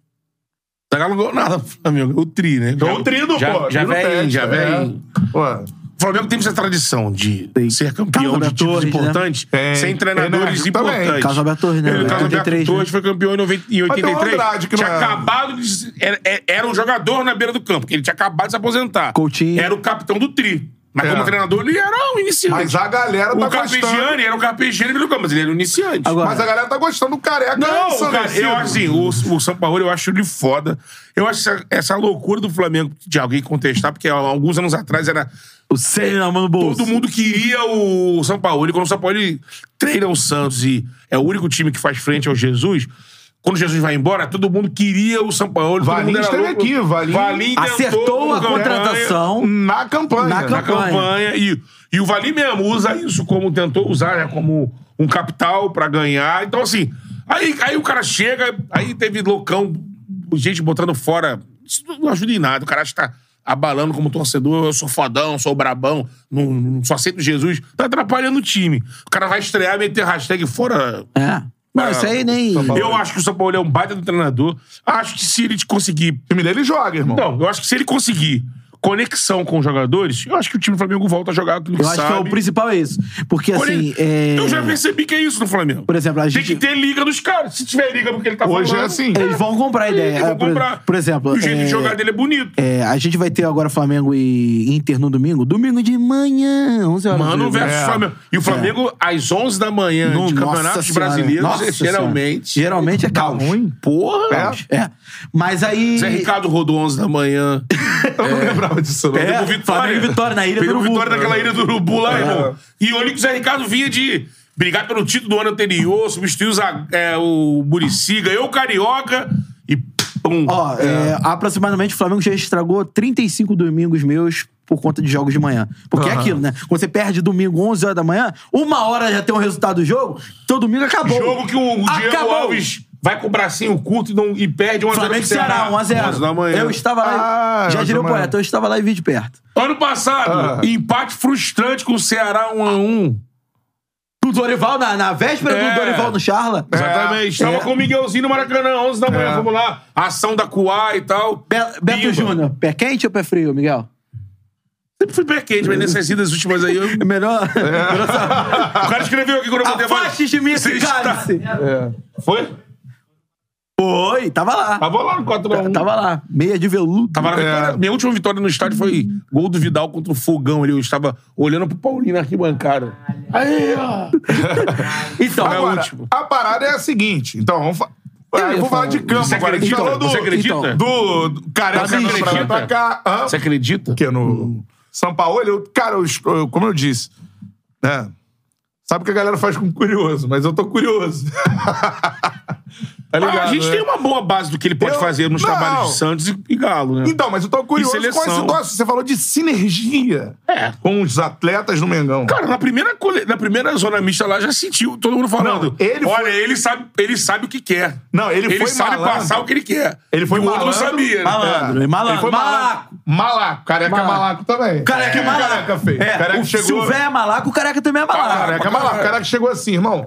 B: O Zagallo não ganhou nada do Flamengo. O tri, né?
A: É o trino,
B: já,
A: pô.
B: Já
A: Trino
B: vem,
A: perde,
B: já
A: é.
B: vem.
A: Porra.
B: O Flamengo tem essa tradição de ser campeão
C: Carlos
B: de títulos
C: Alberto Torres, né?
B: importantes,
A: Tem.
B: sem treinadores
A: Tem, né? É. Também.
B: importantes.
C: Carlos Alberto Torres, né?
B: Ele, Carlos Alberto
C: 83, né?
B: Torres foi campeão em 90 em
A: Mas tem o
B: 83.
A: Andrade, que não
B: tinha
A: é-
B: acabado de. Era, é- era um jogador na beira do campo, que ele tinha acabado de se aposentar.
C: Coutinho.
B: Era o capitão do Tri. Mas
A: É.
B: como treinador, ele era um iniciante.
A: Mas a galera tá
B: o
A: gostando.
B: Carpegiani era o Carpegiani do campo, mas ele era um iniciante.
C: Agora-
A: Mas a galera tá gostando do careca. né?
B: Não, cara,
A: ensandecido.
B: eu acho assim, o, o Sampaoli, eu acho ele foda. Eu acho essa, essa loucura do Flamengo de alguém contestar, porque há alguns anos atrás era
C: O Senna na mão no bolso.
B: Todo mundo queria o Sampaoli. Quando o Sampaoli treina o Santos e é o único time que faz frente ao Jesus, quando Jesus vai embora, todo mundo queria o Sampaoli. todo
A: Valim
B: mundo era
A: esteve
B: louco.
A: aqui, Valim
B: tentou
C: Acertou a
B: ganhar
C: contratação.
A: Na campanha.
C: Na
B: Na
C: campanha.
B: campanha. E, e o Valim mesmo usa isso como tentou usar, né, como um capital pra ganhar. Então, assim, aí, aí o cara chega, aí teve loucão, gente botando fora. Isso não ajuda em nada. O cara está abalando como torcedor. Eu sou fodão, sou brabão, não, não- só aceito Jesus. Tá atrapalhando o time. O cara vai estrear, meter hashtag fora.
C: É. Não, isso
B: Ah,
C: aí nem.
B: Eu acho que o São Paulo é um baita do treinador. Acho que se ele conseguir
A: O time dele joga, irmão.
B: não, eu acho que se ele conseguir conexão com os jogadores, eu acho que o time do Flamengo volta a jogar aquilo que
C: Eu acho que
B: sabe.
C: é o principal é isso. Porque assim.
B: Porém,
C: É...
B: Eu já percebi que é isso no Flamengo.
C: Por exemplo, a gente.
B: Tem que ter liga dos caras. Se tiver liga porque ele tá
A: Hoje
B: falando,
A: é assim.
C: Eles vão comprar a ideia.
B: Eles vão
C: É, por,
B: comprar.
C: por exemplo.
B: E o jeito
C: é,
B: de jogar dele é bonito.
C: é, a gente vai ter agora Flamengo e Inter no domingo. Domingo de manhã, 11 horas.
B: Mano
C: do jogo.
B: versus
A: É.
B: Flamengo. E o Flamengo, às 11 da manhã
C: No-
B: de
C: Nossa
B: campeonatos
C: Senhora.
B: brasileiros, é,
C: Nossa
B: geralmente.
C: Senhora. Geralmente é caos.
A: ruim?
B: Porra!
A: É.
C: É. Mas aí.
B: Zé Ricardo rodou 11 da manhã.
A: Eu não lembrava disso, não.
B: Perdeu pro
C: É, Flamengo e Vitória na Ilha do
B: Perdeu pro
C: Urubu. É.
B: Vitória naquela ilha do Urubu lá, irmão. E olha que o Zé Ricardo vinha de brigar pelo título do ano anterior, substituiu o Za- é, o Murici, ganhou o Carioca e pum.
C: Ó, é, aproximadamente o Flamengo já estragou 35 domingos meus por conta de jogos de manhã. Porque é
A: Aham.
C: aquilo, né? Quando você perde domingo 11 horas da manhã, uma hora já tem um resultado do jogo, teu domingo acabou.
B: Jogo que o Diego
C: Acabou.
B: Alves vai com o bracinho curto e, não- e perde 1 a 0
C: Flamengo e Ceará, 1x0.
B: da manhã.
C: Eu estava lá.
A: Ah,
C: já
A: onze
C: diria o
A: da manhã.
C: poeta, eu estava lá e vi de perto.
B: Ano
A: Ah.
B: passado, empate frustrante com o Ceará 1 a 1
C: Do Dorival, na, na véspera
B: É.
C: do Dorival no Charla.
B: Exatamente. Estava
C: É.
B: com o Miguelzinho no Maracanã, 11 da manhã,
A: É.
B: vamos lá. Ação da Cuá e tal.
C: Be- Beto
B: Bimba.
C: Júnior, pé quente ou pé frio, Miguel?
B: Sempre fui pé quente, mas nessas idas últimas aí eu
C: É melhor. melhor saber.
B: O cara escreveu aqui quando eu botei a voz.
C: *laughs* Afaste de mim
B: Você
C: esse
B: está-
C: cálice.
A: É. Foi?
C: Foi, tava lá.
B: Tava lá no 4x1.
C: Tava lá. Meia de veludo.
B: Tava na vitória.
A: É.
B: Minha última vitória no estádio foi gol do Vidal contra o Fogão. ali. Eu estava olhando pro Paulinho na arquibancada. Aí, *laughs* ó.
C: Então,
B: Agora,
A: Agora,
B: É último.
A: a parada é a seguinte. Então, vamos fa...
C: Eu
A: Ah,
C: ia
A: eu vou falar
C: falar
A: de campo
B: Você
A: agora. A gente
B: acredita?
A: falou do,
B: Você
C: Então,
B: acredita?
A: do, do careca
B: Você
A: vindo pra lá e pra
B: acredita?
A: cá. Hã?
B: Você acredita?
A: que no São Paulo, eu, cara, eu es- eu- como eu disse, né? Sabe o que a galera faz com curioso, mas eu tô curioso. *laughs* Tá
B: Mas
A: ligado,
B: Ah, a gente
A: né?
B: tem uma boa base do que ele pode
A: Eu-
B: fazer nos
A: Não.
B: trabalhos de Santos e, e Galo, né?
A: Então, mas eu tô curioso com
B: seleção.
A: a situação. Você falou de sinergia
B: É.
A: com os atletas do Mengão.
B: Cara, na primeira, cole- na primeira zona mista lá já sentiu todo mundo falando.
A: Não, ele
B: Olha,
A: foi-
B: ele, sabe, ele sabe o que quer.
A: Não, ele foi
B: sabe
A: malandro.
B: passar o que ele quer.
A: Ele foi
B: E o outro não
A: malandro.
B: sabia. né?
C: Malandro,
A: É.
C: malandro.
A: Ele foi
C: malaco.
A: malaco. Malaco. Careca é
C: Malaco.
A: malaco também.
C: Careca é malaco.
A: Careca, feio.
C: É,
A: Careca
C: o-
A: chegou...
C: Se o véio é malaco, o careca também é malaco.
A: Careca é malaco. Careca chegou assim, irmão.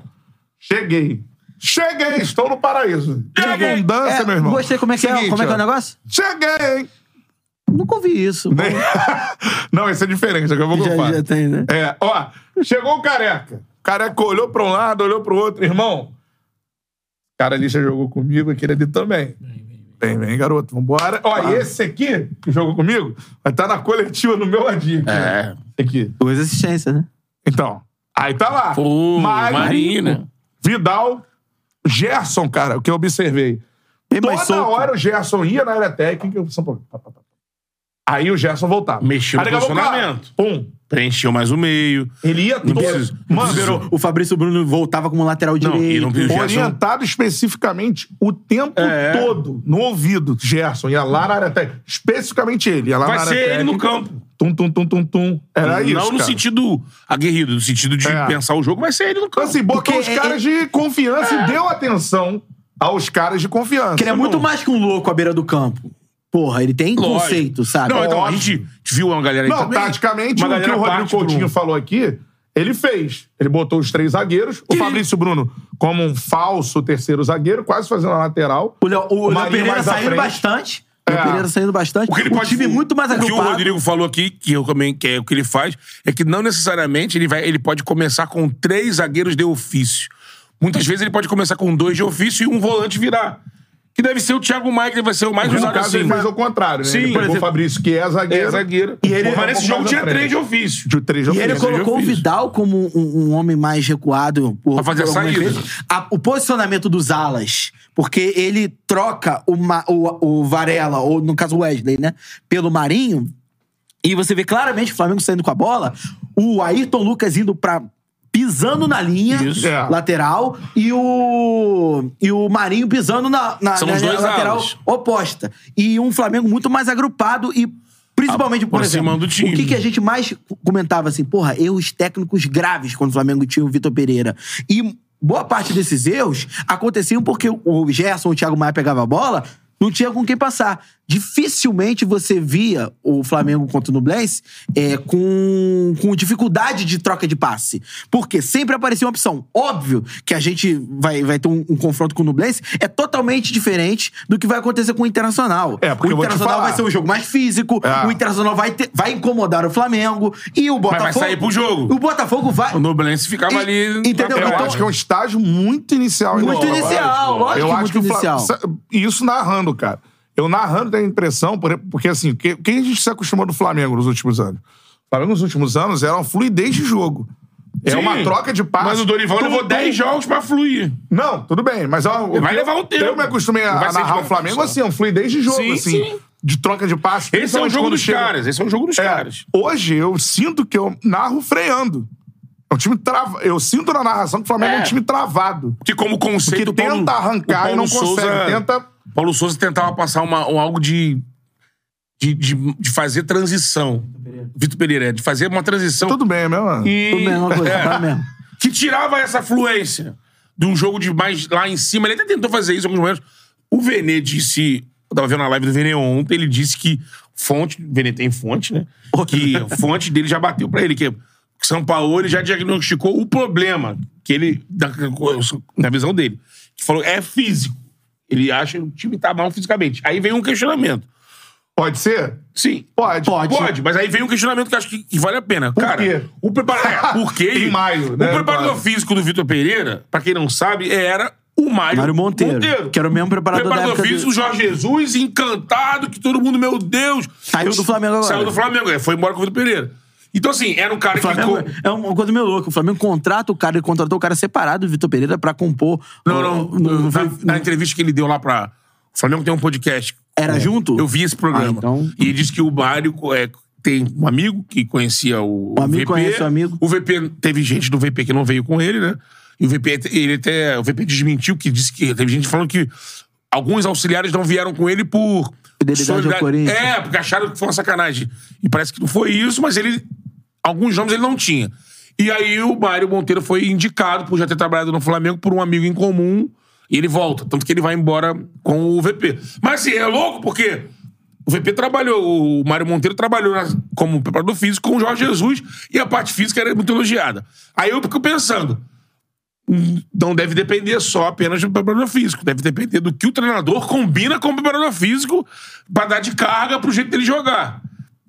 A: Cheguei. Cheguei, estou no paraíso. De
B: Cheguei.
A: abundância,
C: É,
A: meu irmão.
C: Gostei, como é que, é,
A: Seguinte,
C: como é, que é o
A: ó.
C: negócio?
A: Cheguei. *laughs*
C: Nunca ouvi isso.
A: Não, esse é diferente, daqui a pouco eu
C: já,
A: falo.
C: já tem, né?
A: É, ó, chegou o careca. O careca olhou pra um lado, olhou pro outro. Irmão, o cara ali já jogou comigo, aquele ali também. Bem, bem, garoto, vambora. Ó, e esse aqui, que jogou comigo, vai estar na coletiva no meu ladinho. aqui, né?
B: É.
A: Esse Aqui.
C: Duas assistências, né?
A: Então, aí tá lá.
B: Pô,
A: Magno,
B: Marina.
A: Vidal, Gerson, cara, o que eu observei.
C: Bem mais
A: Toda
C: solto.
A: hora o Gerson ia na área técnica. e o São Paulo- pá, pá, pá. Aí o Gerson voltava.
B: Mexia no
A: Aí daqui a pouco,
B: posicionamento.
A: Pum.
B: Preencheu mais o meio.
A: Ele ia todo.
B: precisa- não
A: Mano,
B: precisa-
C: O Fabrício Bruno voltava como lateral
B: Não, e
C: direito.
B: não viu o Gerson.
A: orientado especificamente o tempo
B: um É.
A: todo no ouvido. Gerson ia lá na área técnica. Especificamente ele. Ia lá
B: Vai
A: Tá na área
B: ser ele
A: técnica.
B: no campo.
A: Tum, tum, tum, tum, tum. Era isso.
B: Não no
A: cara.
B: sentido aguerrido, no sentido de
A: É.
B: pensar o jogo, vai ser ele no
A: Então,
B: campo.
A: assim, botou
C: Porque
A: os caras de confiança e deu atenção aos caras de confiança.
C: Ele é muito mais que um louco à beira do campo. Porra, ele tem
B: Lógico.
C: conceito, sabe?
B: Não, então, a
A: Óbvio.
B: gente viu uma galera aí
A: Não,
B: também.
A: taticamente,
B: uma
A: o que
B: galera
A: o Rodrigo
B: parte pro-
A: Coutinho falou aqui, ele fez. Ele botou os três zagueiros, o Fabrício Bruno como um falso terceiro zagueiro, quase fazendo a lateral.
C: O Léo, o Léo
A: Marinho
C: Pereira
A: mais à
C: saindo
A: frente.
C: bastante. O Léo
A: É.
C: Pereira saindo bastante.
B: O que ele
C: um
B: pode
C: time muito mais
B: o que o
C: agrupado.
B: Rodrigo falou aqui, que eu também que é o que ele faz, é que não necessariamente ele vai, ele pode começar com três zagueiros de ofício. Muitas vezes ele pode começar com dois de ofício e um volante virar. Que deve ser o Thiago Maia, que vai ser o mais
A: No
B: usado
A: caso,
B: assim.
A: ele fez o contrário, né?
B: Sim,
A: ele
B: por
A: pegou
B: exemplo.
A: o Fabrício, que é zagueiro.
B: É zagueiro.
A: E ele é
B: Mas nesse jogo tinha três de
A: ofício.
B: ofício.
A: De Tipo, três
C: E ele
A: ofício.
C: colocou o
B: fiz.
C: Vidal como um, um homem mais recuado. Por,
B: Pra fazer a
C: por algumas
B: saída.
C: vezes. A- o posicionamento dos alas. Porque ele troca o, Ma- o, o Varela, ou no caso o Wesley, né? Pelo Marinho. E você vê claramente o Flamengo saindo com a bola. O Ayrton Lucas indo pra... Pisando na linha
B: Isso.
A: É.
C: lateral e o, e o Marinho pisando na, na,
B: São
C: na
B: os dois
C: lateral
B: alas.
C: oposta. E um Flamengo muito mais agrupado e principalmente, por
B: Aproximando
C: exemplo,
B: o time.
C: o que, que a gente mais comentava assim, porra, erros técnicos graves quando o Flamengo tinha o Vitor Pereira. E boa parte desses erros aconteciam porque o Gerson, o Thiago Maia pegava a bola, não tinha com quem passar. Dificilmente você via o Flamengo contra o Nublense é, com, com dificuldade de troca de passe. Porque sempre aparecia uma opção. Óbvio que a gente vai, vai ter um, um confronto com o Nublense, é totalmente diferente do que vai acontecer com o Internacional.
A: É, porque
C: o
A: eu vou te
C: Internacional
A: falar.
C: vai ser um jogo mais físico,
A: É.
C: o Internacional vai, ter- vai incomodar o Flamengo e o
B: vai
C: Botafogo.
B: sair pro jogo.
C: O Botafogo vai.
B: O Noblense ficava
C: E-
B: ali.
C: entendeu?
B: na
A: Eu
B: tela.
A: acho que é um estágio muito inicial. ainda.
C: então- Muito
A: Eu
C: inicial,
A: acho.
C: lógico
A: Eu
C: que
A: acho
C: muito
A: que o Flamengo-
C: inicial.
A: sa- e Isso narrando, cara. Eu narrando tenho a impressão, por- porque assim, o que, o que a gente se acostumou do Flamengo nos últimos anos? O Flamengo nos últimos anos era uma fluidez de jogo. É
B: Sim.
A: uma troca de passos.
B: Mas o Dorival
A: Tudo
B: levou
A: bem. Então,
B: 10 jogos pra fluir.
A: Não, tudo bem, mas ó, o
B: Vai
A: que
B: levar um tempo.
A: Eu me acostumei a,
B: Não vai
A: a
B: ser de
A: narrar
B: uma
A: o Flamengo
B: vez só.
A: assim, uma fluidez de jogo,
B: Sim,
A: assim.
B: sim.
A: De troca de passos.
B: Esse é o
A: principalmente
B: jogo
A: quando
B: dos
A: chega-
B: caras. Esse é o jogo dos
A: É,
B: caras.
A: Hoje eu sinto que eu narro freando. É um time trava... Eu sinto na narração que o Flamengo é,
B: É.
A: um time travado.
B: Que como
A: Que
B: conceito... o Paulo-
A: tenta
B: o
A: arrancar
B: Paulo é
A: e não
B: Sousa-
A: consegue. Tenta.
B: Paulo Souza tentava passar uma, um algo de de, de. de fazer transição. Vitor Pereira, é, de fazer uma transição
A: Tudo bem, meu mano.
C: Tudo bem, é uma coisa,
B: É.
C: vai mesmo.
B: que tirava essa fluência de um jogo de mais lá em cima. Ele até tentou fazer isso em alguns momentos. O Vene disse. Eu tava vendo a live do Vene ontem, ele disse que fonte. O Vene tem fonte, né? Que a fonte dele já bateu pra ele, que São Paulo ele já diagnosticou o problema, que ele. Da, na visão dele. Que falou, é físico. Ele acha que o time tá mal fisicamente. Aí vem um questionamento.
A: Pode ser?
B: Sim.
A: Pode.
C: Pode.
B: Pode, mas aí vem um questionamento que eu acho que, que vale a pena. Cara,
A: quê? *laughs*
B: o preparo... é, por quê?
A: Em maio,
B: O
A: né,
B: preparador
A: claro.
B: físico do Vitor Pereira, pra quem não sabe, era o Mário,
C: Mário Monteiro, que era o mesmo preparador da
B: Preparador
C: época do-
B: físico do Jorge Jesus, encantado, que todo mundo, meu Deus...
C: Saiu do Flamengo agora.
B: Saiu do Flamengo, é, foi embora com o Vitor Pereira. Então, assim, era um cara
C: O Flamengo
B: que... ficou-
C: é uma coisa meio louca. O Flamengo contrata o cara, ele contratou o cara separado do Vitor Pereira pra compor.
B: Não, não, tá,
C: não
B: na,
C: foi-
B: na entrevista que ele deu lá pra... O Flamengo tem um podcast.
C: Era junto?
B: Eu vi esse programa.
C: Ah, então-
B: E ele disse que o Mário é, tem um amigo que conhecia o,
C: Um amigo
B: VP.
C: conhece o amigo.
B: O VP, teve gente do VP que não veio com ele, né? E o VP, ele até, o VP desmentiu que disse que teve gente falando que alguns auxiliares não vieram com ele por.
C: Fidelidade ao
B: solidar-
C: Corinthians.
B: É, porque acharam que foi uma sacanagem. E parece que não foi isso, mas ele. Alguns nomes ele não tinha. E aí o Mário Monteiro foi indicado por já ter trabalhado no Flamengo por um amigo em comum. E ele volta. Tanto que ele vai embora com o VP. Mas assim, é louco porque. O VP trabalhou, o Mário Monteiro trabalhou na- como preparador físico com o Jorge Jesus e a parte física era muito elogiada. Aí eu fico pensando, não Então, deve depender só apenas do preparador físico. Deve depender do que o treinador combina com o preparador físico pra dar de carga pro jeito dele jogar.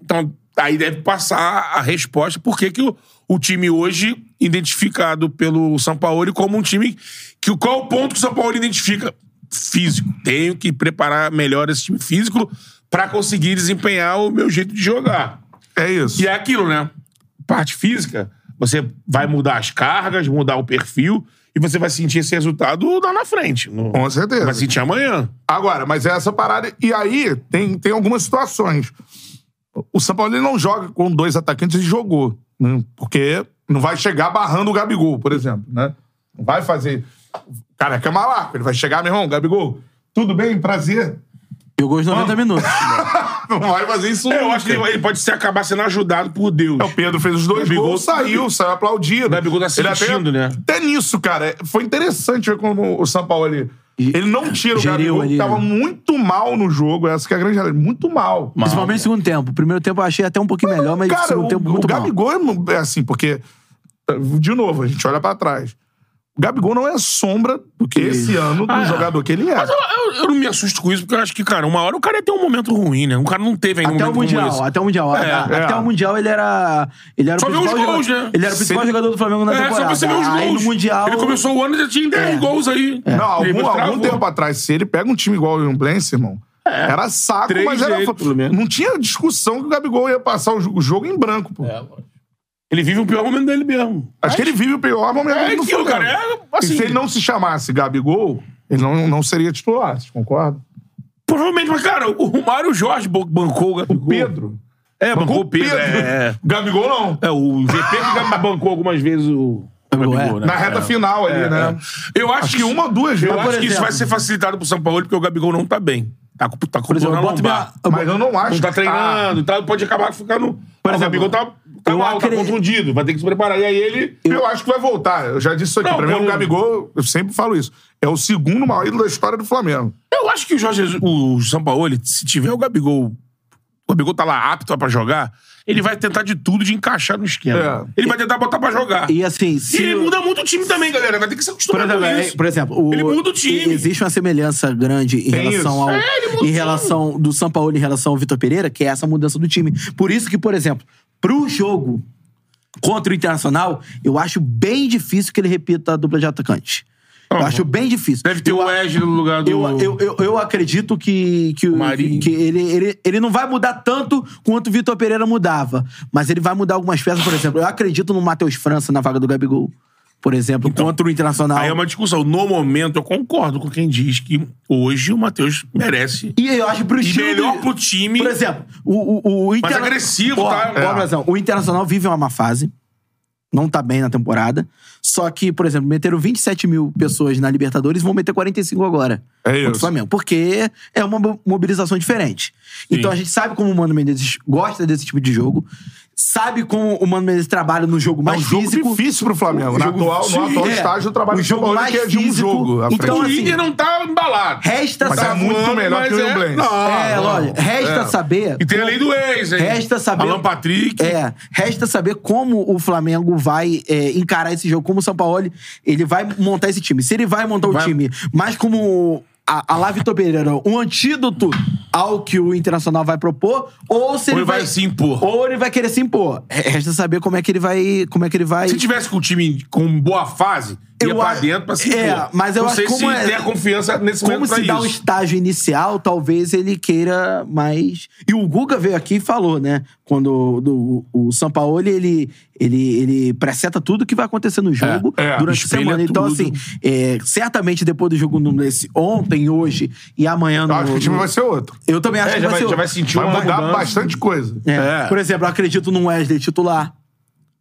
B: Então, aí deve passar a resposta por que que o, o time hoje, identificado pelo Sampaoli como um time que qual o ponto que o Sampaoli identifica? Físico. Tenho que preparar melhor esse time físico pra conseguir desempenhar o meu jeito de jogar.
A: É isso.
B: E é aquilo, né? Parte física, você vai mudar as cargas, mudar o perfil e você vai sentir esse resultado lá na frente. No...
A: Com certeza.
B: Vai sentir amanhã.
A: Agora, mas é essa parada. E aí, tem, tem algumas situações. O São Paulo ele não joga com dois atacantes, ele jogou. né? Porque não vai chegar barrando o Gabigol, por exemplo. Né? Não vai fazer. O cara é malaco, ele vai chegar, meu irmão, Gabigol, tudo bem? Prazer.
C: Jogou os 90 minutos.
A: Não vai fazer isso.
B: É, eu
A: nunca.
B: acho que ele, ele pode ser, acabar sendo ajudado por Deus.
A: O Pedro fez os
C: é
A: dois
B: Gabigol-
A: gols, saiu, saiu aplaudido. O
B: Gabigol tá sentindo, né?
A: Até nisso, cara. Foi interessante ver como o São Paulo ali. Ele não tira o
C: Geriu
A: Gabigol,
C: ali,
A: que tava
C: né?
A: muito mal no jogo. Essa que é a grande realidade. Muito mal.
C: Principalmente no segundo tempo. Primeiro tempo eu achei até um pouquinho melhor, mas
A: Cara,
C: o segundo
A: o,
C: tempo
A: o
C: muito mal.
A: Gabigol é mu- é assim, porque. De novo, a gente olha pra trás. O Gabigol não é sombra do que esse ano do
B: Ah, é.
A: jogador que ele é.
B: Mas eu, eu- eu não me assusto com isso, porque eu acho que, cara, uma hora o cara ia ter um momento ruim, né? O cara não teve ainda
C: Até
B: um
C: o
B: momento
C: Mundial,
B: como esse.
C: até o Mundial.
B: É,
C: a-
A: é.
C: Até o Mundial ele era. Ele era
B: Só
C: o
B: vê os
C: principal
B: gols,
C: jogador-
B: né?
C: Ele era o principal
A: Se-
C: jogador do Flego na
B: É, só
C: temporada.
B: você ver os
C: Aí
B: gols.
C: no Mundial.
B: Ele começou o ano e já tinha 10 gols aí.
A: É. Não,
B: Ele
A: algum,
B: travou.
A: algum tempo atrás, se ele pega um time igual o Iumblense, irmão, era saco,
B: É. Três
A: mas era.
B: jeitos, pelo menos.
A: Não tinha discussão que o Gabigol ia passar o jo- o jogo em branco, pô.
B: É, lógico. Ele vive o pior momento dele mesmo.
A: Acho que ele vive o pior momento
B: É
A: do
B: aquilo,
A: Flamengo.
B: cara, é,
A: E
B: assim-
A: se ele não se chamasse Gabigol, ele não, não seria titular, vocês concordam?
B: Provavelmente, mas, cara, o Mário Jorge bancou o Gabigol.
A: O Pedro.
B: É, bancou o Pedro. É, é.
A: O Gabigol não.
B: É, o VP que já bancou algumas vezes o. o
C: Gabigol,
B: Gabigol,
C: é.
B: né?
A: Na reta
B: É.
A: final ali,
B: É,
A: né?
B: é. Eu acho,
A: Acho
B: que
A: que
B: uma.
A: uma ou duas
B: Eu
A: vezes.
B: acho
C: por
B: que isso
C: exemplo-
B: vai ser facilitado pro São Paulo, porque o Gabigol não tá bem. Tá com, tá com
C: Por exemplo,
B: dor na
C: bota minha-
B: lombar.
C: eu-
A: Mas eu não acho
B: Não tá
A: que
B: treinando e tal, pode acabar ficando. o
C: exemplo,
B: Gabigol tá, tá
C: eu
B: mal,
C: acre-
B: tá contundido, vai ter que se preparar. E aí ele.
A: Eu... acho que vai voltar. Eu já disse isso aqui.
B: Não, um-
A: pra mim,
B: quando-
A: o Gabigol, eu sempre falo isso, é o segundo maior ídolo da história do Flamengo.
B: Eu acho que o Jorge Jesus, o Sampaoli, se tiver o Gabigol, o Gabigol tá lá apto pra jogar, ele vai tentar de tudo de encaixar no esquema. Ele vai tentar botar pra jogar. E,
C: É. E assim, se.
B: ele muda muito o time também, galera. Vai ter que se
C: Por
B: acostumar
C: exemplo,
B: com
C: é,
B: isso.
C: por exemplo, o-
B: Ele muda o time.
C: existe uma semelhança grande em
A: Tem
C: relação
A: isso.
C: ao
B: É, ele muda o
C: em
B: time.
C: relação do São Paulo em relação ao Vitor Pereira, que é essa mudança do time. Por isso que, por exemplo, pro jogo contra o Internacional, eu acho bem difícil que ele repita a dupla de atacante. Eu
B: Ah,
C: acho bem difícil.
B: Deve ter um
C: eu,
B: o Wesley no lugar do.
C: eu, eu, eu, eu acredito que, que, o-
B: Marinho.
C: que ele, ele, ele não vai mudar tanto quanto o Vitor Pereira mudava. Mas ele vai mudar algumas peças, por exemplo. Eu acredito no Matheus França na vaga do Gabigol. Por exemplo, contra o Internacional.
B: Aí é uma discussão. No momento, eu concordo com quem diz que hoje o Matheus merece.
C: E eu acho que pro
B: E
C: estilo
B: melhor
C: do-
B: pro time.
C: Por exemplo, o, o, o Interna-
B: agressivo,
C: Ó,
B: tá?
C: ó,
B: É.
C: por exemplo, o Internacional vive uma má fase. Não tá bem na temporada. Só que, por exemplo, meteram 27 mil pessoas na Libertadores e vão meter 45 agora.
A: É
C: contra
A: isso.
C: o Flamengo. Porque é uma mo- mobilização diferente. Então a gente sabe como o Mano Menezes gosta desse tipo de jogo. Sabe como o Mano Menezes trabalha no jogo
A: É um
C: mais
A: jogo
C: físico.
A: difícil pro Flamengo.
C: O
A: Na
C: jogo-
A: atual, no
C: Sim,
A: atual
C: é.
A: estágio, o trabalho
C: O
A: do
C: jogo
A: São Paulo
C: mais
A: que é de um
C: físico.
A: jogo. à
C: Então,
B: o
A: frente.
C: assim,
B: líder não tá embalado.
C: Resta
A: Mas é
C: saber.
A: muito Ah, é. melhor
B: mas
A: que o
B: é-
A: Iumblense.
B: Não.
C: É,
B: não.
C: lógico. Resta saber.
B: E tem a lei do ex, hein?
C: Resta saber-
B: Alan Patrick.
C: É, resta saber como o Flamengo vai é, encarar esse jogo, como o São Paulo ele vai montar esse time. Se ele vai montar
B: Vai.
C: o time, mas como a, a lá Vitor Pereira, um antídoto ao que o Internacional vai propor, ou se
B: Ou
C: ele
B: ele vai se impor.
C: ou ele vai querer se impor. É, Resta saber como é que ele vai, como é que ele vai.
B: Se tivesse com o time com boa fase, ia
C: Eu
B: pra
C: acho-
B: dentro pra se impor.
C: É, mas eu
B: não
C: acho
B: sei
C: como
B: se
C: é-
B: tem a confiança nesse
C: como
B: momento pra
C: se dá um o
B: isso.
C: estágio inicial, talvez ele queira mais. E o Guga veio aqui e falou, né? Quando do, o Sampaoli, ele, ele, ele preseta tudo que vai acontecer no jogo
B: é,
C: durante a
B: espelha
C: semana. Então,
B: tudo.
C: assim, é, certamente depois do jogo no desse ontem, hoje e amanhã no.
A: Eu acho que o time
C: no-
A: vai ser outro.
C: Eu também acho
B: É,
C: que
B: já
C: vai,
B: vai,
C: ser.
B: já vai sentir
A: Vai
B: uma
A: mudar
B: mudança.
A: bastante coisa.
C: É.
B: É.
C: Por exemplo, eu acredito num Wesley titular.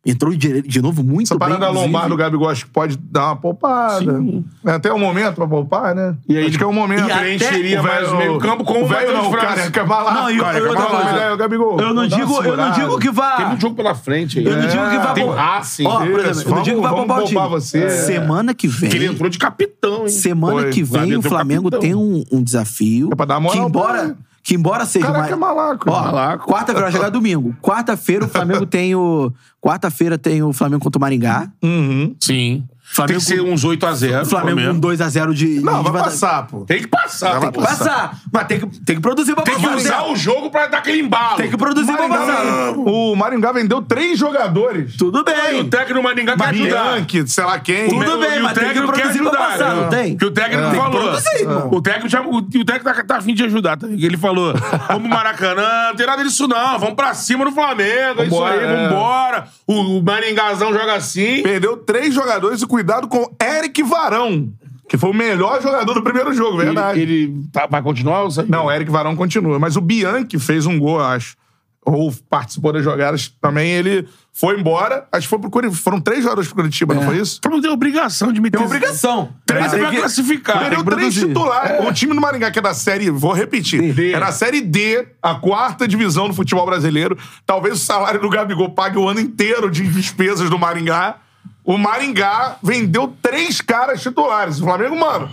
C: Entrou de, de novo muito
A: Essa
C: bem.
A: parada
C: inclusive.
A: lombar do Gabigol acho que pode dar uma poupada.
B: Sim.
A: É até o momento pra poupar, né?
B: E aí-
A: acho que é o momento.
C: e até-
B: Preencheria
A: O
B: mais o meio campo com o
A: velho
B: Matheus
A: não, o é
B: França.
A: careca vai lá.
C: Não, e eu-
A: Careca,
C: eu- eu-
A: vai lá,
C: eu-
A: velho, é, Gabigol.
C: Eu não,
A: dá uma
C: digo, eu não
A: segurada.
C: digo que vá.
B: Tem muito jogo pela frente aí.
C: Eu não
B: É.
C: digo que vá
B: Tem
C: bom.
B: Racing.
C: Ó, por
A: Isso,
C: exemplo, eu não
A: vamos-
C: digo que vai É.
A: vamos
C: poupar o time.
A: poupar você.
C: Semana que vem.
B: Que ele entrou de capitão, hein?
C: Semana
A: Foi.
C: que vem
B: Flamengo
C: o
B: tem um
C: Flamengo
B: capitão.
C: tem um, um desafio.
A: É pra dar moral
C: que
A: pra
C: embora
A: ele.
C: que embora seja
A: Caraca, é malaco,
C: Ó,
A: é malaco.
C: quarta-feira vai jogar domingo. Quarta-feira
A: *laughs*
C: o Flamengo tem o quarta-feira tem o Flamengo contra o Maringá.
A: Uhum.
B: Sim.
C: Flamengo-
B: Tem que ser uns 8x0.
C: O Flamengo com 2 a 0 de
A: Não,
C: de
A: vai
C: vantagem.
A: passar, pô.
B: Tem que passar.
A: Vai
B: Tem
C: Tem
B: que,
C: que passar. Mas tem que, tem que produzir pra
B: tem que
C: passar.
B: usar é o jogo pra dar aquele embalo.
C: Tem que produzir pra
A: Maringá-
C: passar.
A: O Maringá vendeu três jogadores.
C: Tudo
B: E
C: bem.
B: o técnico do Maringá quer ajudar.
A: Bianchi, sei lá quem.
C: é, Tudo
B: Tudo
C: bem,
B: bem,
C: mas
B: mas
C: tem que produzir pra passar, não tem?
B: Que o técnico
C: Tem que
B: falou. É.
C: produzir, irmão.
B: o técnico já, o, e o técnico tá, tá afim de ajudar. Tá? Ele falou: vamos pro Maracanã, não tem nada disso não. Vamos pra cima do Flamengo, é isso aí,
A: Vambora, é.
B: vambora. O, o Maringazão joga assim.
A: Perdeu três jogadores e cuidado com Eric Varão, que foi o melhor jogador do primeiro jogo,
B: Ele,
A: verdade.
B: ele tá- vai continuar? Não,
A: *laughs* Não, Eric Varão continua. Mas o Bianchi fez um gol, eu acho. Ou participou das jogadas também. Ele foi embora. Acho que foi pro Curitiba. Foram três jogadores pro Curitiba, não foi isso?
B: Flamengo tem obrigação de meter.
C: Tem obrigação.
B: Três
C: Mas tem
B: pra
C: que-
B: classificar.
A: Perdeu
C: tem que
A: três
C: produzir.
A: titulares. O time do Maringá, que é da série, vou repetir,
B: D.
A: era a série D, a quarta divisão do futebol brasileiro. Talvez o salário do Gabigol pague o ano inteiro de despesas do Maringá. O Maringá vendeu três caras titulares. O Flamengo, mano.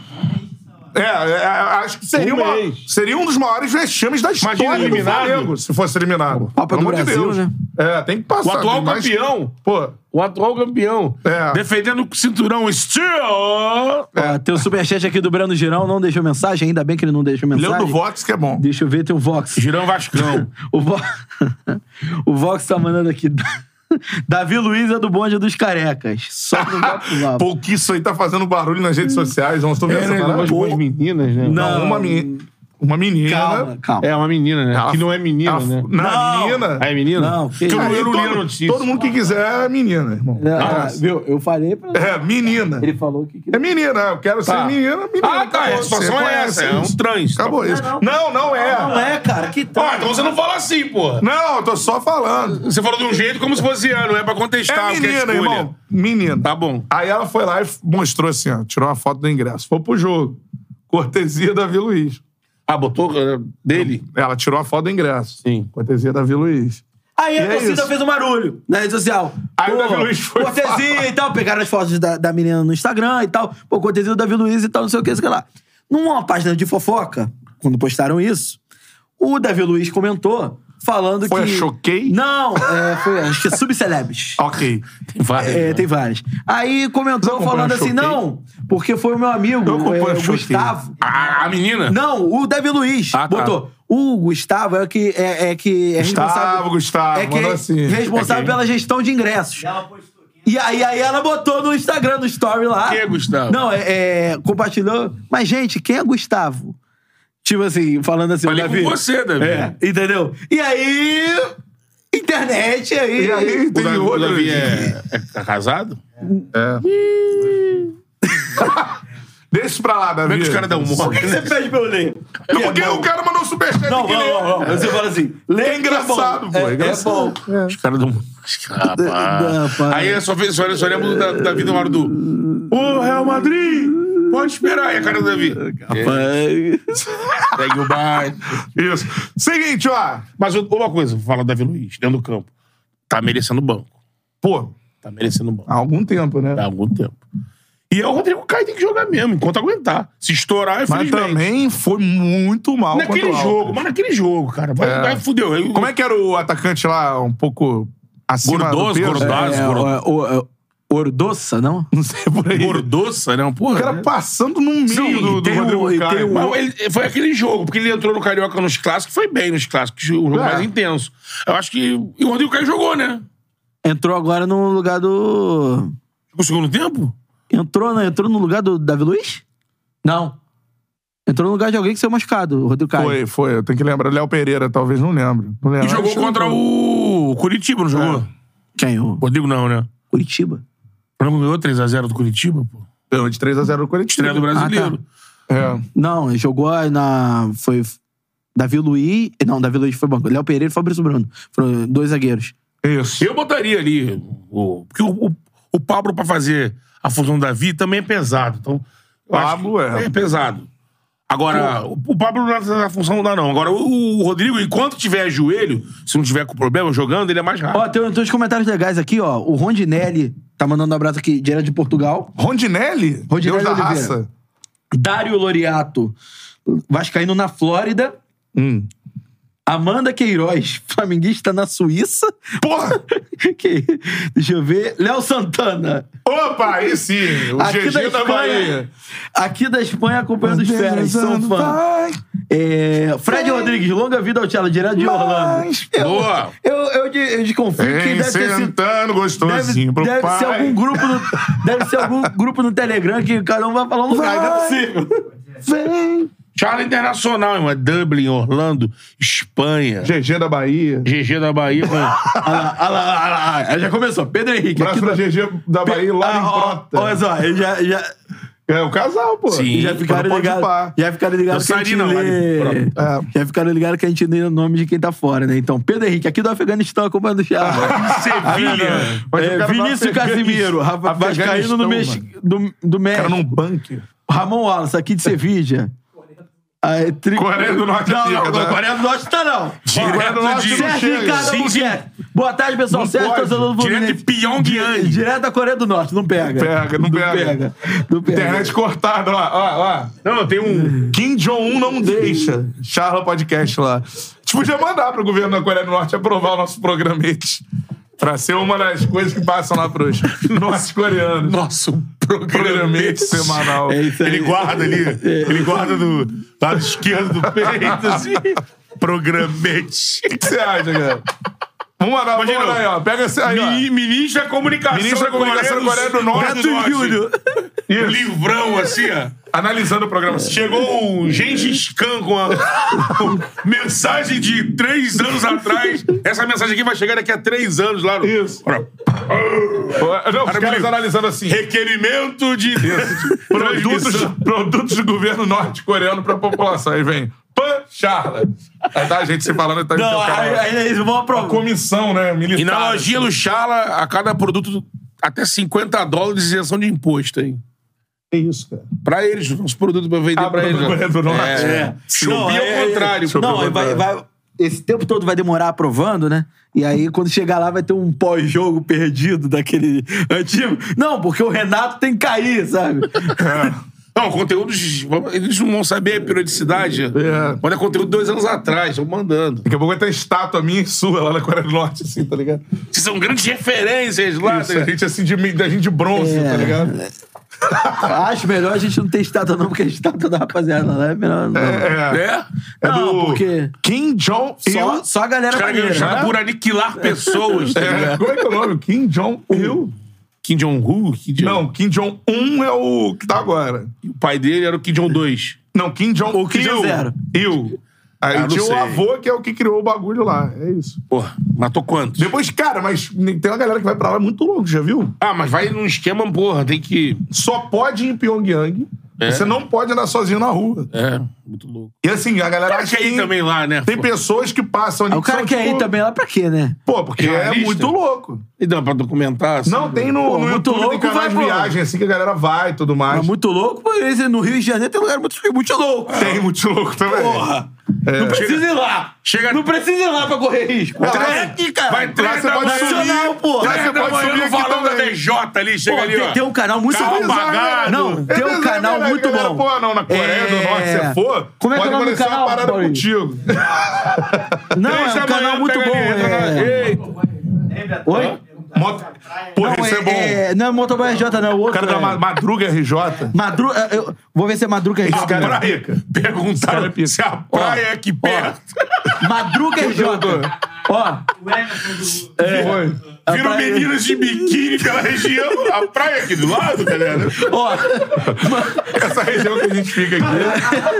A: É, é, é, acho que seria,
B: Um
A: uma-
B: mês.
A: seria um dos maiores vexames da história do
B: eliminado.
A: Flamengo, se fosse eliminado.
C: Copa
A: Pelo
C: do
A: amor de
C: Brasil,
A: Deus.
C: né?
A: É, tem que passar.
B: O atual
A: tem mais-
B: campeão.
A: Pô,
B: O atual campeão.
A: É.
B: Defendendo o cinturão Steel.
C: Ó, tem o superchat aqui do Breno Girão, não deixou mensagem, ainda bem que ele não deixou mensagem.
A: Leandro Vox, que é bom.
C: Deixa eu ver, tem o Vox.
B: Girão Vascão.
C: O, Vo... *laughs* o Vox tá mandando aqui. *laughs* Davi Luiz é do bonde dos carecas. Só não dá pro lado.
A: Pô, que isso aí tá fazendo barulho nas redes sociais. Não estou vendo essa parada.
B: É, né, Umas boas meninas, né?
C: Não.
A: Não, uma, meni- uma menina.
C: Calma, calma.
B: É uma menina, né?
A: Ela-
B: que não é menina,
A: ela-
B: né?
A: Não,
C: Não.
A: menina.
B: Ah, é menina?
C: Não, que
B: Porque eu,
C: isso.
B: não-
A: Aí
B: eu não li a
A: todo,
B: notícia.
A: todo mundo que quiser é menina, irmão.
C: Ah, viu? Eu falei pra ele.
A: É, menina.
C: Ele falou que.
A: É menina, eu quero ser
B: Tá.
A: menina, menina.
B: Ah, tá. A
A: Acabou,
B: situação
A: você
B: é
A: conhece
B: essa. É
A: isso.
B: um trans.
A: Acabou isso.
C: não.
A: Não, não é.
C: Não é, cara, que
B: Ó,
C: tal?
B: então você não fala assim, porra.
A: Não, eu tô só falando.
B: Você falou de um jeito como se fosse ah, não é pra
A: É
B: contestar o que é
A: menina,
B: escolha.
A: irmão. Menina.
B: Tá bom.
A: Aí ela foi lá e mostrou assim, ó. Tirou uma foto do ingresso. Foi pro jogo. Cortesia da Vila Luiz.
B: Ah, botou eh, dele?
A: Ela tirou a foto do ingresso.
B: Sim.
A: Cortesia da Vila Luiz.
C: Aí a
A: é
C: torcida
A: isso.
C: fez um barulho na rede social.
A: Aí o
C: Pô,
A: Davi Luiz foi
C: Cortesia
A: falar.
C: e tal. Pegaram as fotos da, da menina no Instagram e tal. Pô, cortesia do Davi Luiz e tal, não sei o que, não sei o que lá. Numa página de fofoca, quando postaram isso, o Davi Luiz comentou falando
A: Foi
C: que.
A: a Choquei?
C: Não, é, foi, acho que é subcelebres.
A: *laughs* Ok.
B: Tem várias.
C: É,
B: né?
C: tem várias. Aí
A: Não
C: comentou
A: acompanha
C: falando
A: o
C: assim,
A: Choquei?
C: não, porque foi o meu amigo,
A: Não acompanha
C: é,
A: o
C: o
A: Choquei.
C: Gustavo.
B: Ah, A, a menina?
C: *laughs* Não, o Davi Luiz
B: Ah, tá.
C: botou. O Gustavo é o que é, é que é
A: Gustavo,
C: responsável.
A: Gustavo,
C: é que
A: mandou
C: é
A: assim.
C: responsável
B: É quem?
C: pela gestão de ingressos. E aí, aí ela botou no Instagram, no story lá.
B: Quem é Gustavo?
C: Não, é, é, compartilhou. Mas, gente, quem é Gustavo? Tipo assim, falando assim,
B: Falei
C: o Davi.
B: com você, Davi.
C: É, entendeu? E aí. Internet, aí.
A: E aí,
B: O
A: tem
B: Davi, o
A: outro.
B: Davi é, é casado?
A: É. *laughs* Deixa pra lá, Davi.
B: Como é que os caras dão
A: tá
C: Por
B: mole?
C: que, que você pede pra eu ler?
A: Não, porque o cara mandou superchat
C: Não,
A: aqui, né?
C: não, não, não. Você fala assim. Lê
A: É engraçado,
C: que
A: pô,
C: é bom.
A: é
C: É, é bom.
A: engraçado.
B: Os caras do.
C: *laughs* Não,
B: Rapaz.
C: rapaz.
B: Aí eu só, vi- só, só lembro do da, Davi na hora do. Ô, Real Madrid! Pode esperar aí a cara do Davi. Segue o baile.
A: Isso. Seguinte, ó.
B: Mas eu- uma coisa, vou falar do Davi Luiz, dentro do campo. Tá merecendo banco.
A: Pô,
B: Tá merecendo banco. tá
A: há algum tempo, né?
B: Há algum tempo. E é o Rodrigo Caio tem que jogar mesmo, enquanto aguentar. Se estourar, é
A: Mas também foi muito mal contra
B: Naquele
A: o Alto.
B: jogo, mas naquele jogo, cara. Vai,
A: É.
B: vai fudeu. Eu-
A: Como é que era o atacante lá, um pouco acima do
B: Gordoso,
A: peso?
B: gordoso,
C: É,
B: gordoso.
C: o- o- o- Ordoça, não?
A: Não sei por aí.
B: Gordoça, né?
A: O
B: Porra.
A: cara passando no meio
B: Sim,
A: do, do
C: tem
A: Rodrigo
C: um- e tem
A: Caio.
C: um-
A: Mas-
B: Mas ele- foi aquele jogo, porque ele entrou no Carioca nos clássicos, foi bem nos clássicos, o jogo
A: É.
B: mais intenso. Eu acho que. E o Rodrigo Caio jogou, né?
C: Entrou agora no lugar do.
B: No segundo tempo?
C: Entrou, né? Entrou no lugar do Davi Luiz? Não. Entrou no lugar de alguém que saiu machucado, o Rodrigo Caio.
A: Foi, foi. Eu tenho que lembrar. Léo Pereira, talvez, não lembro. Não lembro.
B: E
A: É,
B: jogou
A: Acho que É.
B: contra
A: não-
B: o Curitiba, não jogou?
C: Quem? O
B: Rodrigo não, né?
C: Curitiba.
B: O Flamengo ganhou 3x0 do Curitiba, pô.
A: Ganhou de 3x0 do Curitiba.
B: Estreia do brasileiro.
A: É.
C: Não, ele jogou na. Foi. Davi Luiz. Não, Davi Luiz foi banco. Léo Pereira e Fabrício Bruno. Foram dois zagueiros.
A: Isso.
B: Eu botaria ali. O, porque o, o, o Pablo, pra fazer a função do Davi, também é pesado. Então, eu acho
A: Pablo
B: que
A: é.
B: É pesado. Agora, o, o Pablo na, na função não dá, não. Agora, o, o Rodrigo, enquanto tiver joelho, se não tiver com problema jogando, ele é mais rápido.
C: Ó, tem, tem uns comentários legais aqui, ó. O Rondinelli tá mandando um abraço aqui, direto de Portugal.
A: Rondinelli? Deus
C: Rondinelli
A: da
C: Oliveira.
A: raça.
C: Dário Loriato, vascaíno na Flórida. Hum. Amanda Queiroz, *laughs* flamenguista na Suíça. *laughs*
A: Porra!
C: Que- Deixa eu ver. Léo Santana,
A: Opa, aí sim! O
C: aqui da
A: GG da Bahia.
C: Espanha. Aqui da Espanha acompanhando os feras, são fã.
A: Vai,
C: É, Fred Rodrigues, longa vida ao Tchelo, direto de Orlando.
A: mas-
B: Boa!
C: Eu, eu, de- eu desconfio que
A: Vem
C: deve ter sido
A: sentando
C: Deve,
A: gostosinho pro
C: deve
A: pai.
C: ser algum grupo no, deve ser
A: *laughs*
C: algum grupo no Telegram que cada um vai falar um lugar, não é
A: Vai.
C: possível.
A: Vem!
B: Charla Internacional, irmão. É Dublin, Orlando, Espanha.
A: GG da Bahia.
B: GG da Bahia,
A: *laughs*
B: mano.
C: Olha lá, olha lá, olha lá, olha lá. Já começou. Pedro Henrique.
A: Abraço pra GG da Bahia lá
C: Ah, ó,
A: em Prota.
C: Olha só, ele já, já,
A: É o casal, pô.
B: Sim.
C: já
B: Ih,
C: ficaram
A: pode
C: ligados. É.
A: pá.
C: Já ficaram ligados
B: Eu
C: que a gente
B: sairia, não,
C: lê. É.
B: ali,
A: pronto.
C: Já ficaram ligados que a gente lê o nome de quem tá fora, né? Então, Pedro Henrique, aqui do Afeganistão, acompanhando o
A: Ah,
C: Thiago. Ah,
B: Sevilha.
A: Mas eu
C: É,
A: quero dar
C: Vinícius
A: Afeganistão,
C: Casimiro, rapaz,
A: Afeganistão,
C: vascaíno
A: mano.
C: do, Mex... do, do México.
A: Cara num bunker.
C: Ramon Wallace, aqui de Sevilha. Aí, tri...
A: Coreia do Norte
C: Não, não,
A: fica, tá?
C: Coreia do Norte tá não.
A: Coreia do Norte não
C: Sérgio
A: chega.
C: Ricardo
B: Sim, sim.
C: Albuquerque. Boa tarde, pessoal.
A: Não
C: Sérgio,
A: pode.
C: torcedor do
B: Direto de
C: Fluminense.
B: Pyongyang.
C: Di- Direto da Coreia do Norte, não pega.
A: Pega, não pega.
C: Não pega.
A: Internet cortada, ó, ó, ó.
B: Não, tem um.
A: Kim Jong-un não deixa. Charla Podcast lá. A gente podia mandar pro governo da Coreia do Norte aprovar o nosso programete. Pra ser uma das coisas que passam lá pros norte-coreanos.
B: Nosso
A: Programete semanal.
C: É isso aí.
B: Ele guarda ali, ele guarda do lado esquerdo do
A: *laughs*
B: peito, assim. Programete.
A: O que você acha, cara? Vamos mandar, vamos
B: Imagina,
A: mandar aí, ó. Pega esse aí, ó.
B: Mini- Ministro da Comunicação,
A: Ministro da Comunicação Coreia do Norte.
B: Beto Júlio. Um livrão, assim, ó.
A: Analisando o programa.
B: Chegou um Gengis Khan com uma *laughs* mensagem de três anos atrás. Essa mensagem aqui vai chegar daqui a três anos lá no...
A: Isso.
B: Ora,
A: Não, os
B: Cara,
A: caras
B: bonito.
A: analisando assim.
B: requerimento de... *laughs*
A: produtos,
B: transmissão.
A: produtos do governo norte-coreano pra população. Aí vem Pan Charla. Aí tá a gente se falando, tá
C: Não,
A: o cara-
C: aí, aí eles vão
A: Uma
C: aprovar.
A: comissão, né? Militar.
B: E na lojinha
A: assim.
B: do Chala, a cada produto, até 50 dólares de isenção de imposto, hein?
A: É isso, cara.
B: Pra eles, uns produtos pra vender
A: Ah,
B: pra
A: pra
B: eles.
A: Coreia do Norte.
B: É.
A: É.
B: Chupim
C: Não,
B: ao
C: é-
B: contrário.
A: Chupim
C: Não,
A: ao
C: aí vai,
A: contrário.
C: vai- esse tempo todo vai demorar aprovando, né? E aí, quando chegar lá, vai ter um pós-jogo perdido daquele antigo. Não, porque o Renato tem que cair, sabe?
B: Não, conteúdos. Eles não vão saber a periodicidade.
A: É.
B: Quando é conteúdo dois anos atrás, estão mandando.
A: Daqui a pouco vai ter estátua minha e sua lá na Coreia do Norte, assim, tá ligado?
B: Vocês são grandes referências lá.
A: Isso,
B: tá
A: a
B: ligado?
A: gente assim de, da gente de bronze,
C: É.
A: tá ligado?
C: Acho melhor a gente não ter estátua, não, porque a estátua da rapaziada lá é melhor. Não.
A: É.
B: É?
A: É
C: Não, porque-
A: Kim Jong
C: Só,
A: Il.
C: só a galera
B: Os caras ganham
C: maneira.
B: chave por aniquilar pessoas. Tá
A: É,
B: ligado?
A: como é que é o nome? Kim Jong Il?
B: Kim Jong-un? Kim Jong-
A: Não, Kim Jong Un é o que tá agora.
B: O pai dele era o Kim Jong 2.
A: Não, Kim Jong
C: O Kim Jong Zero.
A: Il. Aí
B: Ah, não
A: tinha
B: sei.
A: o avô que é o que criou o bagulho lá. É isso.
B: Porra, matou quantos?
A: Depois, cara, mas tem uma galera que vai pra lá muito louco, já viu?
B: Ah, mas vai num esquema, porra, tem que.
A: Só pode ir em Pyongyang.
B: É.
A: Você não pode andar sozinho na rua.
B: É, muito louco.
A: E assim, a galera acha
B: Achei
A: que
B: também lá, né?
A: tem pessoas que passam ali.
C: Aí Ah, O
A: que
C: cara
A: são,
C: quer
A: tipo,
C: ir também lá pra quê, né?
A: Pô, porque é
B: Jornalista.
A: muito louco.
B: E dá pra documentar? assim?
A: Não, tem no,
C: Pô,
A: no
C: muito
A: YouTube
C: louco,
A: tem canais
C: vai,
A: de
C: pô.
A: viagem, assim que a galera vai e tudo mais.
C: Mas muito louco, pô, esse- no Rio de Janeiro tem um lugar muito, muito louco.
A: Tem muito louco também.
C: Porra! Não precisa ir lá!
B: Chega-
C: Não precisa ir lá pra correr risco.
A: Não,
C: Trek, cara!
B: vai três
A: Lá você
B: da
A: pode
B: manhã.
C: Nacional,
A: subir.
C: pô.
A: Lá
B: Três
A: você
B: da
A: pode
B: manhã
A: subir
B: no
A: aqui
B: valão da
A: também.
B: DJ ali, chega
C: Pô,
B: ali,
C: tem,
B: ó.
C: tem um canal muito
B: Carro
C: bom.
B: bagado.
C: Não,
A: É
C: tem um
A: verdade,
C: canal
A: galera,
C: muito
A: galera,
C: bom.
A: Pô, não, na Coreia do
C: É.
A: Norte, você for,
C: Como é que é
A: pode
C: o nome do
A: acontecer
C: canal,
A: uma parada
C: Paulinho?
A: contigo.
C: Não,
B: Três
C: é
B: da
C: um canal
B: manhã,
C: muito
B: pega
C: bom.
B: ali, entra lá.
C: É...
B: Eita.
C: Oi?
A: né? Moto... Pô,
C: Não,
A: isso é, bom.
C: é- não é Motoboy RJ, não, é o
A: O
C: outro.
A: cara
C: é...
A: da Ma- Madruga RJ.
C: Madru... é, eu- Vou ver se é Madruga RJ.
A: Esse cara é pica. Esse cara é
B: Perguntaram
A: pica.
B: se a praia é aqui perto.
C: Madruga RJ. Ó,
A: Foi.
C: É. a
B: Viram
C: praia- é
B: meninas de biquíni pela região. A
A: é
B: praia aqui do lado, galera.
C: ó,
A: tá Essa região que a gente fica aqui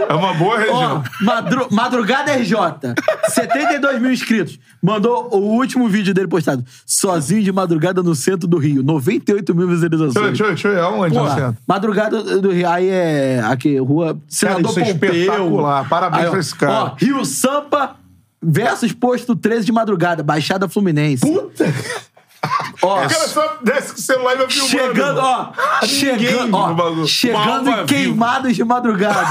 A: é uma boa
C: ó,
A: região.
C: Madru- Madrugada RJ. 72 mil inscritos. Mandou o último vídeo dele postado. Sozinho de madrugada no centro do Rio. 98 mil
A: Deixa, eu-
C: visualizações.
A: deixa, eu- deixa eu ir aonde,
C: Pô,
A: Luciano.
C: madrugada do Rio. Aí é. Aqui, rua. Senador
A: isso é
C: Pompeu.
A: espetacular. Parabéns
C: ó,
A: pra esse cara.
C: Ó, Rio Sampa. versus posto 13 de madrugada, Baixada Fluminense.
A: Puta!
C: Ó,
A: O cara tá só desce com o celular e vai filmando.
C: Chegando, ó. Chegando,
A: no bagulho.
C: ó. Chegando
B: Uma alma
C: em queimadas
A: *laughs*
C: de madrugada.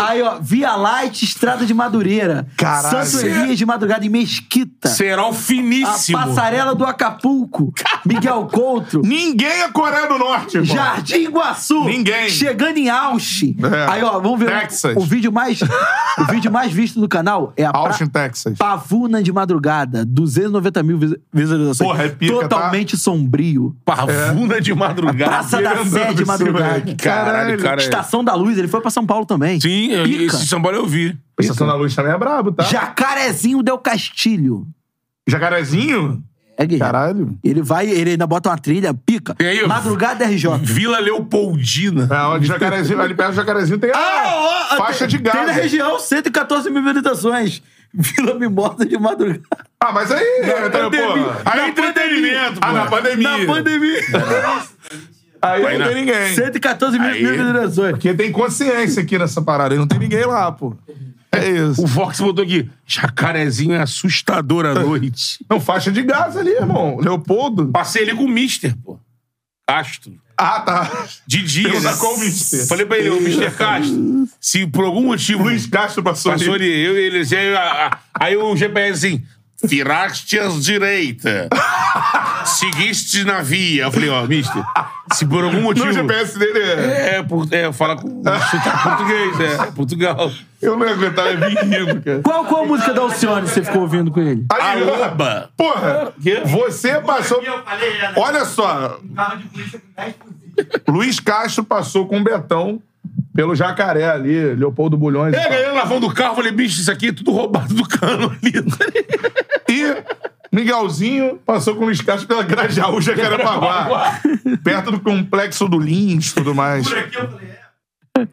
C: Aí, ó, Via Light, Estrada de Madureira.
A: Caralho.
C: Santo Elias de Madrugada em Mesquita.
B: Serol
C: A
B: um finíssimo.
C: Passarela do Acapulco. Miguel Couto.
A: Ninguém é Coreia do Norte, irmão.
C: Jardim Iguaçu.
A: Ninguém.
C: Chegando em Austin.
A: É.
C: Aí, ó, vamos ver. o-
A: Texas.
C: O, vídeo mais, o vídeo mais visto do canal é a pra-
A: Austin, Texas.
C: Pavuna de Madrugada. 290 mil vis- visualizações.
A: Porra, é pica, tá?
C: Totalmente sombrio.
B: Pavuna de madrugada.
C: Praça da
A: andando assim,
C: Sé de
A: em cima
C: Madrugada.
A: dele.
B: Caralho, cara. é-
C: Estação da Luz, ele foi pra São Paulo também.
B: Sim, eu-
C: Pica.
B: esse samba eu vi.
A: Estação da Luz também é brabo, tá?
C: Jacarezinho Del Castilho.
A: Jacarezinho?
C: É guerreiro.
A: Caralho.
C: Ele vai, ele ainda bota uma trilha, pica.
B: E aí, eu-
C: Madrugada RJ.
B: Vila Leopoldina.
A: É, onde Jacarezinho, ali perto do Jacarezinho tem a
C: Ah, ó,
A: faixa de
C: tem- Tem na
A: gás.
C: região 114 mil visualizações. *laughs* Vila Mimosa de madrugada.
A: Ah, mas aí... então,
C: pandemia.
A: pô,
B: Aí é entretenimento,
A: Ah, na
B: pô.
A: pandemia.
C: Na pandemia.
A: Aí
B: Aí
A: não
B: na-
A: tem ninguém.
C: 114 mil,
B: Aí.
C: mil visualizações.
A: Porque tem consciência aqui nessa parada. E não tem ninguém lá, pô. É isso.
B: O Vox botou aqui. Jacarezinho é assustador à noite.
A: Não, faixa de gás ali, irmão. Leopoldo.
B: Passei ali com o Mister, pô. Castro.
A: Ah, tá.
B: De dias.
A: Pergunta qual o Mister.
B: Falei pra ele, o *laughs* Mister Castro. Se por algum motivo.
A: Luiz Castro passou,
B: Passou
A: ali.
B: ali, eu e ele. Aí, a- a- aí o GPS assim. Viraste à *laughs* direita. Seguiste na via. Eu falei, ó, mister, se por algum motivo.
A: No GPS dele é...
B: É, por, é, fala com sotaque português, é. Portugal.
A: Eu não ia aguentar, eu vim rindo, cara.
C: Qual, qual música da Alcione que você ficou ouvindo com ele?
A: Aí,
B: Aoba.
A: Porra,
B: Quê?
A: você passou... Olha só,
D: "É, né?" Um carro de polícia com 10 fuzis.
A: Luiz Castro passou com o Betão pelo Jacaré ali, Leopoldo Bulhões.
B: É,
A: e tal.
B: galera lavando o carro, falei, bicho, isso aqui é tudo roubado do cano ali.
A: *laughs* E Miguelzinho passou com o Luiz Castro pela Grajaú, Jacarepaguá. perto do complexo do Lins e tudo mais.
D: Por aqui eu falei,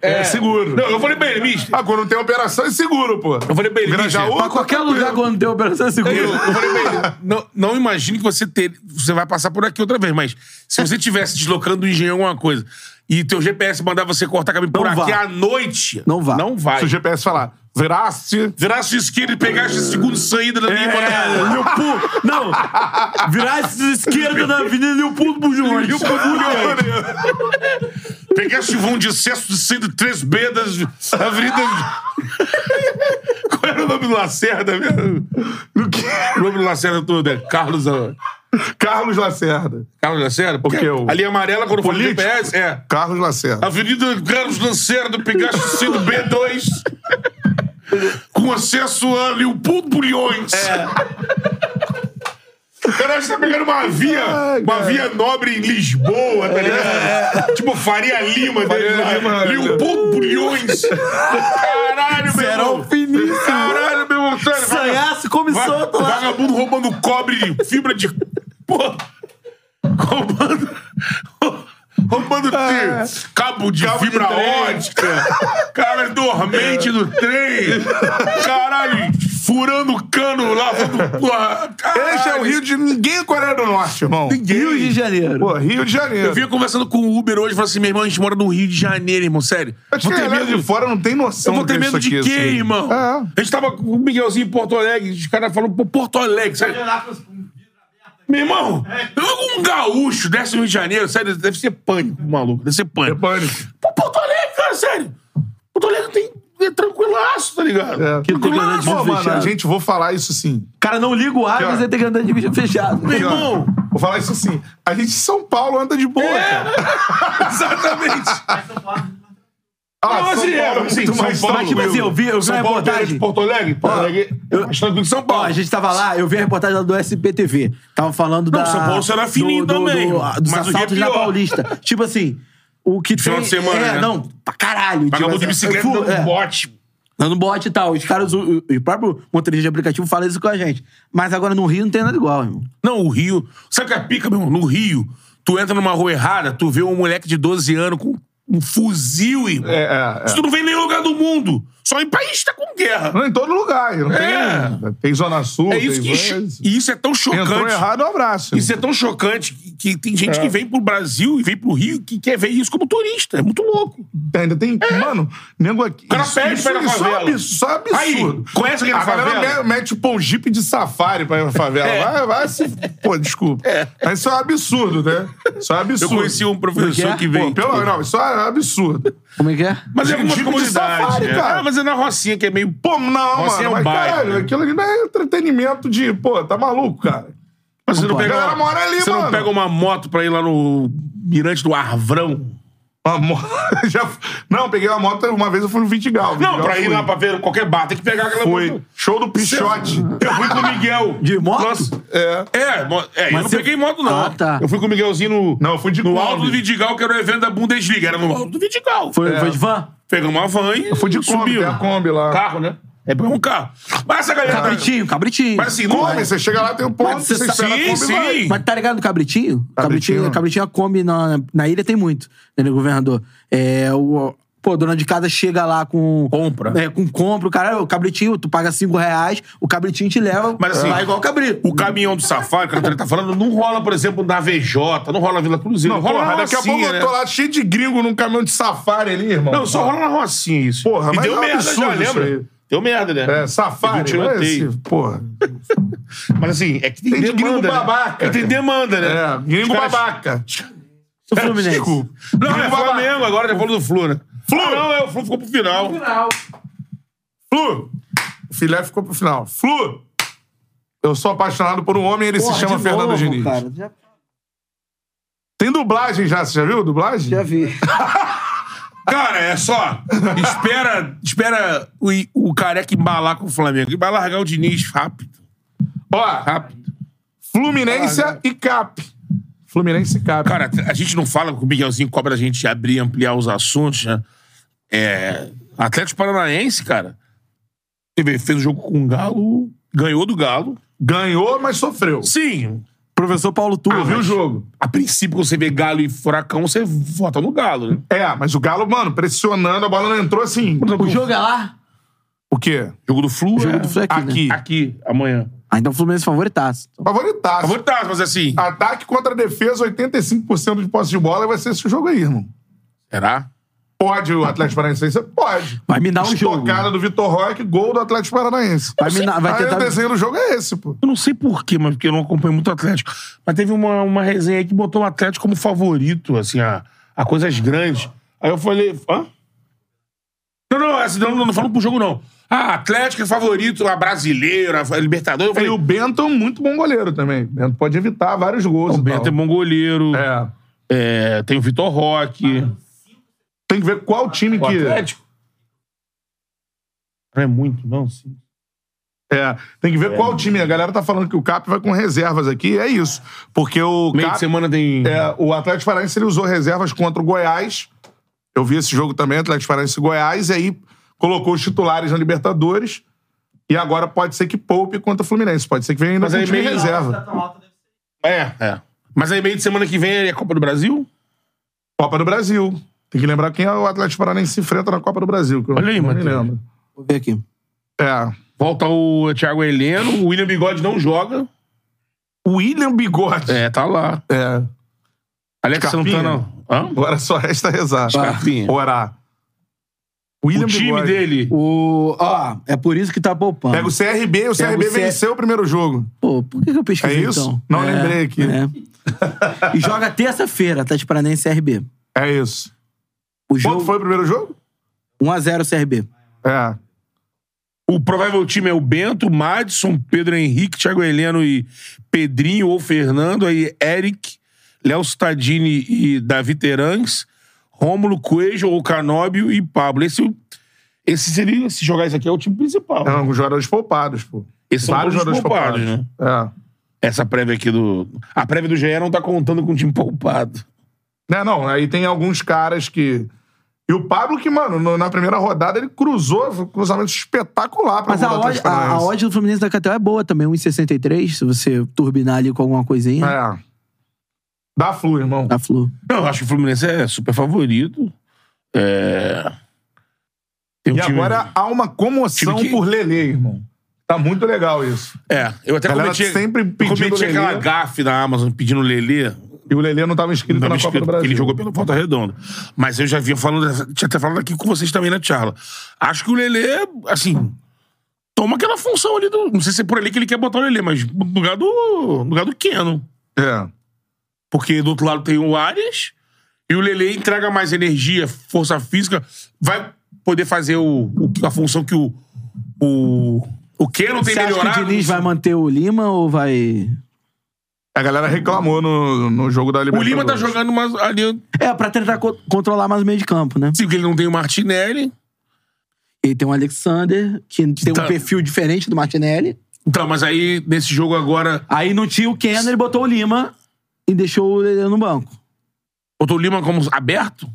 D: é.
A: É, seguro.
B: *laughs* Não, eu falei pra ele, bicho.
A: Ah, quando tem operação é seguro, pô.
B: Eu falei pra ele, bicho.
A: Grajaú,
C: Pra qualquer lugar quando deu operação segura.
B: Eu, eu falei pra ele, não, não imagine que você ter, você vai passar por aqui outra vez, mas se você estivesse deslocando do engenho alguma coisa e teu GPS mandar você cortar caminho por
C: Não
B: aqui
C: vá.
B: à noite,
C: Não vá.
B: Não vai.
A: se o GPS falar, viraste...
B: Virasse esquerda e pegasse a segunda saída da linha
C: *laughs* É,
B: morada.
C: Leopoldo. Não! Virasse de esquerda da Avenida Leopoldo Bujões.
B: Pegasse o vão de excesso de 103B das Avenida. *laughs* Qual era o nome do Lacerda mesmo?
A: Do que?
B: O nome do Lacerda todo é Carlos. ah,
A: Carlos Lacerda.
B: Carlos Lacerda? Porque
A: quê? O-
B: a linha amarela, quando foi
A: Político?
B: GPS, é.
A: Carlos Lacerda.
B: Avenida Carlos Lacerda, Pegaste sendo B2. Com acesso a Leopoldo Bulhões.
A: É.
B: Caralho, você tá pegando uma via,
A: Ai,
B: uma
A: cara. É,
B: via nobre em Lisboa, tá ligado? Tipo Faria Lima,
A: Faria
B: dele lá.
A: Lima, né?
B: Leopoldo Bulhões. Caralho, meu
C: Serão
B: irmão.
C: finíssimo.
B: Caralho, meu irmão. sério,
C: Sanhaço, come
B: Va-
C: solto lá.
B: Vagabundo roubando cobre, fibra de. Pô! Roubando. Roubando te- cabo de
A: Cabo de
B: fibra
A: trem.
B: ótica. Cara dormente no trem. Caralho, furando cano lá. furando- Porra, caralho.
A: Esse é o Rio de... Ninguém é Coreia do Norte, irmão.
C: Rio de Janeiro.
A: Pô, Rio de Janeiro.
B: Eu vinha conversando com o Uber hoje e falei assim: meu irmão, a gente mora no Rio de Janeiro, irmão, sério.
A: Acho que a galera de fora não tem noção
B: é, né, Eu vou
A: do que
B: ter
A: é
B: medo
A: isso
B: de quê,
A: aqui, assim.
B: irmão?
A: É.
B: A gente tava com o Miguelzinho em Porto Alegre, os caras falaram, pô, Porto Alegre, sabe?
D: Olha lá com os com o vidro aberto.
B: Meu irmão, um gaúcho desce no Rio de Janeiro, sério, deve ser pânico, maluco, deve ser
A: É
B: pânico.
A: pânico.
B: Pô, Porto Alegre, cara, sério. Porto Alegre tem, é tranquilaço, tá ligado?
A: É.
C: Que tem grande
A: Pô,
C: bicho
A: mano, a
C: fechado.
A: gente vou falar isso sim.
C: Cara, não liga o ar,
A: Aqui, ó.
C: mas ele tem que andar de bicho fechado.
B: Meu irmão, É!
A: Vou falar isso sim. A gente em São Paulo anda de boa, cara.
B: exatamente.
D: Mas São Paulo.
A: Ah,
B: Não,
A: São
B: assim, é,
A: Paulo muito
B: assim, São
A: mais tranquilo.
B: Paulo,
C: mas, tipo assim, eu vi- eu vi
B: São
C: uma
B: Paulo
C: reportagem.
B: de Porto Alegre, Porto Alegre é mais tranquilo que São
C: Ó,
B: Paulo.
C: a gente tava lá, eu vi a reportagem lá do SPTV. Tava falando
B: Não,
C: da.
B: São Paulo será fininho
C: do, do,
B: também,
C: Do,
B: mas o
C: dos
B: Rio é
C: assaltos da
B: pior. *laughs*
C: Paulista. tipo assim, o que
B: Final
C: tem.
B: de semana,
C: É,
B: né?
C: não, pra caralho.
B: Vagabundo
C: tipo
B: de
C: assim,
B: bicicleta
C: eu fui-
B: dando
C: é,
B: bote.
C: Dando bote e tal. Os caras, o, o, o próprio motorista de aplicativo fala isso com a gente. Mas agora no Rio não tem nada igual, irmão.
B: Não, o Rio. Sabe o que é pica, meu irmão? No Rio, tu entra numa rua errada, tu vê um moleque de 12 anos com um fuzil, irmão.
A: É, é, é.
B: Isso tu não vê em nenhum lugar do mundo. Só em país que tá com guerra.
A: Não, em todo lugar. Não
B: É.
A: tem, tem Zona Sul,
B: É isso
A: tem
B: que. cho-
A: várias-
B: E isso é tão chocante.
A: Entrou errado, um abraço.
B: Isso é tão chocante que que tem gente que vem pro Brasil e vem pro Rio que quer ver isso como turista. É muito louco.
A: Ainda tem. Mano, nego aqui. O
B: É. cara pede pra ir na
A: isso,
B: favela.
A: é absurdo, isso é absurdo.
B: Aí, conhece aquela
A: a galera
B: favela? É.
A: me- mete pô, um jipe de safari pra ir na favela. Vai, vai se. Pô, desculpa. Mas isso é um absurdo, né? Isso é um
B: Eu
A: absurdo.
B: conheci um professor
C: é?
B: que
A: Pô,
B: veio.
A: pelo não, isso é um absurdo.
C: Como é que é?
B: Mas é algumas
A: Tipo de
B: comunidades.
A: safari,
B: né?
A: cara.
B: Ah, mas é na Rocinha, que é meio.
A: Pô, não,
B: Você
A: mano.
B: é um
A: mas,
B: bairro,
A: caralho,
B: né?
A: aquilo ali não é entretenimento de. Pô, tá maluco, cara.
B: Mas você não
A: pode.
B: pega.
A: A galera mora ali,
B: você não
A: mano.
B: pega uma moto pra ir lá no Mirante do Arvrão?
A: Uma moto. *laughs* Já... Não, peguei uma moto uma vez, eu fui no Vitigal.
B: Não, pra ir
A: fui.
B: lá pra ver qualquer bar, tem que pegar aquela
A: Foi.
B: moto.
A: Show do Pichote.
B: *laughs* Eu fui com o Miguel.
C: De moto?
A: É.
B: É, mo- é, eu não
C: você-
B: peguei moto, não.
C: Ah, tá.
B: Eu fui com o Miguelzinho no,
A: Não, eu fui de
B: no
A: Kombi.
B: Alto do Vidigal, que era o evento da Bundesliga. Era no É. Alto do Vidigal.
C: Foi, foi de van?
B: Pegamos uma van e. Eu
A: Fui de Kombi, tem a Kombi lá.
B: Carro, né? É, pegamos um carro. Mas essa galera. tá-
C: Cabritinho, cabritinho.
B: Mas assim, não.
A: Kombi, você chega lá, tem um ponto,
C: Mas você
A: você
C: sabe-
A: espera a Kombi
B: Sim,
A: e vai.
B: sim.
C: Mas tá ligado do cabritinho?
A: Cabritinho,
C: Cabritinho,
A: não.
C: cabritinho a come na, na ilha tem muito, né, né, governador? É, o, pô, dona de casa chega lá com...
B: Compra.
C: É, com compra. O cara, o cabritinho, tu paga cinco reais, o cabritinho te leva,
B: Mas assim,
C: vai igual o cabrito.
B: O caminhão do safari, que a Antônia tá falando, não rola, por exemplo, na VJ, não rola na Vila Cruzeiro. Não, rola
A: Porra,
B: na
A: daqui a pouco
B: Rocinha,
A: eu tô
B: né?
A: lá cheio de gringo num caminhão de safari ali, irmão.
B: Não, só rola na Rocinha isso.
A: Porra,
B: e
A: mas é
B: deu
A: um
B: merda, já
A: absurdo isso
B: lembra?
A: aí.
B: Deu merda, né?
A: É,
B: Teve um
A: safari, mas
B: tiroteio.
A: esse- porra.
B: Mas assim, é que tem,
A: Tem de gringo
B: demanda. né?
A: babaca.
B: É, tem demanda, né?
A: É, gringo
B: Os caras-
A: babaca.
C: O
A: *laughs*
C: Fluminense.
A: Desculpa.
B: Não,
A: Gringo
B: é
A: babaca.
B: Flamengo, agora já falou do Flu, né?
A: Flu!
B: Ah, não, é, o Flu ficou pro final.
A: Flu! O filé ficou pro final. Flu! Eu sou apaixonado por um homem, ele se chama Fernando Diniz.
C: já,
A: Tem dublagem já, você já viu? Dublagem? *laughs*
C: vi.
B: Cara, é só. Espera, espera o, o careca embalar com o Flamengo. E vai largar o Diniz rápido.
A: Ó,
B: Rápido.
A: Fluminense e Cap. Fluminense e Cap.
B: Cara, a gente não fala que o Miguelzinho cobra a gente de abrir, ampliar os assuntos, né? É. Atlético Paranaense, cara. Teve, fez o jogo com o Galo, ganhou do Galo.
A: Ganhou, mas sofreu.
B: Sim,
C: Professor Paulo Turra.
A: Eu vi o jogo.
B: Ah, a princípio, quando você vê Galo e Furacão, você vota no Galo, né?
A: É, mas o Galo, mano, pressionando, a bola não entrou assim.
C: O jogo é lá?
A: O quê?
B: Jogo do Flu.
C: O jogo do Flu é aqui,
A: Aqui.
B: Aqui, amanhã.
C: Ah, então o Fluminense favoritaço.
A: Favoritaço.
B: Favoritaço, mas assim.
A: Ataque contra defesa, 85% de posse de bola, vai ser esse jogo aí, irmão.
B: Será?
A: Pode o Atlético Paranaense? Pode.
C: Vai minar o jogo.
A: Estocada do Vitor Roque, gol do Atlético Paranaense.
C: Vai minar- vai
A: aí
C: tentar-
A: o desenho do jogo é esse, pô.
B: Eu não sei porquê, mas porque eu não acompanho muito o Atlético. Mas teve uma, uma resenha aí que botou o Atlético como favorito, assim, a, a coisas grandes. Aí eu falei, hã? Não, não, essa- não, não, não falo pro jogo, não. Ah, Atlético é favorito, a brasileira, a Libertadores. Eu
A: E
B: falei,
A: o
B: o
A: Bento é um muito bom goleiro também. O Bento pode evitar vários gols. e
B: Bento
A: tal.
B: é bom goleiro,
A: É.
B: é, tem o Vitor Roque.
A: Tem que ver qual time
B: O
A: que.
B: Atlético? Não é muito, não, sim.
A: É. Tem que ver qual time. A galera tá falando que o Cap vai com reservas aqui. É isso. Porque o
B: Meio de
A: Cap.
B: semana tem.
A: É, o Atlético Paranaense ele usou reservas contra o Goiás. Eu vi esse jogo também, Atlético Paranaense e Goiás, e aí colocou os titulares na Libertadores. E agora pode ser que poupe contra o Fluminense. Pode ser que venha ainda
B: Mas
A: com um
B: aí
A: time
B: meio-
A: reserva.
D: Tá tão alta, deve ser.
B: É, é. Mas aí meio de semana que vem é a Copa do Brasil?
A: Copa do Brasil. Tem que lembrar quem é o Atlético Paranaense se enfrenta na Copa do Brasil. que eu
B: Olha aí,
A: não me
B: Matheus.
A: lembro.
C: Vou ver aqui.
A: É.
B: Volta o Thiago Heleno, o William Bigode não joga.
A: O William Bigode.
B: É, tá lá.
A: É.
B: Alex
A: Scarpinha?
B: Santana. tá, Hã?
A: Agora só resta rezar.
B: Scarpinha.
A: Orar.
B: O
A: William
B: time
A: Bigode.
B: dele.
C: O, ó, é por isso que tá poupando.
A: Pega o CRB, o
C: Pega o
A: CRB
C: C-
A: venceu o primeiro jogo.
C: Pô, por que que eu pesquisei
A: É isso?
C: então?
A: Não lembrei aqui. *laughs*
C: é. E joga terça-feira, Atlético Paranaense e CRB.
A: É isso.
C: O
A: Quanto
C: jogo
A: foi o primeiro jogo?
C: 1x0 CRB.
A: É.
B: O provável time é o Bento, Madison, Pedro Henrique, Thiago Heleno e Pedrinho ou Fernando. Aí Eric, Léo Cittadini e Davi Terangues, Rômulo Coelho ou Canóbio e Pablo. Esse, esse seria, se jogar isso aqui, é o time principal. é
A: É, com jogadores poupados, pô.
B: Esses são
A: Vários
B: todos
A: jogadores
B: poupados,
A: poupados.
B: né?
A: É.
B: Essa prévia aqui do... A prévia do GE não tá contando com o time poupado.
A: Né, não, aí tem alguns caras que. E o Pablo, que, mano, no- na primeira rodada ele cruzou, foi um cruzamento espetacular pra
C: Mas a odd, a, a odd do Fluminense da KTO é boa também, 1,63, se você turbinar ali com alguma coisinha.
A: É. Dá flu, irmão.
C: Da Flu.
B: Não, eu acho que o Fluminense é super favorito. É. Tem um
A: E
B: time-
A: agora há uma comoção
B: Time que-
A: por Lele, irmão. Tá muito legal isso.
B: É, eu até
A: Galera
B: cometi,
A: sempre
B: eu
A: pedindo
B: cometi aquela
A: Lelê.
B: gafe da Amazon pedindo Lelê.
A: E o Lelê não tava inscrito
B: Não,
A: tá na
B: me
A: Copa do
B: esqueço,
A: Brasil.
B: Ele jogou pelo Volta Redonda. Mas eu já vinha falando, dessa- tinha até falado aqui com vocês também, né, Charla? Acho que o Lelê, assim, toma aquela função ali do. Não sei se é por ali que ele quer botar o Lelê, mas no lugar do. No lugar do Keno.
A: É.
B: Porque do outro lado tem o Arias e o Lele entrega mais energia, força física, vai poder fazer o, o- a função que o o, o Keno tem
C: Você acha que o
B: melhorado.
C: Diniz vai manter o Lima ou vai...
A: A galera reclamou no, no jogo da
B: O
A: Libertadores.
B: Lima tá jogando mais ali,
C: É, pra tentar co- controlar mais o meio de campo, né?
B: assim, porque ele não tem o Martinelli.
C: E tem o Alexander, que tem
B: Tá.
C: um perfil diferente do Martinelli.
B: Então, mas aí nesse jogo agora,
C: Aí não tinha o Kenner, ele botou o Lima e deixou o Lelê no banco.
B: botou o Lima como aberto?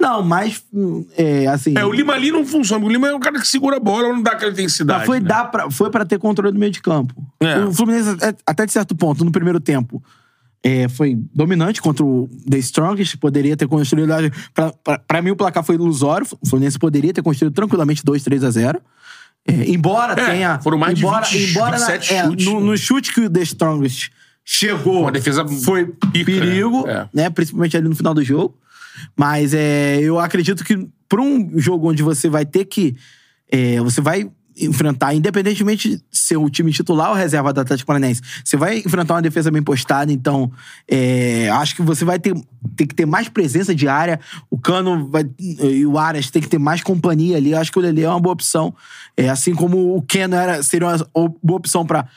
C: Não, mas hum, é, assim.
B: É, o Lima ali não funciona. O Lima é um cara que segura a bola, não dá aquela intensidade.
C: mas foi,
B: né?
C: dar pra, foi pra ter controle do meio de campo.
B: É.
C: O Fluminense, até- até de certo ponto, no primeiro tempo, é, foi dominante contra o The Strongest. Poderia ter construído. Pra, pra, pra mim, o placar foi ilusório. O Fluminense poderia ter construído tranquilamente 2, 3 a 0. É, embora
B: É,
C: tenha.
B: foram mais de
C: embora,
B: 20,
C: embora
B: 27
C: é,
B: chutes,
C: no,
B: né?
C: no chute que o The Strongest chegou.
B: Uma defesa
C: foi
B: pica,
C: perigo,
B: né?
C: né? Principalmente ali no final do jogo. Mas é, eu acredito que para um jogo onde você vai ter que. é, você vai enfrentar, independentemente de ser o time titular ou reserva do Atlético Paranaense, você vai enfrentar uma defesa bem postada, então é, acho que você vai ter, ter que ter mais presença de área, o Cano vai- e o Arias tem que ter mais companhia ali, acho que o Lele é uma boa opção, É, assim como o Keno era, seria uma op- boa opção para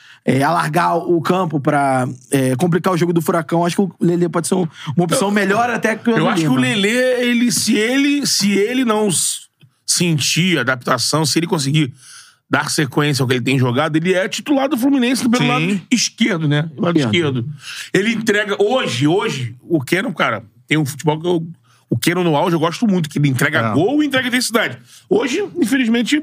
C: alargar o campo, para complicar o jogo do Furacão, acho que o Lele pode ser um- uma opção melhor até que o
B: Eu acho que o
C: Lima.
B: Lelê, ele, se ele, se ele não s- sentir adaptação, se ele conseguir dar sequência ao que ele tem jogado, ele é titular do Fluminense pelo
A: Sim.
B: lado esquerdo, né? Pelo lado
C: Esquerdo.
B: esquerdo. Ele entrega. Hoje, hoje, o Keno, cara, tem um futebol que eu. O Keno no auge eu gosto muito, que ele entrega
A: É.
B: gol e entrega intensidade. Hoje, infelizmente,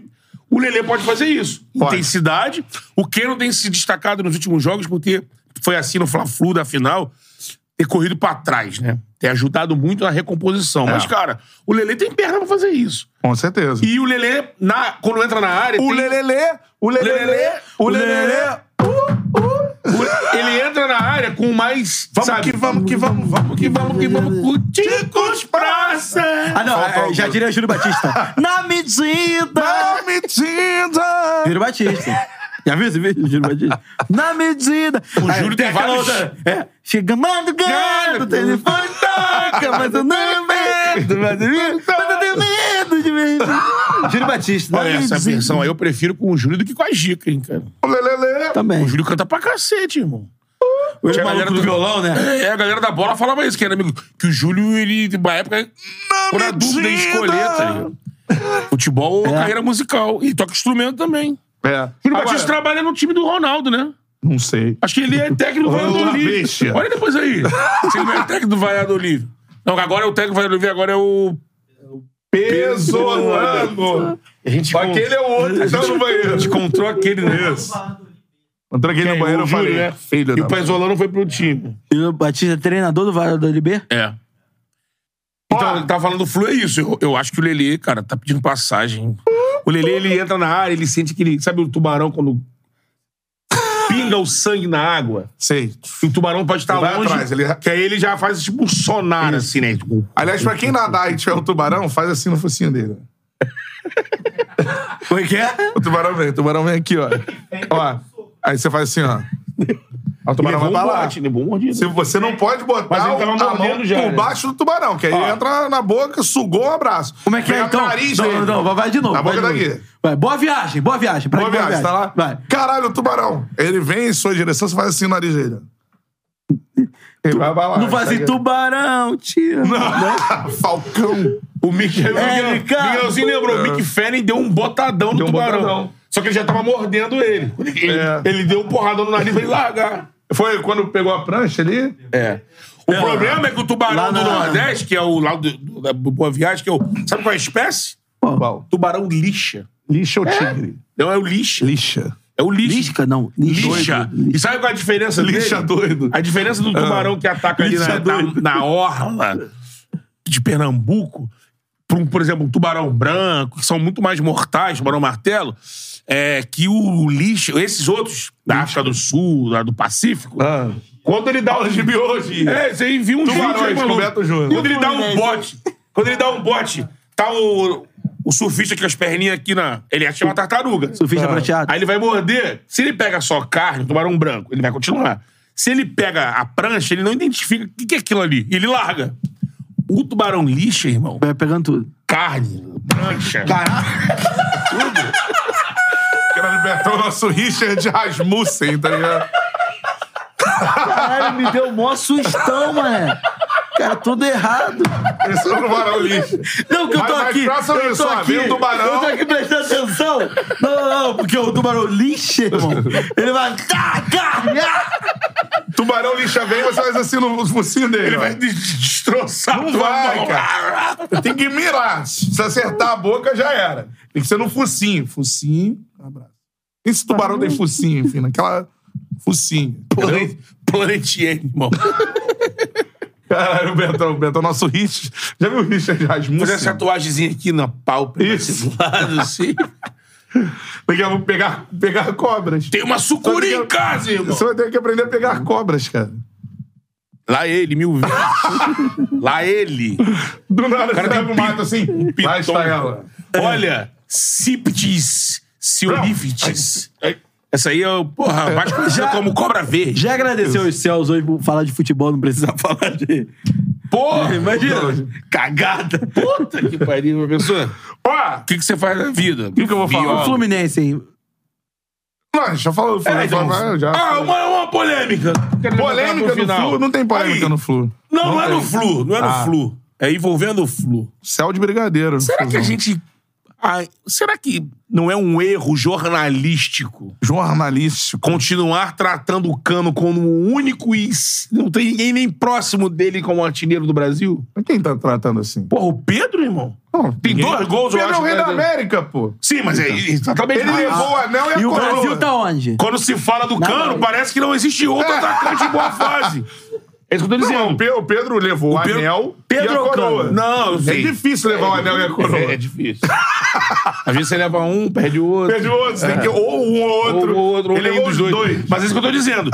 B: o Lelê pode fazer isso.
A: Pode.
B: Intensidade. O Keno tem se destacado nos últimos jogos, porque foi assim no Fla-Flu da final ter corrido pra trás, né? Ter ajudado muito na recomposição. Mas, cara, o Lelê tem perna pra fazer isso.
A: Com certeza.
B: É. E o Lelê, na, quando entra na área.
A: O
B: tem-
A: Lelelê, o Lelelê, o Lelelê.
B: o- ele entra na área com mais.
A: Vamos que vamos, que vamos, vamos que vamos, que vamos.
B: Cuticos Praça!
C: Ah, não,
A: Falta
C: é,
A: algum.
C: já diria Júlio Batista. *laughs* Na medida!
A: Não me tinta.
C: Júlio Batista. Já viu esse vídeo, Júlio Batista? Na medida!
B: O Júlio tem
C: aquela
B: vários-
C: outra, É, chega madrugada, o telefone toca, mas eu não medo, mas eu mas eu tenho medo de ver. Júlio Batista. é
B: Olha,
C: na
B: essa
C: medida.
B: versão aí eu prefiro com o Júlio do que com a Gica, hein, cara.
A: O Lelelê.
B: O
C: Também.
B: Júlio canta pra cacete, irmão.
C: O
B: Tinha a
C: maluco do
B: da-
C: violão, né?
B: É, a galera da bola falava isso, que era amigo. Que o Júlio, ele, na época, por a dúvida de escolher, tá ligado? Futebol ou carreira musical. E toca instrumento também.
A: É.
B: Júlio
A: Agora,
B: Batista trabalha no time do Ronaldo, né?
A: Não sei.
B: Acho que ele é técnico do
A: Olá,
B: Valladolid.
A: bicha.
B: Olha depois aí. Se ele não é técnico do Valladolid. Não, agora é o técnico do Valladolid, agora é o...
A: Pesolano.
B: A gente,
A: Aquele é o outro que tá no banheiro.
B: encontrou aquele, né?
A: Entrou aqui no banheiro, eu falei. Filho
B: e
A: da...
B: o Pezolano foi pro time.
C: Júlio Batista é treinador do Vale do LB?
B: É. Então, ele tava falando do Flu, é isso. Eu, eu acho que o Lelê, cara, tá pedindo passagem. O Lelê, ele entra na área, ele sente aquele... Sabe o tubarão quando pinga o sangue na água?
A: Sei.
B: E o tubarão pode estar
A: Ele vai
B: longe,
A: atrás, ele-
B: que aí ele já faz tipo um sonar, assim, né? Tipo,
A: Aliás, pra quem nadar e tiver um tubarão, faz assim no focinho *laughs* dele.
C: Foi que é?
A: O tubarão vem, o tubarão vem aqui, ó. Ó. Aí você faz assim, ó. Aí O tubarão vai pra lá.
B: levou um mordido.
A: Se você não pode
B: Mas
A: botar
B: ele
A: o,
B: tava
A: a
B: mordendo
A: mão
B: já,
A: por
B: né?
A: baixo do tubarão, que aí
B: Ó.
A: entra na boca, sugou um abraço.
C: Como é que é,
A: Pega
C: então?
A: O nariz
C: não,
A: dele.
C: não, vai- vai de novo.
A: Na
C: vai
A: boca
C: de novo.
A: daqui.
C: Vai, boa viagem, boa viagem. Pra
A: Boa
C: mim,
A: viagem, tá lá?
C: Vai.
A: Caralho, o tubarão. Ele vem em sua direção, você faz assim no nariz dele. Ele vai pra lá.
C: Não faz assim,
A: Pega-
C: tubarão, tio.
A: *laughs* Falcão. É,
B: O Mick, o Miguel-
C: Ricardo.
B: Miguelzinho lembrou, o Mick Fanning deu um botadão no
A: Deu um
B: tubarão.
A: botadão.
B: Só que ele já tava mordendo ele. Ele,
A: É.
B: ele deu um porradão no nariz pra ele largar.
A: Foi quando pegou a prancha ali?
B: É. O problema é que o
C: Lá
B: tubarão
C: na-
B: do Nordeste, que é o lá do- do- da Boa Viagem, que é o. Sabe qual é a espécie?
A: Qual?
B: Tubarão lixa.
A: Lixa ou tigre?
B: Não, é o lixa.
A: Lixa.
B: É o lixa.
C: Lisca, não.
B: Lixa. E sabe qual é a diferença
A: Lixa
B: dele?
A: doido.
B: A diferença do tubarão que ataca ali
A: Lixa
B: na, na,
A: doido.
B: na orla de Pernambuco, por, um- por exemplo, um tubarão branco, que são muito mais mortais, tubarão martelo, é que o lixo, esses outros da África do Sul, da, do Pacífico,
A: Ah, Quando ele dá aula de biologia.
B: É, você envia um
A: Do
B: vídeo
A: Varões,
B: aí, maluco.
A: com Beto Júnior.
B: Quando ele dá um bote, quando ele dá um bote, tá o, o surfista com as perninhas aqui na... Ele acha uma tartaruga. Ah.
C: Surfista prateado.
B: Aí ele vai morder. Se ele pega só carne, tubarão branco, ele vai continuar. Se ele pega a prancha, ele não identifica o que que é aquilo ali. E ele larga. O tubarão lixa, irmão.
C: Vai pegando tudo.
B: Carne, prancha.
A: Quero libertar o nosso Richard Rasmussen, tá ligado?
C: Caralho, me deu o maior sustão, mané. Cara, tudo errado.
A: Pensando no varão lixo.
C: Não, que eu
A: Mas-
C: tô
A: mas
C: aqui.
A: presta
C: Eu tô
A: atenção,
C: aqui.
A: vem o tubarão.
C: Eu tô aqui prestando atenção. Não, não, não, porque o tubarão lixa, irmão. Ele vai. Cá, cá, cá.
A: Tubarão lixa vem, você faz assim no focinho dele.
B: Ele
A: ó.
B: vai des- destroçar
A: Não
B: tudo.
A: vai, cara. Tem que mirar. Se acertar a boca, já era. Tem que ser no focinho. Focinho, um abraço. Esse tubarão tem focinho, enfim, naquela focinho.
B: Planet- Planetiene, irmão.
A: Caralho, o Betão, o Betão, nosso Richard. Já viu o Richard
B: Fazer essa
A: Rasmussen?
B: tatuagemzinha aqui na pálpebra,
A: Isso.
B: desse lado, assim.
A: Daqui a pouco pegar, pegar cobras.
B: Tem uma sucuri em casa, irmão.
A: Você vai ter que aprender a pegar cobras, cara.
B: Lá ele, mil vezes. Lá ele.
A: Do nada,
B: cara
A: você
B: tem
A: pega o
B: pi-
A: mato assim. Lá está ela.
B: Olha, Ciptis, Silviftis. Essa aí é o, porra, mais conhecida
C: Já-
B: como Cobra Verde.
C: Já agradeceu os céus hoje por falar de futebol, não precisa *laughs* falar de.
B: Porra!
C: Imagina. Cagada. Puta.
B: Que pariu, professor.
A: Ó,
B: O que, que você faz na vida? O
A: que eu vou falar?
C: O Fluminense, hein?
A: não, já falou.
B: É, então,
A: já,
B: ah, uma, uma polêmica. Quero levantar
A: polêmica
B: pro
A: no
B: final.
A: Flu? Não tem polêmica
B: Aí.
A: no Flu.
B: Não, não, é no Flu, não é no
A: Ah.
B: Flu. É envolvendo o Flu.
A: Céu de brigadeiro.
B: Será que a gente. ai, será que não é um erro jornalístico
A: Jornalístico.
B: continuar tratando o Cano como o único e s- não tem ninguém nem próximo dele como artilheiro do Brasil?
A: Mas Quem tá tratando assim?
B: Porra, o Pedro, irmão?
A: Não,
B: Tem
A: ninguém-
B: dois gols, eu
A: Pedro é
B: acho,
A: o rei
B: né,
A: da
B: dele.
A: América, pô.
B: Sim, mas é exatamente.
A: Ele levou o anel e a
C: E o
A: coroa.
C: Brasil tá onde?
B: Quando se fala do Cano, parece que não existe outro atacante em boa fase. É isso que eu tô dizendo.
A: Não, o Pe- o Pedro levou o,
B: Pedro- é
A: anel
C: Pedro
A: e a
C: ou
A: coroa.
C: Cano?
B: Não, eu
A: É
B: sei.
A: difícil levar o anel e a coroa.
B: É, é difícil. Às vezes você leva um, perde o outro.
A: Perde o outro, você tem que ou um ou outro.
B: Ou o outro, ou
A: ele
B: nenhum
A: levou
B: dos dois. Mas é isso que eu tô dizendo.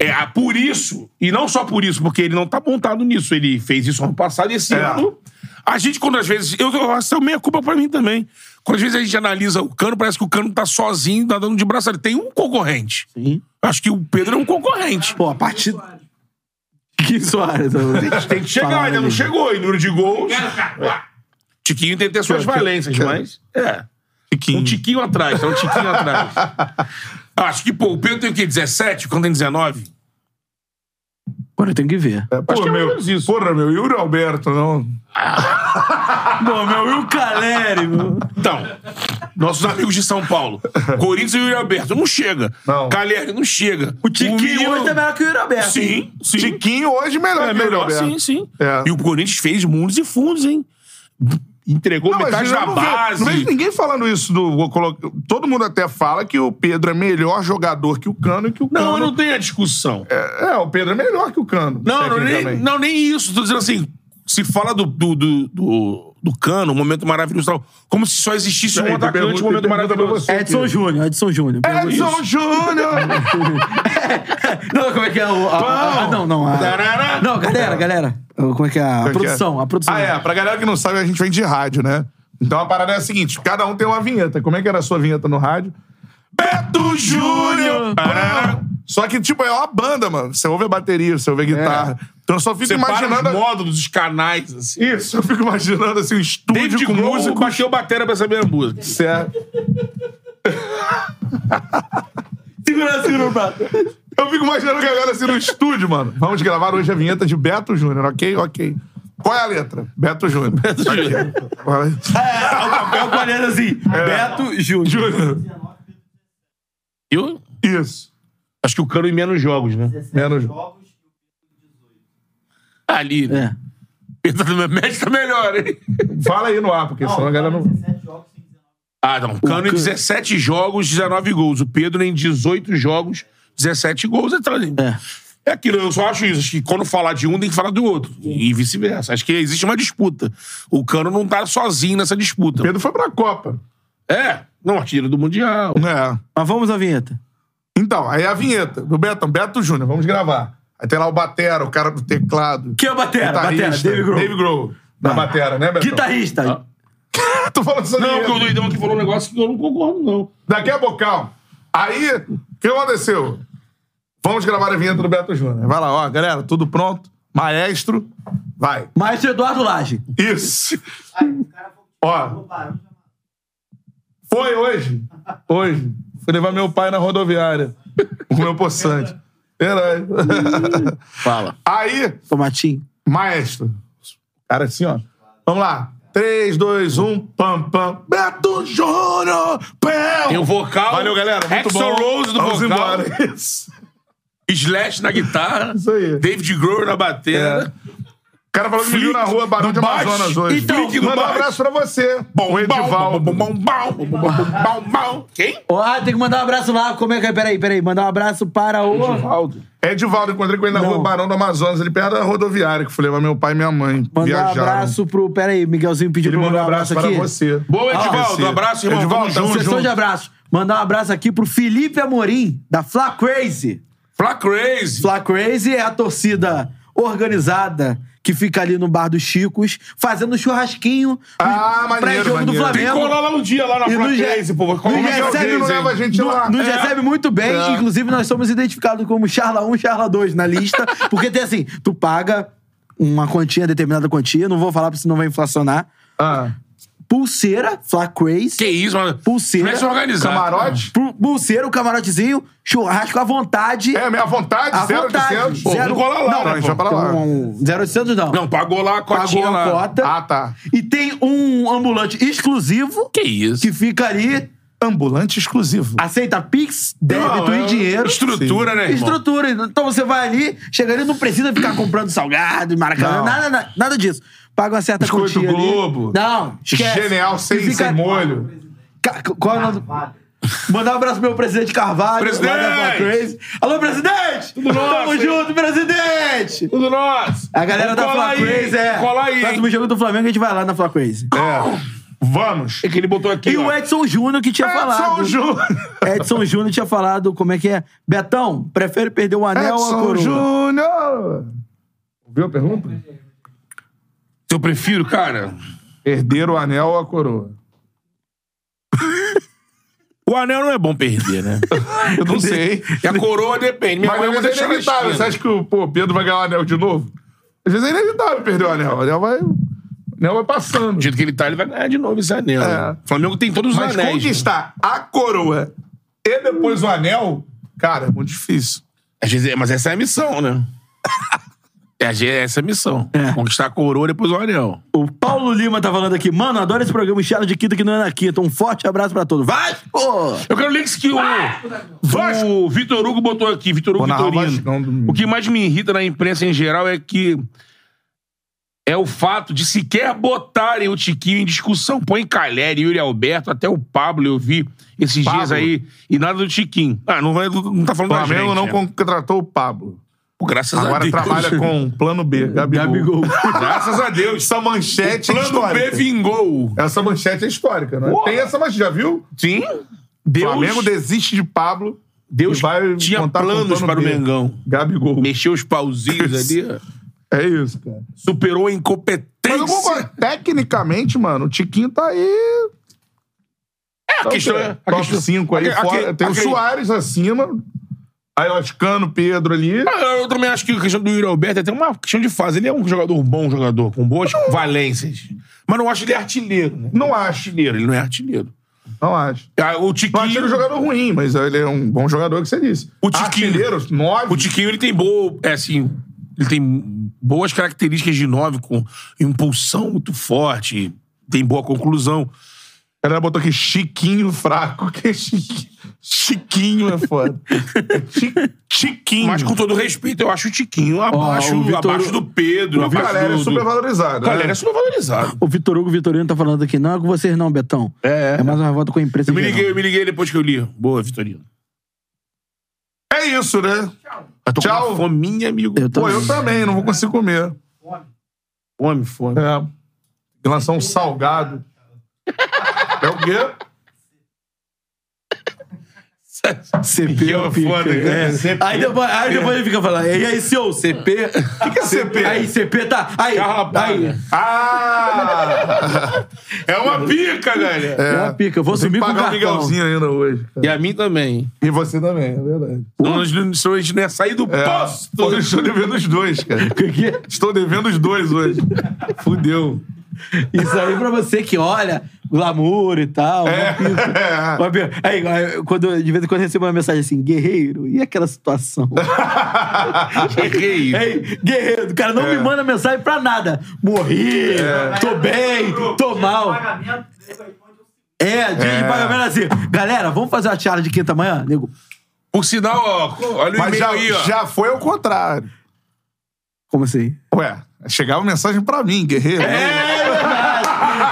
B: É ah, por isso, e não só por isso, porque ele não tá montado nisso. Ele fez isso ano passado e esse
A: É.
B: ano. A gente, quando às vezes. Eu, eu, essa é meia culpa pra mim também. Quando às vezes a gente analisa o cano, parece que o cano tá sozinho, tá dando de braço. Ele tem um concorrente.
C: Sim.
B: Acho que o Pedro é um concorrente.
C: Pô, a partir. Que Soares.
B: Tem que chegar, ainda não chegou. E número de gols. Tiquinho tem que ter suas valências, mas. É.
A: Tiquinho.
B: Um tiquinho atrás, tá um tiquinho atrás.
A: *laughs*
B: Acho que, pô, o Pedro tem o quê? 17? Quando tem 19?
C: Agora eu tenho que ver.
A: É, porra,
B: que é mais ou
A: meu,
B: menos isso.
A: porra, meu, e o Alberto, não?
C: Bom, meu, e o Caleri, meu?
B: Então, nossos amigos de São Paulo. Corinthians e Yuri Alberto. Não chega.
A: Não.
B: Caleri não chega.
C: O Tiquinho
B: Milan-
C: hoje tá melhor que o Yuri Alberto.
B: Sim, sim.
A: é Tiquinho hoje melhor que o
B: é
A: Yuri
B: melhor,
A: Alberto.
B: sim, sim.
A: É.
B: E o Corinthians fez mundos e fundos, hein? Entregou
A: Não, mas
B: metade
A: eu
B: da
A: não vejo-
B: base.
A: não vejo ninguém falando isso do. vou colocar- Todo mundo até fala que o Pedro é melhor jogador que o Cano e que o Cano.
B: não, eu não tenho a discussão.
A: É, é, o Pedro é melhor que o Cano.
B: Não, não nem,
A: tecnicamente.
B: não, nem isso. Tô dizendo assim, se fala do, do, do, do, do cano, um momento maravilhoso e tal, como se só existisse
A: Aí,
B: um
A: tu
B: atacante,
A: pergunta-
B: um momento
A: tu pergunta pra
B: maravilhoso.
A: você.
C: Edson É Júnior, Edson Júnior.
A: Edson Júnior!
C: Não, como é que é o. a- a- a- não, não. a- não, galera, galera. Como é que é a produção? A
A: *laughs*
C: produção.
A: Ah, é. Pra galera que não sabe, a gente vem de rádio, né? Então a parada é a seguinte: cada um tem uma vinheta. Como é que era a sua vinheta no rádio?
B: É
A: Beto Júnior! Pará. Só que, tipo, é uma banda, mano. Você ouve a bateria, você ouve a guitarra. Então eu só fico
B: Você
A: imaginando.
B: para os módulos, os canais, assim.
A: Isso, eu fico imaginando assim, um estúdio
B: David
A: com
B: Grohl
A: música.
B: baixou batera pra saber a *laughs* música.
A: Certo.
C: *laughs* Segura, segura o braço.
A: Eu fico imaginando a galera assim no estúdio, mano. Vamos gravar hoje a vinheta de Beto Júnior, ok? Ok. Qual é a letra? Beto
C: *laughs*
A: Júnior. Vai.
C: É, o papel com a letra assim.
B: É.
C: Beto Júnior.
A: Júnior.
B: Eu
A: Isso.
B: acho que o cano em menos jogos, né?
A: Menos.
D: Jogos
B: Ali. É.
C: É.
B: Médica tá melhor, hein?
A: Fala aí no ar, porque senão a galera não.
D: 17 jogos sem 19.
B: Ah, não. O Cano em 17 jogos, 19 gols. O Pedro em 18 jogos, 17 gols. Então,
C: É.
B: É aquilo, eu só acho isso. Acho que quando falar de um, tem que falar do outro. E vice-versa. Acho que existe uma disputa. O Cano não tá sozinho nessa disputa.
A: Pedro foi pra Copa.
B: É, não artilheiro do Mundial.
A: É.
C: Mas vamos à vinheta.
A: Então, aí a vinheta do Betão, Beto Júnior, vamos gravar. Aí tem lá o Batera, o cara do teclado.
C: Que é o Batera? Batera,
A: Guitarrista.
C: Dave Grohl.
A: Dave Grohl. Da
C: Ah.
A: Batera, né, Betão?
C: Guitarrista.
A: *laughs* Tô falando sobre
B: Não,
A: ele.
B: porque o doidão que falou um negócio que eu não concordo, não.
A: Daqui a bocão. Aí, o que aconteceu? Vamos gravar a vinheta do Beto Júnior. Vai lá, ó, galera, tudo pronto? Maestro, vai.
C: Maestro Eduardo Lage.
A: Isso.
D: Aí o cara falou,
A: Ó,
D: roubaram.
A: foi hoje. Hoje. Fui levar meu pai na rodoviária. Com meu poçante. Verdade.
C: Fala.
A: Aí,
C: Tomatinho.
A: maestro. Cara, assim, ó. Vamos lá. 3, 2, 1, pam, pam. Beto Júnior! Pam!
B: Tem o vocal.
A: Valeu, galera. Muito
B: Axl
A: bom.
B: Rose do
A: Vamos
B: vocal.
A: embora. Isso.
B: Slash na guitarra.
A: Isso aí.
B: David Grohl na
A: É.
B: batera.
A: O cara falou que me viu na rua, Barão de
B: do baixo.
A: Amazonas hoje.
B: Então, Flick do
A: manda um
B: baixo.
A: abraço pra você. o Edivaldo.
B: Bom, bom, bom, bom, bom, bom, bom, bom, bom. Quem?
C: Ó, ah, tem que mandar um abraço lá. Como é que é? Peraí, peraí. Mandar um abraço para o.
B: Aldo.
A: Edivaldo, encontrei com ele na
C: Não.
A: rua Barão do Amazonas, ele perto da rodoviária, que eu fui levar meu pai e minha mãe.
C: Mandar um
A: Viajaram.
C: abraço pro. Peraí, Miguelzinho pediu
A: Ele
C: pra
A: manda
C: mandar
A: um abraço,
C: aqui.
A: para você.
B: Boa, Edivaldo.
A: Ah,
B: abraço, irmão.
A: Edivaldo,
B: Tamo junto.
A: tamo
C: Sessão
A: junto.
C: de abraço. Mandar um abraço aqui pro Felipe Amorim, da Fla Crazy.
B: Fla Crazy.
C: Fla Crazy é a torcida organizada que fica ali no bar dos Chicos, fazendo churrasquinho
A: Ah, maneiro,
C: pré-jogo do
A: maneiro.
B: Tem que
C: Flamengo.
B: colar lá um dia lá na
C: E
B: Fla
C: nos
B: Crazy,
C: re-
B: pô. Como
C: nos
A: Como é que alguém não
B: Crazy,
A: leva a
B: hein?
A: gente lá?
C: Nos
B: É.
C: recebe muito bem,
A: É.
C: inclusive nós somos identificados como Charla 1, Charla 2 na lista, porque tem assim, tu paga uma quantia, determinada quantia, não vou falar porque senão vai inflacionar.
A: Ah,
C: Pulseira, Fla Crazy,
B: Que isso, mano.
C: Pulseira,
A: Tá
B: Tivesse organizado.
A: camarote?
C: pu- pulseira, o camarotezinho, churrasco à vontade.
A: É, minha vontade,
C: À
A: zero
C: vontade.
A: de cento.
B: Pô,
C: Zero-
B: vamos colar lá,
C: Não,
B: né,
A: a gente
B: pô?
A: vai pra lá.
C: Um, 0800 não.
B: Não, pagou lá a
C: Pagou
B: cotinha
C: a
B: lá.
C: cota.
A: Ah, tá.
C: E tem um ambulante exclusivo
B: Que isso.
C: que fica ali,
A: Ambulante exclusivo.
C: aceita Pix, débito
B: Não,
C: e
B: é
C: dinheiro.
B: Estrutura, né, irmão?
C: Estrutura. Então você vai ali, chega ali, não precisa ficar comprando salgado, maracanã,
A: Não.
C: nada, nada, nada disso. Paga uma certa
A: Biscoito
C: quantia ali.
A: Globo.
C: Não, esquece.
A: Genial, sem,
C: E fica-
A: sem molho.
C: Ca- Qual é o nome? do- Mandar um abraço pro meu presidente Carvalho.
B: Presidente!
C: lá da Fla Crazy. Alô, presidente!
B: Tudo nosso,
C: Tamo
B: hein?
C: junto, presidente!
B: Tudo nosso.
C: A galera da Fla Crazy é.
B: Cola aí.
C: Próximo jogo do Flamengo, a gente vai lá na Fla Crazy.
A: É. Vamos.
B: É que ele botou aqui.
C: E o
B: ó.
C: Edson Júnior que tinha falado.
A: Edson Júnior.
C: Edson Júnior tinha falado, como é que é? Betão, prefere perder o anel ou a
A: Edson
C: coroa?
A: Júnior. Viu a pergunta?
B: Eu prefiro, cara.
A: Perder o anel ou a coroa?
B: O anel não é bom perder, né?
A: Eu não sei.
B: E a coroa depende. Minha
A: Mas
B: mãe
A: às
B: vai
A: vezes é
B: deixar na
A: inevitável. Você
B: esquina.
A: acha que o pô, Pedro vai ganhar o anel de novo? Às vezes é inevitável perder o anel. O anel vai, o anel vai passando.
B: Do jeito que ele tá, ele vai ganhar de novo esse anel. né?
A: É.
B: O Flamengo tem todos os
A: Mas
B: anéis. né?
A: conquistar a coroa e depois o anel, cara, é muito difícil.
B: Às vezes é- mas essa é a missão, *laughs* né? É, às vezes essa é a missão. Conquistar a coroa depois o anel.
C: O Paulo Lima tá falando aqui, mano, adoro esse programa Charla de Quinta que não é na Quinta. Um forte abraço pra todos. Vai! pô!
B: Eu quero links que o,
A: Vasco!
B: o Vitor Hugo botou aqui, Vitor Hugo
A: Vou narrar o Vascão
B: Vitorino.
A: domingo.
B: O que mais me irrita na imprensa em geral é que é o fato de sequer botarem o Tiquinho em discussão. Põe Calheri, Yuri Alberto, até o Pablo eu vi esses
A: Pablo?
B: dias aí, e nada do Tiquinho. Ah, não, vai, não tá
A: O
B: falando da
A: Flamengo
B: gente,
A: não
B: né?
A: contratou o Pablo.
B: Pô, Graças a
A: Agora
B: Deus.
A: trabalha
B: *laughs*
A: com um plano B, Gabigol.
C: Gabigol.
B: Graças a Deus.
A: Essa manchete é
B: Plano B
A: histórica.
B: vingou.
A: Essa manchete é histórica, né?
B: Porra.
A: Tem essa manchete, já viu?
B: Sim. Deus,
A: Flamengo desiste de Pablo.
B: Deus
A: e vai
B: tinha
A: contar com
B: planos
A: plano
B: para o
A: B.
B: Mengão.
A: Gabigol.
B: Mexeu os pauzinhos ali.
A: É isso, cara.
B: Superou a
A: Mas eu
B: incompetência.
A: concordo. Tecnicamente, mano, o Tiquinho tá aí.
B: É, a
A: Tá
B: questão
A: o
B: é.
A: quê?
B: a
A: Top
B: questão-
A: 5 aí
B: aque-
A: fora.
B: aque-
A: Tem o
B: aque-
A: Soares acima. Aí o Oscano, Pedro ali.
B: Ah, Eu também acho que a questão do Yuri Alberto é até uma questão de fase. Ele é um jogador bom, jogador com boas valências. Mas não acho ele artilheiro, né?
A: Não acho.
B: Artilheiro, ele não é artilheiro.
A: Não acho.
B: Ah, O
A: Não acho ele um
B: Tiquinho,
A: jogador ruim, mas ele é um bom jogador que você disse.
B: O Tiquinho.
A: Artilheiro,
B: o
A: 9.
B: Tiquinho, ele tem boa. É assim. Ele tem boas características de nove, com impulsão muito forte, tem boa conclusão.
A: A galera botou aqui Chiquinho fraco. *laughs* Que é Chiquinho? Chiquinho é foda. Chi- Chiquinho.
B: Mas com todo respeito, eu acho o Tiquinho abaixo,
C: o Vitor-
B: abaixo do Pedro.
A: o
B: abaixo
A: Galera é né?
B: do,
A: super
B: do...
A: valorizado.
B: O Galera é super valorizado.
C: O Vitor Hugo Vitorino tá falando aqui, não é com vocês não, Betão.
B: É.
C: É mais uma volta com a imprensa.
B: Eu me
C: em geral.
B: liguei, eu me liguei depois que eu li. Boa, Vitorino.
A: É isso, né?
B: Eu tô
A: Tchau.
B: com uma fominha, amigo.
C: Eu tô-
A: Pô, eu também, não vou conseguir comer.
B: Fome, fome.
A: É. um Em relação ao salgado. É o quê?
C: CP é
B: é
C: o pica.
B: foda,
C: É.
A: né?
B: é, CP.
C: Aí depois, aí depois ele fica falando, e aí, seu CP? O
A: que é CP?
C: Aí, CP tá. Aí,
B: Carrapada.
C: aí.
A: Ah!
B: É uma pica, galera.
C: É uma pica, eu vou
A: Tem que
C: sumir com o
A: pagar o
C: cartão.
A: Miguelzinho ainda hoje.
B: E a mim também.
A: E você também, é verdade.
C: um-
B: Senão a gente não- senão a gente não ia sair do
A: É,
B: posto.
A: pô, eu estou devendo os dois, cara.
C: Que que é?
A: Estou devendo os dois hoje. Fudeu.
C: Isso aí pra você que olha, glamour e tal. uma pica.
A: É.
C: Uma pica. Aí, aí, quando, de vez em quando eu recebo uma mensagem assim, guerreiro, e aquela situação?
B: Errei.
A: É,
C: Ei, guerreiro, o cara não me manda mensagem pra nada. Morri,
D: É.
C: tô bem, tô mal.
D: Pagamento, nego responde o seguinte.
C: É, dia de pagamento é assim. Galera, vamos fazer uma charla de quinta manhã? Nego,
B: Por sinal, ó, olha o
A: Mas
B: e-mail
A: já,
B: aí, ó.
A: já foi ao contrário.
C: como assim?
A: Ué, chegava mensagem pra mim, guerreiro.
C: Verdade,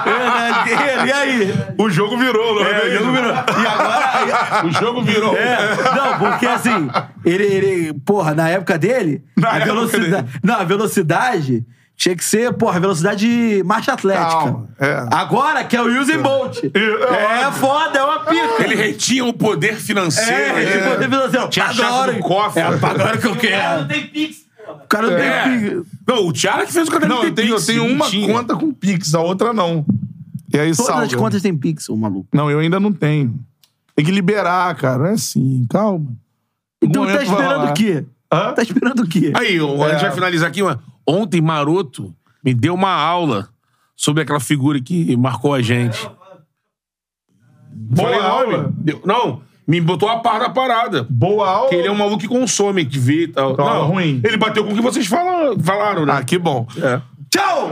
C: É, né, guerreiro, e aí?
A: O jogo virou, não é,
C: O
A: mesmo?
C: jogo virou. E agora.
B: O jogo virou.
C: É, não, porque assim, ele, ele- Porra, na época dele,
A: Na
C: a
A: época
C: velocidade. Não, a velocidade tinha que ser, porra, velocidade de marcha atlética.
A: Calma, é.
C: Agora que é o Usain Bolt. É, foda, é uma pica.
B: Ele retinha o poder financeiro.
C: É, tipo, ele falou assim, ó,
B: Tinha a
C: paga a
B: chave
C: hora.
B: do cofre.
C: É, paga a hora que eu
D: Cara,
C: quero.
D: não tem Pix, porra.
C: O cara não
B: É.
C: tem pica.
B: Não, o Tiara que fez o caderno
A: Não, eu tenho, eu tenho uma conta com Pix, a outra não. E aí
C: Todas as
A: salva.
C: contas têm pixel, maluco.
A: Não, eu ainda não tenho. Tem que liberar, cara. Não é assim, calma.
C: Então
A: momento
C: tá
A: vai
C: esperando
A: rolar.
C: o quê?
A: Hã?
C: Tá esperando o quê?
B: Aí,
A: É.
B: ó, a gente vai finalizar aqui. Uma... Ontem, Maroto me deu uma aula sobre aquela figura que marcou a gente. Boa
A: Falei
B: aula.
A: aula.
B: Deu- Não, me botou a par da parada.
A: Boa aula.
B: Que ele é um maluco que consome, que vê e tal.
A: Tá,
B: não,
A: ruim.
B: Ele bateu com o que vocês falam- falaram, né?
A: Ah, que bom.
B: É.
A: Tchau!